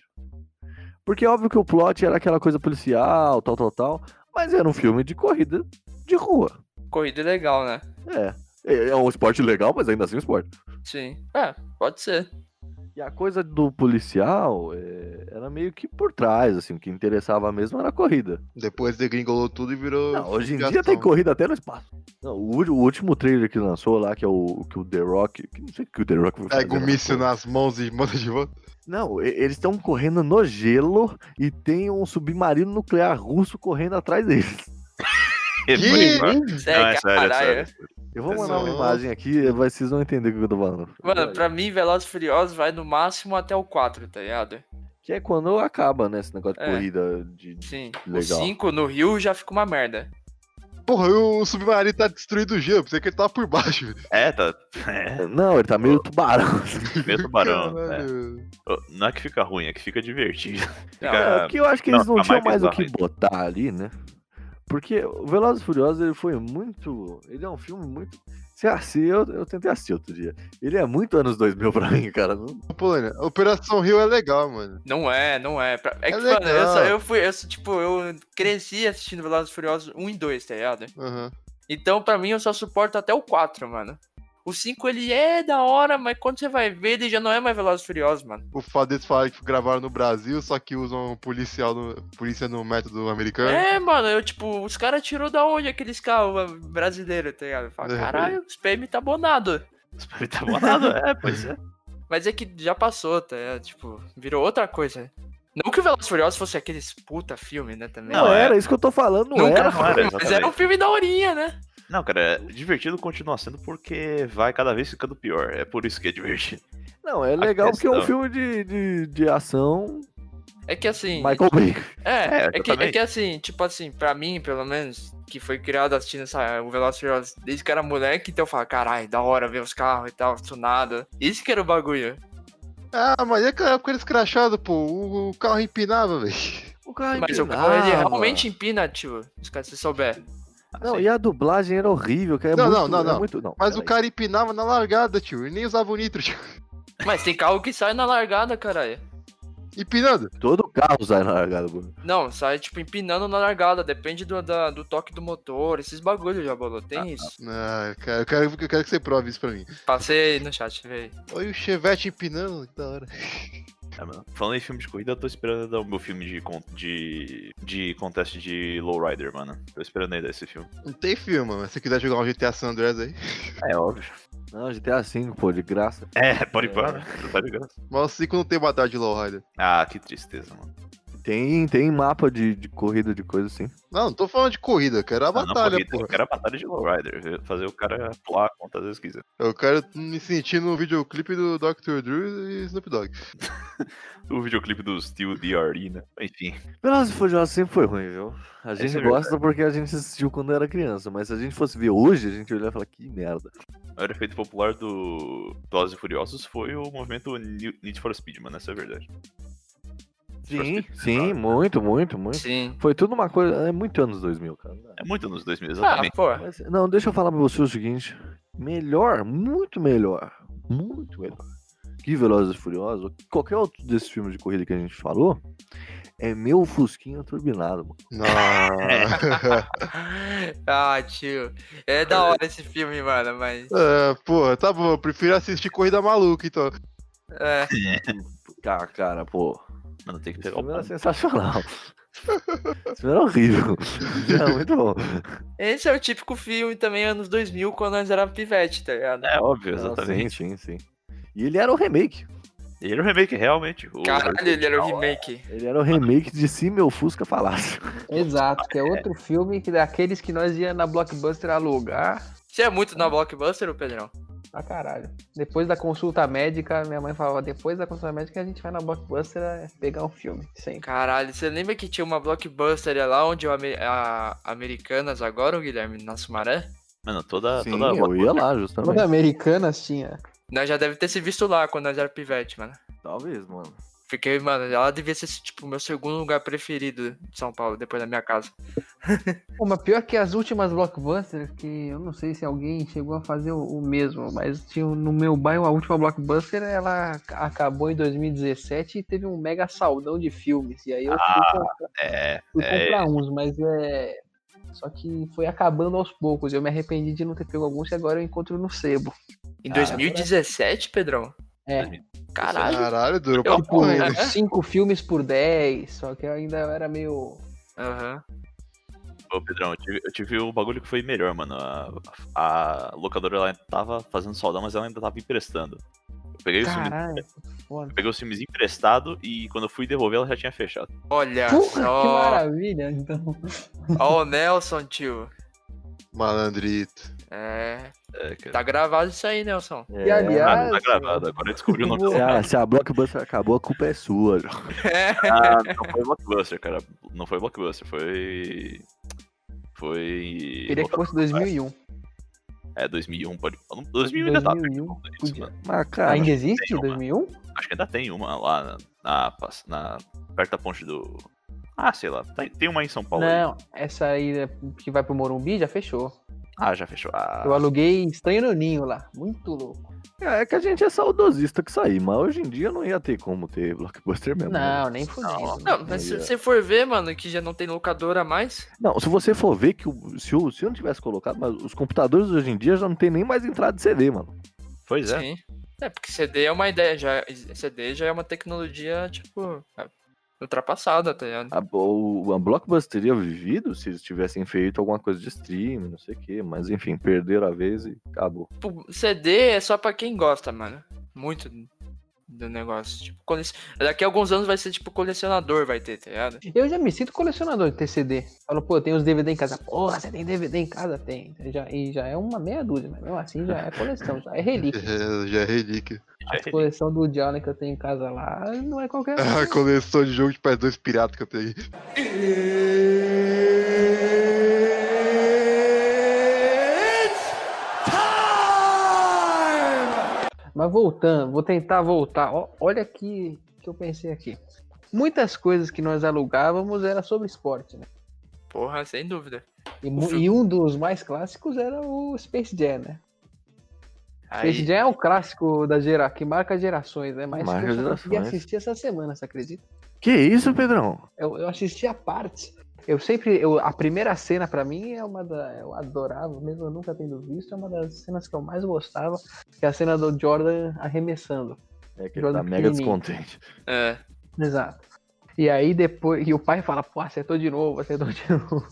Speaker 1: Porque é óbvio que o plot era aquela coisa policial, tal, tal, tal, mas era um filme de corrida de rua.
Speaker 5: Corrida é legal, né?
Speaker 1: É. É é um esporte legal, mas ainda assim um esporte.
Speaker 5: Sim. É, pode ser.
Speaker 1: E a coisa do policial é, era meio que por trás, assim, o que interessava mesmo era a corrida.
Speaker 2: Depois degringolou tudo e virou.
Speaker 1: Não, hoje em
Speaker 2: filme de
Speaker 1: dia tem
Speaker 2: ação.
Speaker 1: corrida até no espaço. Não, o, ulti- o último trailer que lançou lá, que é o que o The Rock. Que não sei o que o The Rock vai fazer.
Speaker 2: Pega o
Speaker 1: né?
Speaker 2: míssil nas mãos e manda de volta.
Speaker 1: Não, e- eles estão correndo no gelo e tem um submarino nuclear russo correndo atrás deles.
Speaker 3: É
Speaker 2: Que?
Speaker 3: bonito, né?
Speaker 5: Isso
Speaker 3: Não,
Speaker 5: é,
Speaker 3: é sério, é sério.
Speaker 5: caralho.
Speaker 1: Eu vou mandar uma
Speaker 2: Nossa.
Speaker 1: imagem aqui, mas vocês vão entender o que eu tô falando.
Speaker 5: Mano, pra mim, Velozes e Furiosos vai no máximo até o 4, tá ligado?
Speaker 1: Que é quando acaba, né, esse negócio de
Speaker 5: É.
Speaker 1: corrida de.
Speaker 5: Sim. O
Speaker 1: Legal.
Speaker 5: 5 no Rio já fica uma merda.
Speaker 2: Porra, o submarino tá destruído o gelo, pensei que ele tava por baixo. velho.
Speaker 3: É, tá. É,
Speaker 1: Não, ele tá meio tubarão.
Speaker 3: meio tubarão. é.
Speaker 2: Caralho.
Speaker 3: Não é que fica ruim, é que fica divertido.
Speaker 5: Não,
Speaker 3: Fica-
Speaker 1: É, porque eu acho que
Speaker 3: não,
Speaker 1: eles não,
Speaker 3: fica
Speaker 1: tinham
Speaker 3: mais
Speaker 1: mais o que
Speaker 3: bizarro
Speaker 1: botar ali, né? Porque o Velozes e Furiosos, ele foi muito... Ele é um filme muito... Se assim, eu, eu tentei assistir outro dia. Ele é muito anos 2000 pra mim, cara. Não-
Speaker 2: Polônia, Operação Rio é legal, mano.
Speaker 5: Não é, não é. Pra- É que,
Speaker 2: É
Speaker 5: mano, eu, só-
Speaker 2: legal.
Speaker 5: eu fui, eu, sou- tipo, eu cresci assistindo Velozes e Furiosos 1 e 2, tá ligado?
Speaker 2: Aham.
Speaker 5: Então, pra mim, eu só suporto até o 4, mano. O 5, ele é da hora, mas quando você vai ver, ele já não é mais Velozes e Furiosos, mano.
Speaker 2: O fato deles falarem que gravaram no Brasil, só que usam um policial no, polícia no método americano.
Speaker 5: É, mano, eu, tipo, os caras tirou da onde aqueles carros brasileiros, tá ligado? Fala,
Speaker 2: É.
Speaker 5: caralho, os PM tá bonado.
Speaker 3: Os pais tá bolado, é, pois é.
Speaker 5: Mas é que já passou, tá ligado? Tipo, virou outra coisa. Não que Velozes e Furiosos fosse aqueles puta filme, né, também.
Speaker 1: Não,
Speaker 3: Não, é.
Speaker 1: era isso que eu tô falando, não
Speaker 5: Nunca
Speaker 1: era.
Speaker 3: Não era,
Speaker 5: Mas era um
Speaker 3: exatamente.
Speaker 5: filme da horinha, né?
Speaker 3: Não, cara, divertido continua sendo porque vai cada vez ficando pior. É por isso que é divertido.
Speaker 1: Não, é legal porque é um
Speaker 3: questão-
Speaker 1: filme de, de, de ação
Speaker 5: É que assim...
Speaker 1: Michael Bay.
Speaker 5: É,
Speaker 3: É,
Speaker 5: é, que, é
Speaker 3: exatamente.
Speaker 5: que assim, tipo assim, pra mim, pelo menos, que foi criado assistindo essa, o Velozes e Furiosos desde que era moleque, então eu falo, caralho, da hora ver os carros e tal, tunada. Isso que era o bagulho.
Speaker 2: Ah, mas é aquela época eles crachados, pô. O, o carro empinava, velho.
Speaker 1: O cara Ah,
Speaker 5: Mas o carro, ele é realmente empina, tio, se você souber.
Speaker 1: Não,
Speaker 3: Assim,
Speaker 1: e a dublagem era horrível, que é
Speaker 2: Não,
Speaker 1: muito...
Speaker 2: não, não,
Speaker 1: é
Speaker 2: não.
Speaker 1: muito- não,
Speaker 2: Mas o
Speaker 1: peraí.
Speaker 2: cara empinava na largada, tio. E nem usava o nitro, tio.
Speaker 5: Mas tem carro que sai na largada, caralho.
Speaker 2: Empinando.
Speaker 1: Todo carro sai na largada, Bruno.
Speaker 5: Não, sai, tipo, empinando na largada, depende do, da- do toque do motor, esses bagulhos, já bolou, tem isso.
Speaker 2: Ah, cara, eu quero, eu quero que você prove isso pra mim.
Speaker 5: Passei no chat, véi.
Speaker 2: Olha o Chevette empinando, que da hora.
Speaker 3: é, mano. Falando em filme de corrida, eu tô esperando dar o meu filme de, con- de, de contest de Lowrider, mano. Tô esperando ainda esse filme.
Speaker 2: Não tem filme, mano. Se você quiser jogar um GTA San Andreas aí.
Speaker 3: É óbvio.
Speaker 1: Não, GTA V, pô, de graça.
Speaker 3: É, pode
Speaker 1: É.
Speaker 3: ir para. Tá de graça.
Speaker 2: Mas o 5 não tem batalha de Lowrider.
Speaker 3: Ah, que tristeza, mano.
Speaker 1: Tem, tem mapa de, de corrida de coisa assim.
Speaker 2: Não, não tô falando de corrida. Eu quero a
Speaker 3: Não, não
Speaker 2: batalha,
Speaker 3: Ah, corrida,
Speaker 2: porra.
Speaker 3: Eu quero a batalha de Lowrider. viu? Fazer o cara pular quantas vezes quiser.
Speaker 2: Eu quero me sentir no videoclipe do Dr. Drew e Snoop Dogg.
Speaker 3: O videoclipe do Steel DRE, né? Enfim.
Speaker 1: Velozes e Furiosos sempre foi ruim, viu? A gente
Speaker 3: Esse é
Speaker 1: gosta porque a gente assistiu quando era criança, mas se a gente fosse ver hoje, a gente olhar e falar que merda.
Speaker 3: O maior efeito popular do Velozes e Furiosos foi o movimento New- Need for Speed, mano, essa é a verdade.
Speaker 1: Sim, sim, muito, muito, muito.
Speaker 5: Sim.
Speaker 1: né? Foi tudo uma coisa, é muito anos 2000, cara. né?
Speaker 3: É muito anos 2000,
Speaker 5: Ah,
Speaker 3: exatamente.
Speaker 5: pô.
Speaker 1: Mas- não, deixa eu falar pra você o seguinte, melhor, muito melhor, muito melhor que Velozes e Furiosos, ou qualquer outro desses filmes de corrida que a gente falou, é meu Fusquinha turbinado, mano.
Speaker 2: Não.
Speaker 5: Ah, tio. É da hora esse filme, mano, mas.
Speaker 2: é, porra, tá bom. Eu prefiro assistir Corrida Maluca, então.
Speaker 5: É.
Speaker 1: Cara, Ah, cara, pô. é
Speaker 3: Mano, tem que
Speaker 1: Esse
Speaker 3: pegar o
Speaker 1: filme era
Speaker 3: ponto.
Speaker 1: sensacional. Esse filme era horrível. Era muito bom.
Speaker 5: Esse é o típico filme também anos 2000, quando nós era pivete, tá ligado?
Speaker 3: É óbvio,
Speaker 1: Sim,
Speaker 3: exatamente.
Speaker 1: sim, sim. E ele era o remake.
Speaker 3: Ele era um remake, realmente. O
Speaker 5: Caralho, ele era o remake.
Speaker 1: Ele era o remake de Se Meu Fusca Falasse.
Speaker 4: Exato, que é outro filme que daqueles que nós ia na Blockbuster alugar.
Speaker 5: Você é muito na Blockbuster, ô Pedrão?
Speaker 4: Ah, caralho. Depois da consulta médica, minha mãe falava, depois da consulta médica a gente vai na Blockbuster é, pegar um filme. Sempre.
Speaker 5: Caralho, você lembra que tinha uma Blockbuster lá onde o Ame- a Americanas agora, o Guilherme, na Sumaré?
Speaker 3: Mano, Tá toda.
Speaker 1: Sim,
Speaker 3: toda
Speaker 1: eu ia lá, justamente.
Speaker 4: Toda Americanas tinha.
Speaker 5: Nós já deve ter se visto lá quando nós era pivete, mano.
Speaker 1: Talvez, mano.
Speaker 5: Fiquei, mano, ela devia ser, tipo, o meu segundo lugar preferido de São Paulo, depois da minha casa.
Speaker 4: Pô, mas pior que as últimas blockbusters, que eu não sei se alguém chegou a fazer o, o mesmo, mas tinha no meu bairro a última blockbuster, ela ac- acabou em 2017 e teve um mega saudão de filmes. E aí eu fui,
Speaker 3: Ah,
Speaker 4: comprar,
Speaker 3: É,
Speaker 4: fui
Speaker 3: é.
Speaker 4: comprar uns, mas é. Só que foi acabando aos poucos. Eu me arrependi de não ter pego alguns e agora eu encontro no sebo.
Speaker 5: Em
Speaker 3: Caraca.
Speaker 5: 2017, Pedrão?
Speaker 4: É.
Speaker 5: Caralho.
Speaker 2: Caralho, durou pra
Speaker 5: Eu-
Speaker 4: Tipo,
Speaker 2: porra ainda.
Speaker 5: É?
Speaker 4: cinco filmes por 10, só que eu ainda era meio.
Speaker 5: Aham.
Speaker 3: Ô, Pedrão, eu tive, eu tive um bagulho que foi melhor, mano. A, a locadora ela tava fazendo saudão, mas ela ainda tava emprestando. Eu peguei, os filmes,
Speaker 4: Caralho, foda.
Speaker 3: eu peguei os filmes emprestado e quando eu fui devolver ela já tinha fechado.
Speaker 5: Olha
Speaker 4: Porra, que
Speaker 5: só.
Speaker 4: maravilha! Então.
Speaker 5: Ó o Nelson, tio.
Speaker 2: Malandrito.
Speaker 5: É.
Speaker 3: É, cara.
Speaker 5: Tá gravado isso aí, Nelson.
Speaker 4: E aliás-
Speaker 3: Ah, não tá gravado, agora eu descobri o nome
Speaker 1: É. Se
Speaker 3: dela.
Speaker 1: a, se a Blockbuster acabou, a culpa é sua. João.
Speaker 5: É.
Speaker 3: Ah, não foi blockbuster, cara. Não foi blockbuster, foi. Foi.
Speaker 4: Queria que fosse 2001.
Speaker 3: É, 2001, pode. não, 2000 ainda tá.
Speaker 4: 2001,
Speaker 3: perto disso,
Speaker 4: podia.
Speaker 3: mano.
Speaker 1: Mas, cara,
Speaker 4: Ainda existe?
Speaker 3: nenhuma.
Speaker 4: 2001?
Speaker 3: Acho que ainda tem uma lá na, na, na- perto da ponte do. Ah, sei lá. Tem, tem uma em São Paulo. aí.
Speaker 4: Não, essa aí é que vai pro Morumbi já fechou.
Speaker 3: Ah, já fechou. Ah,
Speaker 4: Eu aluguei Estranho no Ninho lá. Muito louco.
Speaker 1: é que a gente é saudosista que sair, mas hoje em dia não ia ter como ter Blockbuster mesmo. né?
Speaker 4: Não, nem fudendo.
Speaker 5: Não, mas se
Speaker 1: Olha.
Speaker 5: você for ver, mano, que já não tem locadora mais.
Speaker 1: Não, se você for ver que o, se, o, se eu não tivesse colocado, mas os computadores hoje em dia já não tem nem mais entrada de CD, mano.
Speaker 3: pois é.
Speaker 5: Sim. É, porque CD é uma ideia, já, CD já é uma tecnologia, tipo, ultrapassada, tá ligado?
Speaker 1: A, o, a Blockbuster teria vivido se eles tivessem feito alguma coisa de streaming, não sei o quê, mas enfim, perderam a vez e acabou.
Speaker 5: Tipo, CD é só pra quem gosta, mano. Muito do negócio. Tipo, cole... daqui a alguns anos vai ser, tipo, colecionador, vai ter, tá ligado?
Speaker 4: Eu já me sinto colecionador de TCD. Falo, pô, eu tenho os DVD em casa. Porra, você tem DVD em casa? Tem. E já, e já é uma meia dúzia, mas mesmo assim já é coleção, já é relíquia.
Speaker 2: É, já é relíquia.
Speaker 4: A coleção do Diallo que eu tenho em casa lá não é qualquer
Speaker 2: A
Speaker 4: coisa.
Speaker 2: Ah, coleção de jogo de PS2 pirata que eu peguei.
Speaker 4: Mas voltando, vou tentar voltar. Ó, olha aqui o que eu pensei aqui. Muitas coisas que nós alugávamos era sobre esporte, né?
Speaker 5: Porra, sem dúvida.
Speaker 4: E, mu- e um dos mais clássicos era o Space Jam, né? Space
Speaker 5: Aí,
Speaker 4: Jam é um clássico da gera... que marca gerações, né? Mas
Speaker 1: Marca
Speaker 4: eu só consegui
Speaker 1: gerações.
Speaker 4: assistir essa semana, você acredita?
Speaker 1: Que isso, Pedrão?
Speaker 4: Eu, eu assisti a partes. Eu sempre. Eu, a primeira cena, pra mim, é uma da. Eu adorava, mesmo eu nunca tendo visto, é uma das cenas que eu mais gostava, que é a cena do Jordan arremessando.
Speaker 1: É que ele tá
Speaker 4: Jordan
Speaker 1: mega
Speaker 4: pequenininho.
Speaker 1: descontente.
Speaker 5: é,
Speaker 4: Exato. E aí depois. E o pai fala, pô, acertou de novo, acertou de novo.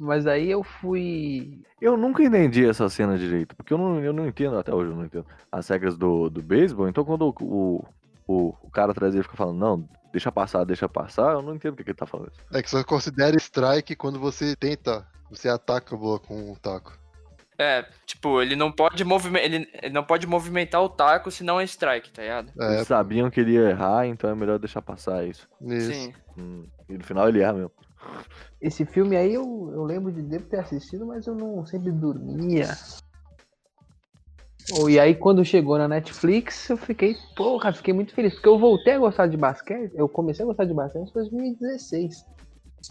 Speaker 4: Mas aí eu fui.
Speaker 1: Eu nunca entendi essa cena direito, porque eu não, eu não entendo, até hoje eu não entendo, as regras do, do beisebol. Então, quando o, o, o, o cara atrás dele fica falando, não, deixa passar, deixa passar, eu não entendo o que, que ele tá falando.
Speaker 2: É que só considera strike quando você tenta. Você ataca a bola com o taco.
Speaker 5: é, tipo, ele não pode movimentar. Ele, ele não pode movimentar o taco senão é strike, tá ligado?
Speaker 2: É,
Speaker 1: Eles sabiam que ele ia errar, então é melhor deixar passar isso.
Speaker 2: isso.
Speaker 5: Sim.
Speaker 1: Hum, E no final ele erra mesmo.
Speaker 4: Esse filme aí eu, eu lembro de devo ter assistido, mas eu não sempre dormia. Oh, e aí quando chegou na Netflix, eu fiquei, porra, fiquei muito feliz. Porque eu voltei a gostar de basquete, eu comecei a gostar de basquete em 2016.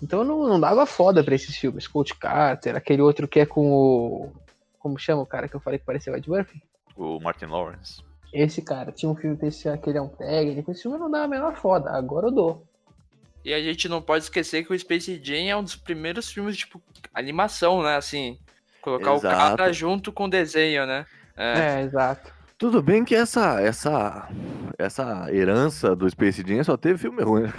Speaker 4: Então eu não, não dava foda pra esses filmes. Coach Carter, aquele outro que é com o. Como chama o cara que eu falei que parecia o Ed Murphy?
Speaker 3: O Martin Lawrence.
Speaker 4: Esse cara, tinha um filme desse, aquele é um técnico, esse filme eu não dava a menor foda, agora eu dou.
Speaker 5: E a gente não pode esquecer que o Space Jam é um dos primeiros filmes, tipo, animação, né? Assim, colocar
Speaker 1: Exato.
Speaker 5: o cara junto com o desenho, né? É.
Speaker 4: É, exato.
Speaker 1: Tudo bem que essa, essa, essa herança do Space Jam só teve filme ruim. né?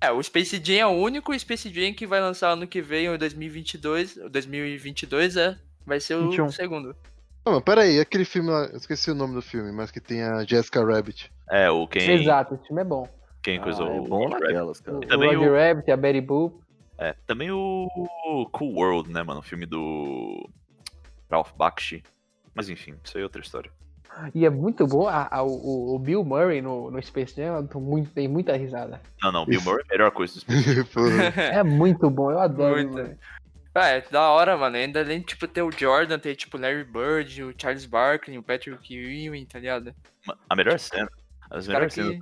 Speaker 5: É, o Space Jam é o único Space Jam que vai lançar ano que vem, em 2022. O 2022 é. Vai ser o
Speaker 4: 21.
Speaker 5: segundo.
Speaker 2: Não, mas peraí, aquele filme lá, eu esqueci o nome do filme, mas que tem a Jessica Rabbit.
Speaker 3: É, o quem,
Speaker 4: Exato, esse filme é bom.
Speaker 3: quem coisou
Speaker 1: Ah, é
Speaker 3: o
Speaker 1: bom
Speaker 3: Roger Rabbit.
Speaker 1: naquelas, cara.
Speaker 4: O, o
Speaker 3: também
Speaker 4: Roger Rabbit, a Betty Boop.
Speaker 3: É, também o o Cool World, né, mano? O filme do Ralph Bakshi. Mas enfim, isso aí é outra história.
Speaker 4: E é muito bom a- a- o, o Bill Murray no, no Space Jam, eu tô muito, tem muita risada.
Speaker 3: Não, não, Bill
Speaker 2: Isso.
Speaker 3: Murray é a melhor coisa do Space
Speaker 2: Uhum.
Speaker 4: É muito bom, eu adoro.
Speaker 5: Muito.
Speaker 4: mano.
Speaker 5: É, da hora, mano. Ainda além, tipo, ter o Jordan, ter, tipo, o Larry Bird, o Charles Barkley, o Patrick Ewing, tá ligado?
Speaker 3: Jam. A melhor cena. As
Speaker 5: Cara
Speaker 3: melhores
Speaker 5: que...
Speaker 3: cenas.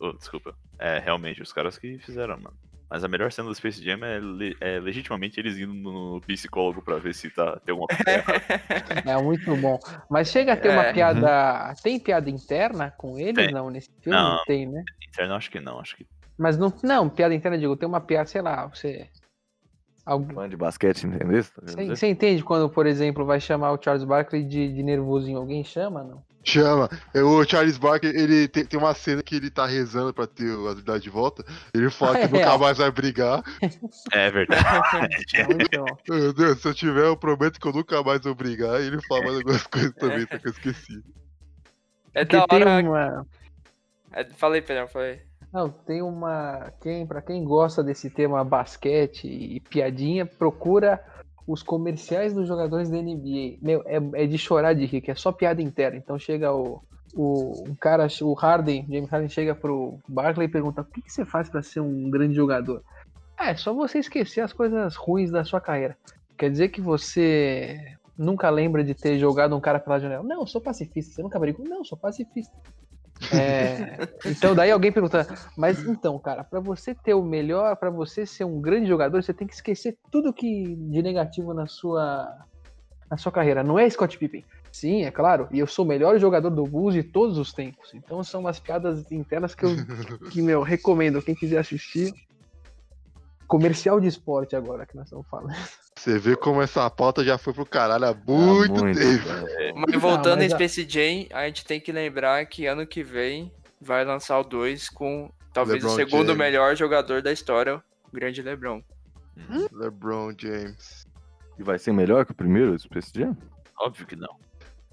Speaker 3: Oh, desculpa. É, realmente, os caras que fizeram, mano. Mas a melhor cena do Space Jam é, le- é legitimamente eles indo no psicólogo pra ver se tá, tem alguma coisa errada.
Speaker 4: É muito bom. Mas chega a ter uma
Speaker 5: É.
Speaker 4: piada. Tem piada interna com ele?
Speaker 3: Tem.
Speaker 4: Não, nesse filme não,
Speaker 3: Não.
Speaker 4: tem, né?
Speaker 3: Interno, acho que não. Acho que
Speaker 4: Mas não. Não, piada interna, digo, tem uma piada, sei lá, você. Algum...
Speaker 1: Fã de basquete, entendeu? isso? Tá
Speaker 4: Você,
Speaker 1: vendo isso?
Speaker 4: você entende quando, por exemplo, vai chamar o Charles Barkley de, de nervosinho? Alguém chama, não?
Speaker 2: Chama. É, O Charles Barker, ele tem, tem uma cena que ele tá rezando pra ter o- a habilidade de volta. Ele fala que nunca mais vai brigar.
Speaker 3: é verdade.
Speaker 4: É muito bom.
Speaker 2: Meu Deus, se eu tiver, eu prometo que eu nunca mais vou brigar. E ele fala mais algumas coisas também, só que eu esqueci.
Speaker 5: É da
Speaker 4: Porque tem um-
Speaker 5: hora.
Speaker 4: uma.
Speaker 5: É, falei, Pedrão, falei.
Speaker 4: Não, tem uma. Quem, pra quem gosta desse tema basquete e piadinha, procura os comerciais dos jogadores da NBA. Meu, é, é de chorar de rir, que é só piada interna. Então chega o. O um cara, o Harden, James Harden chega pro Barkley e pergunta: o que, que você faz pra ser um grande jogador? Ah, é só você esquecer as coisas ruins da sua carreira. Quer dizer que você nunca lembra de ter jogado um cara pela janela? Não, eu sou pacifista. Você nunca brigou? Não, eu sou pacifista. É, então daí alguém pergunta, mas então, cara, pra você ter o melhor, pra você ser um grande jogador, você tem que esquecer tudo que de negativo na sua na sua carreira. Não é Scott Pippen? Sim, é claro. E eu sou o melhor jogador do Bulls de todos os tempos. Então são umas piadas internas que eu que meu recomendo quem quiser assistir. Comercial de esporte agora que nós estamos falando.
Speaker 2: Você vê como essa pauta já foi pro caralho há muito,
Speaker 1: Ah,
Speaker 2: tempo.
Speaker 1: cara.
Speaker 5: Mas
Speaker 4: Ah,
Speaker 5: voltando
Speaker 4: mas
Speaker 5: em
Speaker 4: a-
Speaker 5: Space Jam, a gente tem que lembrar que ano que vem vai lançar o 2 com talvez o
Speaker 2: LeBron
Speaker 5: segundo
Speaker 2: James.
Speaker 5: melhor jogador da história, o grande LeBron.
Speaker 2: LeBron James.
Speaker 1: E vai ser melhor que o primeiro Space Jam?
Speaker 3: Óbvio que não.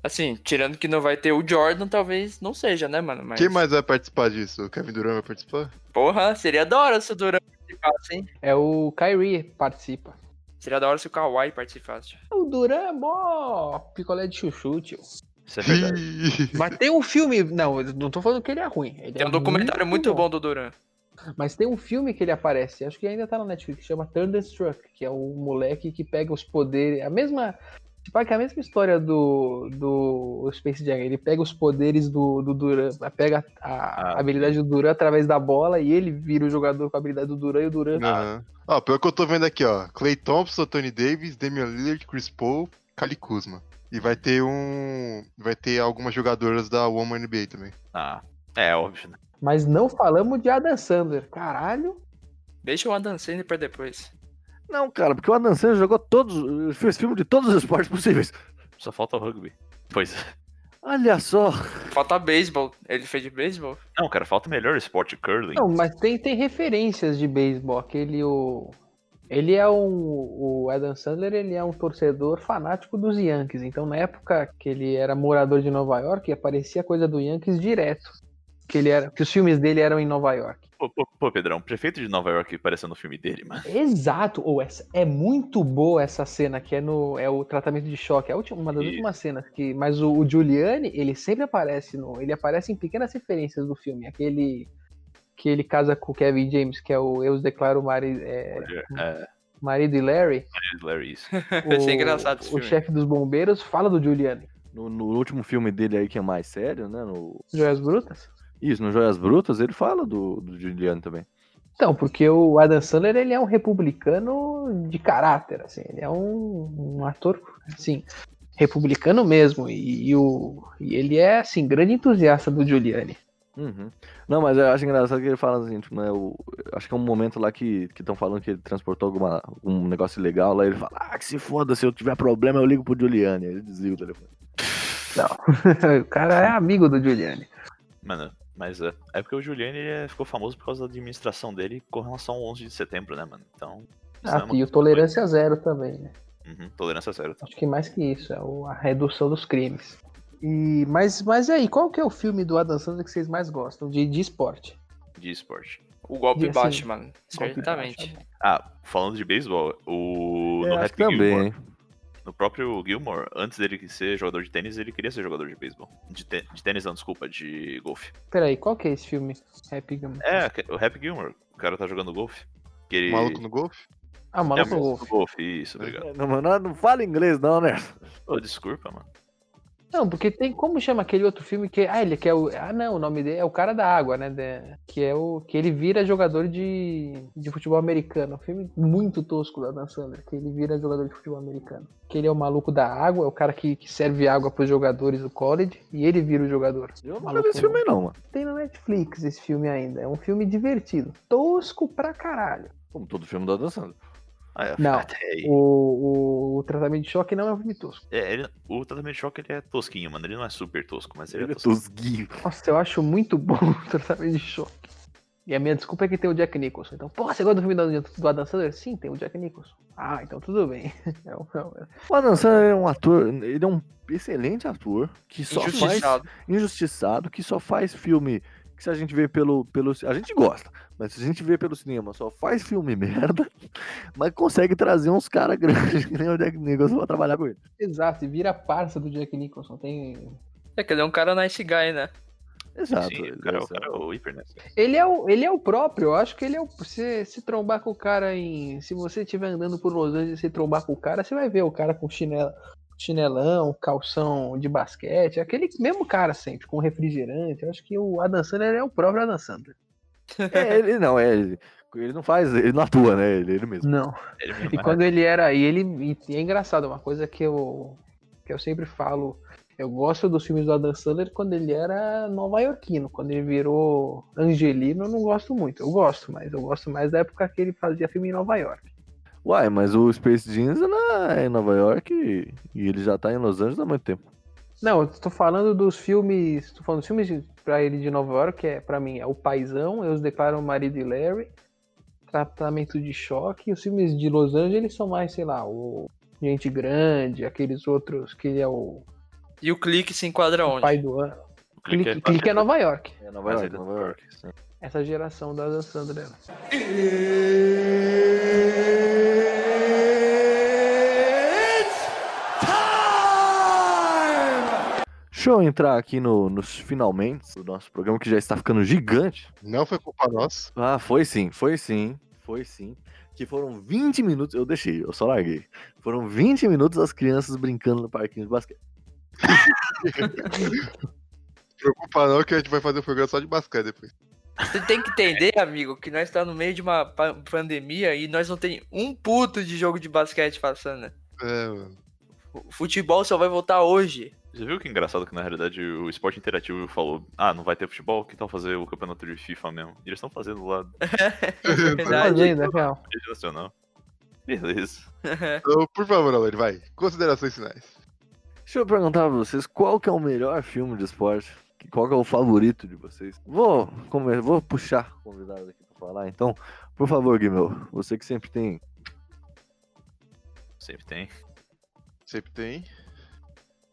Speaker 5: Assim, tirando que não vai ter o Jordan, talvez não seja, né, mano? Mas,
Speaker 2: Quem mais vai participar disso? O Kevin Durant vai participar?
Speaker 5: Porra, seria da hora se o Durant participasse, hein?
Speaker 4: É o Kyrie participa.
Speaker 5: Seria da hora se o Kawhi participasse.
Speaker 4: O Duran é mó picolé de chuchu, tio.
Speaker 3: Isso é verdade.
Speaker 4: Mas tem um filme. Não, eu não tô falando que ele é ruim. Ele
Speaker 5: Tem
Speaker 4: é
Speaker 5: um documentário muito bom do Durant.
Speaker 4: Mas tem um filme que ele aparece, acho que ainda tá na Netflix, que chama Thunderstruck, que é o moleque que pega os poderes. A mesma. Tipo, que é a mesma história do, do Space Jam. Ele pega os poderes do, do Duran, pega a, a
Speaker 3: Ah.
Speaker 4: habilidade do Duran através da bola e ele vira o jogador com a habilidade do Duran e o Duran.
Speaker 2: Aham. Ó, pelo que eu tô vendo aqui, ó. Clay Thompson, Tony Davis, Damian Lillard, Chris Paul, Kali Kuzma. E vai ter um. Vai ter algumas jogadoras da Woman NBA também.
Speaker 3: Ah, é óbvio, né?
Speaker 4: Mas não falamos de Adam Sandler. Caralho.
Speaker 5: Deixa o Adam Sandler pra depois.
Speaker 1: Não, cara, porque o Adam Sandler jogou todos. fez filme de todos os esportes possíveis.
Speaker 3: Só falta o rugby. Pois é.
Speaker 1: Olha só.
Speaker 5: Falta beisebol. Ele fez de beisebol?
Speaker 3: Não, cara, falta o melhor esporte curling.
Speaker 4: Não, mas tem, tem referências de beisebol. Aquele o. Ele é um. O Adam Sandler ele é um torcedor fanático dos Yankees. Então, na época que ele era morador de Nova York, aparecia coisa do Yankees direto. Que, ele era, que os filmes dele eram em Nova York.
Speaker 3: Pô, pô, pô, Pedrão, prefeito de Nova York parecendo o filme dele, mano.
Speaker 4: Exato! Ou essa é muito boa essa cena, que é no é o tratamento de choque. É a última, uma das
Speaker 3: Isso.
Speaker 4: últimas cenas. Que, mas o, o Giuliani, ele sempre aparece no. Ele aparece em pequenas referências do filme. Aquele. Que ele casa com o Kevin James, que é o Eu os Declaro Mari, é,
Speaker 3: É,
Speaker 4: marido e Larry,
Speaker 3: Larry, isso.
Speaker 5: Achei
Speaker 4: o,
Speaker 5: engraçado esse
Speaker 4: o
Speaker 5: filme.
Speaker 4: chefe dos bombeiros fala do Giuliani.
Speaker 1: No, no último filme dele aí, que é mais sério, né? no-
Speaker 4: Joias Brutas?
Speaker 1: Isso, no Joias Brutas, ele fala do, do Juliano também.
Speaker 4: Então, porque o Adam Sandler, ele é um republicano de caráter, assim, ele é um, um ator, assim, republicano mesmo, e, e o, e ele é, assim, grande entusiasta do Giuliani.
Speaker 1: Uhum. Não, mas eu acho engraçado que ele fala assim, tipo, né, o- acho que é um momento lá que estão falando que ele transportou alguma, um negócio legal lá, ele fala, ah, que se foda, se eu tiver problema eu ligo pro Giuliani, aí ele desliga o telefone.
Speaker 4: o cara é amigo do Giuliani.
Speaker 3: Mano, mas é, é porque o Juliane ele é- ficou famoso por causa da administração dele com relação ao 11 de setembro, né, mano? Então. isso é uma
Speaker 4: Ah, e o
Speaker 3: coisa-
Speaker 4: Tolerância Zero também, né?
Speaker 3: Uhum, tolerância zero. Tá?
Speaker 4: Acho que mais que isso, é o- a redução dos crimes. E, mas, mas e aí, qual que é o filme do Adam Sandler que vocês mais gostam, de, de esporte?
Speaker 3: De esporte.
Speaker 5: O golpe
Speaker 4: E assim,
Speaker 5: baixo, mano.
Speaker 4: golpe
Speaker 5: Certamente.
Speaker 4: baixo,
Speaker 3: Ah, falando de beisebol, o.
Speaker 1: É,
Speaker 3: no
Speaker 1: acho
Speaker 3: Happy
Speaker 1: que também,
Speaker 3: Gilmore,
Speaker 1: hein?
Speaker 3: no próprio Gilmore, antes dele ser jogador de tênis, ele queria ser jogador de beisebol. De, tê- de tênis, não, desculpa, de golfe.
Speaker 4: Peraí, qual que é esse filme? Happy Gilmore.
Speaker 3: É, o Happy Gilmore, o cara tá jogando golfe. Que ele...
Speaker 2: O maluco no golfe?
Speaker 4: Ah, o
Speaker 3: é,
Speaker 4: Maluco no
Speaker 3: maluco
Speaker 4: Golfe.
Speaker 3: no golfe. Isso, obrigado.
Speaker 1: É, Não, mas não, não fala inglês não, né?
Speaker 3: Ô, desculpa, mano.
Speaker 4: Não, porque tem como chama aquele outro filme que ah, ele que é o ah não, o nome dele é o cara da água, né, de- que é o que ele vira jogador de, de futebol americano, um filme muito tosco da Dan Sandler, que ele vira jogador de futebol americano. Que ele é o maluco da água, é o cara que, que serve água pros jogadores do college e ele vira o jogador.
Speaker 1: Eu não
Speaker 4: Maluco.
Speaker 1: vi esse filme aí não, mano.
Speaker 4: Tem na Netflix esse filme ainda, é um filme divertido, tosco pra caralho.
Speaker 1: Como todo filme da Dan Sandler.
Speaker 3: Ah, é,
Speaker 4: Não.
Speaker 3: até aí.
Speaker 4: O, o, o tratamento de choque não é um filme tosco.
Speaker 3: É, ele- o tratamento de choque ele é tosquinho, mano. Ele não é super tosco, mas ele,
Speaker 1: Ele é
Speaker 3: é tosco.
Speaker 1: tosguinho.
Speaker 4: Nossa, eu acho muito bom o tratamento de choque. E a minha desculpa é que tem o Jack Nicholson. Então, porra, você gosta do filme do, do Adam Sandler? Sim, tem o Jack Nicholson. Ah, então tudo bem. É um- é um-
Speaker 1: O Adam Sandler é um ator, ele é um excelente ator que só faz
Speaker 5: Injustiçado.
Speaker 1: injustiçado, que só faz filme que se a gente vê pelo, pelo. A gente gosta, mas se a gente vê pelo cinema, só faz filme merda, mas consegue trazer uns caras grandes que nem o Jack Nicholson pra trabalhar com ele.
Speaker 4: Exato, e vira parça do Jack Nicholson. Tem...
Speaker 5: É que ele é um cara nice guy, né?
Speaker 1: Exato.
Speaker 3: Sim,
Speaker 1: ele
Speaker 3: o cara,
Speaker 1: é
Speaker 3: o cara é o hiper, né?
Speaker 4: Ele, é o, ele é o próprio, eu acho que ele é o. Se, se trombar com o cara em. Se você estiver andando por Los Angeles e se trombar com o cara, você vai ver o cara com chinela, chinelão, calção de basquete. é Aquele mesmo cara sempre, com refrigerante. Eu acho que o Adam Sandler é o próprio Adam Sandler.
Speaker 1: É, ele não, é. Ele, ele não faz, ele não atua, né? Ele, ele mesmo.
Speaker 4: Não.
Speaker 3: Ele mesmo,
Speaker 4: E
Speaker 3: né?
Speaker 4: quando ele era aí, ele. E é engraçado, uma coisa que eu, que eu sempre falo. Eu gosto dos filmes do Adam Sandler quando ele era nova-iorquino. Quando ele virou angelino, eu não gosto muito. Eu gosto, mas eu gosto mais da época que ele fazia filme em Nova York.
Speaker 1: Uai, mas o Space Jeans é na- é em Nova York e, e ele já tá em Los Angeles há muito tempo.
Speaker 4: Não, eu tô falando dos filmes. Tô falando dos filmes de- pra ele de Nova York, que é, pra mim, é O Paizão, Eu Os Declaro Marido e Larry, Tratamento de Choque. E os filmes de Los Angeles são mais, sei lá, o Gente Grande, aqueles outros que ele é o
Speaker 5: E o clique se enquadra onde?
Speaker 4: pai do ano.
Speaker 3: O
Speaker 4: Clique,
Speaker 3: é-
Speaker 4: Clique é Nova York.
Speaker 1: É Nova
Speaker 3: Mas
Speaker 1: York,
Speaker 3: ele é
Speaker 1: Nova York.
Speaker 3: sim.
Speaker 4: Essa geração da Adam Sandler.
Speaker 1: Deixa eu entrar aqui no, nos finalmente do nosso programa, que já está ficando gigante.
Speaker 2: Não foi culpa nossa.
Speaker 1: Ah, foi sim, foi sim, foi sim. Que foram 20 minutos, eu deixei, eu só larguei. Foram 20 minutos as crianças brincando no parquinho de basquete.
Speaker 2: Preocupa não que a gente vai fazer um programa só de basquete depois.
Speaker 5: Você tem que entender, amigo, que nós tá no meio de uma pa- pandemia e nós não tem um puto de jogo de basquete passando, né?
Speaker 2: É, mano.
Speaker 5: O futebol só vai voltar hoje.
Speaker 3: Você viu que engraçado que na realidade o esporte interativo falou: ah, não vai ter futebol, que tal fazer o campeonato de FIFA mesmo? E eles estão fazendo lá no
Speaker 5: Verdade.
Speaker 4: Fazendo, é real.
Speaker 3: Rede Nacional. Beleza.
Speaker 2: Então, por favor, Alane, vai. Considerações finais.
Speaker 1: Deixa eu perguntar pra vocês, qual que é o melhor filme de esporte? Que- Qual que é o favorito de vocês? Vou, come- vou puxar o convidado aqui pra falar, então, por favor, Guimel, você que sempre tem.
Speaker 3: Sempre tem.
Speaker 2: Sempre tem.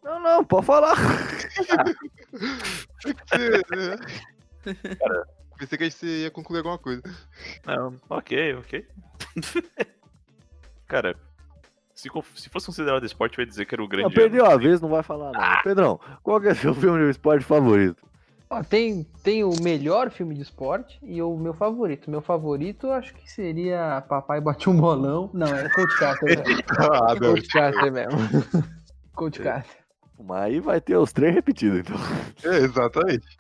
Speaker 1: Não, não, pode falar.
Speaker 2: Cara. É, né? Pensei que a gente ia concluir alguma coisa.
Speaker 3: Não, ok, ok. Cara, se, co- se fosse considerado esporte, eu ia dizer que era o grande.
Speaker 1: Não, perdeu a vez, não vai falar nada. Pedrão, qual que é o seu filme de esporte favorito?
Speaker 4: Ó, tem, tem o melhor filme de esporte e o meu favorito. Meu favorito eu acho que seria Papai Bate um Bolão. Não, é Coach Carter. velho.
Speaker 2: Ah, não.
Speaker 4: Coach Carter mesmo. Coach Carter.
Speaker 1: Mas aí vai ter os três repetidos, então.
Speaker 2: É, exatamente.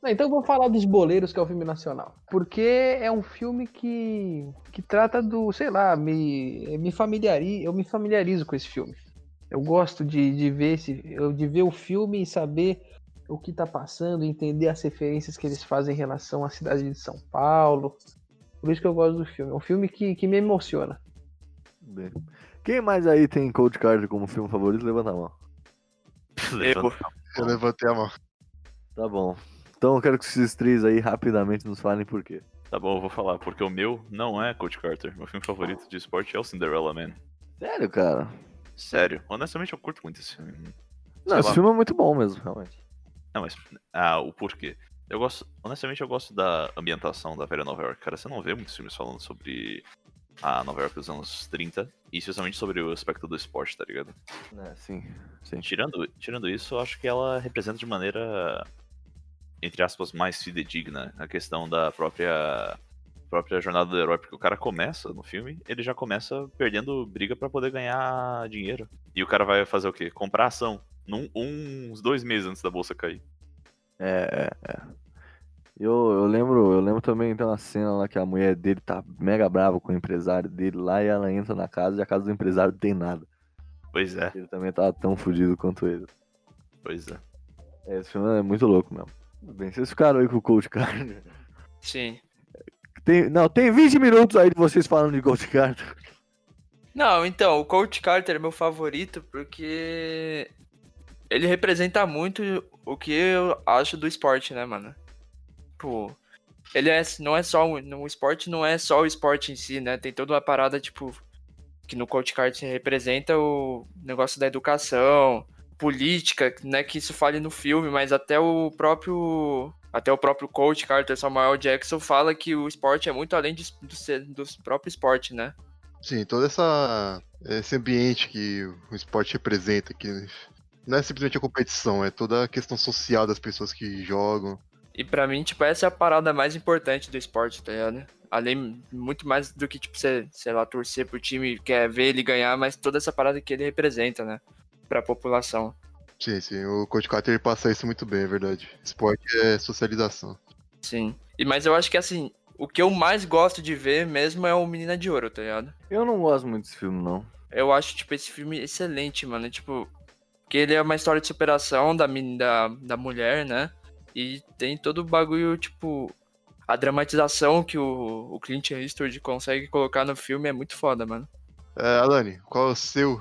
Speaker 4: Não, então eu vou falar dos Boleiros, que é o filme nacional. Porque é um filme que, que trata do, sei lá, me, me familiari, eu me familiarizo com esse filme. Eu gosto de, de ver esse, eu- de ver o filme e saber o que tá passando, entender as referências que eles fazem em relação à cidade de São Paulo. Por isso que eu gosto do filme. É um filme que, que me emociona.
Speaker 1: Bem. Quem mais aí tem Cold Card como filme favorito? Levanta a mão.
Speaker 3: Eu,
Speaker 2: Eu levantei a mão.
Speaker 1: Tá bom. Então eu quero que esses três aí rapidamente nos falem por quê.
Speaker 3: tá bom, eu vou falar, porque o meu não é Coach Carter. Meu filme favorito de esporte é o Cinderella Man.
Speaker 1: Sério, cara?
Speaker 3: Sério, honestamente eu curto muito esse filme.
Speaker 1: Não,
Speaker 3: Sei
Speaker 1: esse
Speaker 3: lá.
Speaker 1: filme é muito bom mesmo, realmente.
Speaker 3: Não, mas ah, o porquê. Eu gosto, honestamente, eu gosto da ambientação da velha Nova York. Cara, você não vê muitos filmes falando sobre a Nova York dos anos 30 e especialmente sobre o aspecto do esporte, tá ligado?
Speaker 1: É, sim. sim.
Speaker 3: Tirando, tirando isso, eu acho que ela representa de maneira, entre aspas, mais fidedigna a questão da própria própria jornada do herói, porque o cara começa no filme, ele já começa perdendo briga pra poder ganhar dinheiro. E o cara vai fazer o quê? Comprar ação. num- um, uns dois meses antes da bolsa cair.
Speaker 1: É, é, é. Eu, eu lembro, eu lembro também tem uma cena lá que a mulher dele tá mega brava com o empresário dele lá e ela entra na casa e a casa do empresário não tem nada.
Speaker 3: Pois é,
Speaker 1: Ele também tava tão fudido quanto ele.
Speaker 3: pois é.
Speaker 1: É, esse filme é muito louco mesmo. Tudo bem, vocês ficaram aí com o Cold Card.
Speaker 5: Sim.
Speaker 1: Tem, não, tem 20 minutos aí de vocês falando de Cold Card.
Speaker 5: Não, então, o Coach Carter é meu favorito porque ele representa muito o que eu acho do esporte, né, mano? Tipo, ele é, não é só um- no esporte, não é só o esporte em si, né? Tem toda uma parada tipo que no Coach Carter representa o negócio da educação, política, né, que isso fale no filme, mas até o próprio até o próprio Coach Carter Samuel Jackson fala que o esporte é muito além de, do, ser- do próprio esporte, né?
Speaker 2: Sim, todo essa, esse ambiente que o esporte representa, que não é simplesmente a competição, é toda a questão social das pessoas que jogam.
Speaker 5: E pra mim, tipo, essa é a parada mais importante do esporte, tá ligado? Além, muito mais do que, tipo, você, sei lá, torcer pro time, quer ver ele ganhar, mas toda essa parada que ele representa, né? Pra população.
Speaker 2: Sim, sim, o Coach Carter ele passa isso muito bem, é verdade. Esporte é socialização.
Speaker 5: Sim. E, mas eu acho que, assim, o que eu mais gosto de ver mesmo é o Menina de Ouro, tá ligado?
Speaker 1: Eu não gosto muito desse filme, não.
Speaker 5: Eu acho, tipo, esse filme excelente, mano. Tipo, que ele é uma história de superação da, men- da, da mulher, né? E tem todo o bagulho, tipo, a dramatização que o, o Clint Eastwood consegue colocar no filme é muito foda, mano.
Speaker 2: É, Alane, qual é o seu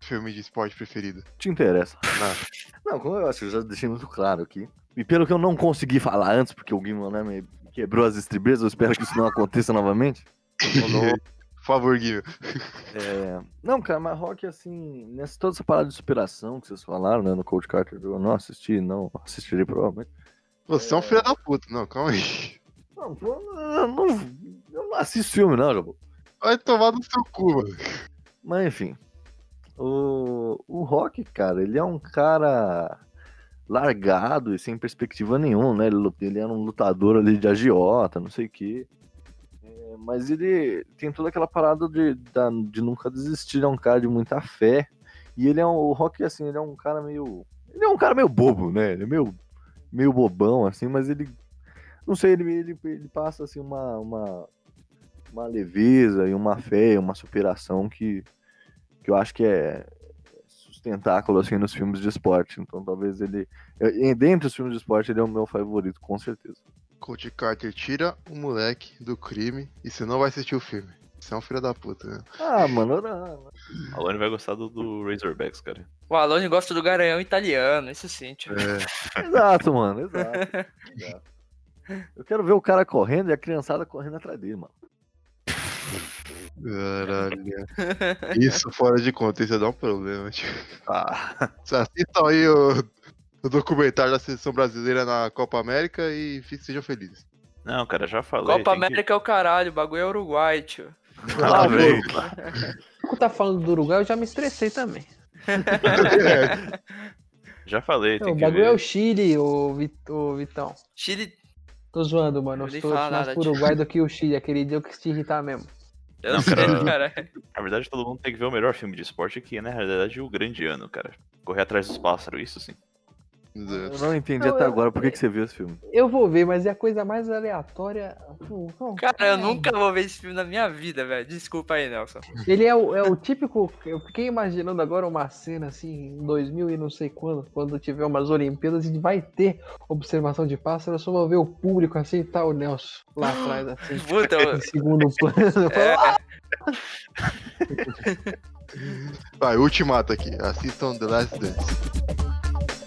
Speaker 2: filme de esporte preferido?
Speaker 1: Te interessa. Né? Não, como eu acho que eu já deixei muito claro aqui. E pelo que eu não consegui falar antes, porque o Guimão né, me quebrou as estribeiras, eu espero que isso não aconteça novamente.
Speaker 2: Por favor, Guilherme.
Speaker 1: É, Não, cara, mas rock, assim, nessa toda essa parada de superação que vocês falaram, né, no Coach Carter, eu não assisti, não assistirei provavelmente.
Speaker 2: Você é um filho da puta. Não, calma aí.
Speaker 1: Não, pô, eu não, eu não assisto filme, não, Jabo.
Speaker 2: Vai tomar no seu cu, mano.
Speaker 1: Mas, enfim, o, o rock, cara, ele é um cara largado e sem perspectiva nenhuma, né? Ele, lu- ele era um lutador ali de agiota, não sei o quê. É, mas ele tem toda aquela parada de, da- de nunca desistir, ele é um cara de muita fé. E ele é um, o Rock, assim, ele é um cara meio. Ele é um cara meio bobo, né? Ele é meio, meio bobão, assim, mas ele. Não sei, ele, ele, ele passa, assim, uma, uma. Uma leveza e uma fé, uma superação que. Que eu acho que é sustentáculo, assim, nos filmes de esporte. Então talvez ele. eh, Dentre os filmes de esporte, ele é o meu favorito, com certeza.
Speaker 2: Coach Carter tira o moleque do crime e você não vai assistir o filme. Você é um filho da puta, né?
Speaker 1: Ah, mano, não,
Speaker 3: A Lani vai gostar do, do Razorbacks, cara.
Speaker 5: O Alone gosta do garanhão italiano, isso sim, tipo.
Speaker 2: É,
Speaker 1: Exato, mano, exato. exato. Eu quero ver o cara correndo e a criançada correndo atrás dele, mano.
Speaker 2: caralho. Isso fora de contexto ia dar um problema, tio.
Speaker 1: Ah,
Speaker 2: Vocês Assistam aí o, o documentário da seleção brasileira na Copa América e fi- sejam felizes.
Speaker 3: Não, cara, já falei.
Speaker 5: Copa
Speaker 3: tem que-
Speaker 5: América é o caralho, o bagulho é Uruguai, tio.
Speaker 1: lá vem.
Speaker 4: Quando tá falando do Uruguai, eu já me estressei também.
Speaker 2: É,
Speaker 3: Já falei,
Speaker 4: Não,
Speaker 3: tem
Speaker 4: o
Speaker 3: que
Speaker 4: bagulho é o
Speaker 3: ver.
Speaker 4: Chile, ô, Vit- ô Vitão.
Speaker 5: Chile.
Speaker 4: Tô zoando, mano.
Speaker 5: Eu
Speaker 4: Eu
Speaker 5: nem
Speaker 4: tô
Speaker 5: falo
Speaker 4: mais
Speaker 5: nada,
Speaker 4: pro
Speaker 5: tio.
Speaker 4: Uruguai do que o Chile. Aquele dia eu quis te irritar mesmo.
Speaker 5: Eu
Speaker 3: Não,
Speaker 5: sei,
Speaker 3: cara.
Speaker 5: cara.
Speaker 3: Na verdade, todo mundo tem que ver o melhor filme de esporte, que é, na realidade, o grande ano, cara. Correr atrás dos pássaros, isso sim.
Speaker 1: Eu não entendi
Speaker 4: Não,
Speaker 1: até
Speaker 4: eu-
Speaker 1: agora por que, que você viu esse filme.
Speaker 4: Eu vou ver, mas é a coisa mais aleatória. Não, não,
Speaker 5: Cara, eu nunca vou ver esse filme na minha vida, velho. Desculpa aí, Nelson.
Speaker 4: Ele é o, é o típico. Eu fiquei imaginando agora uma cena assim, em 2000 e não sei quando, quando tiver umas Olimpíadas e vai ter observação de pássaro. Eu só vou ver o público assim e tá o Nelson lá atrás, assim,
Speaker 5: Puta, eu-
Speaker 4: em segundo plano.
Speaker 5: é,
Speaker 2: Vai, ultimato aqui. Assistam The Last Dance.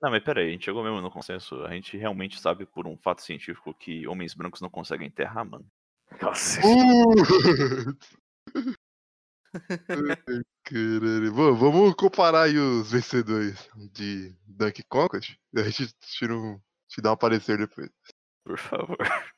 Speaker 3: Não, mas peraí, a gente chegou mesmo no consenso. A gente realmente sabe por um fato científico que homens brancos não conseguem enterrar, mano.
Speaker 1: Nossa,
Speaker 2: Uh! Caralho. Bom, vamos comparar aí os vencedores de Dunk Conquest. A gente tira um, te dá um parecer depois.
Speaker 3: Por favor.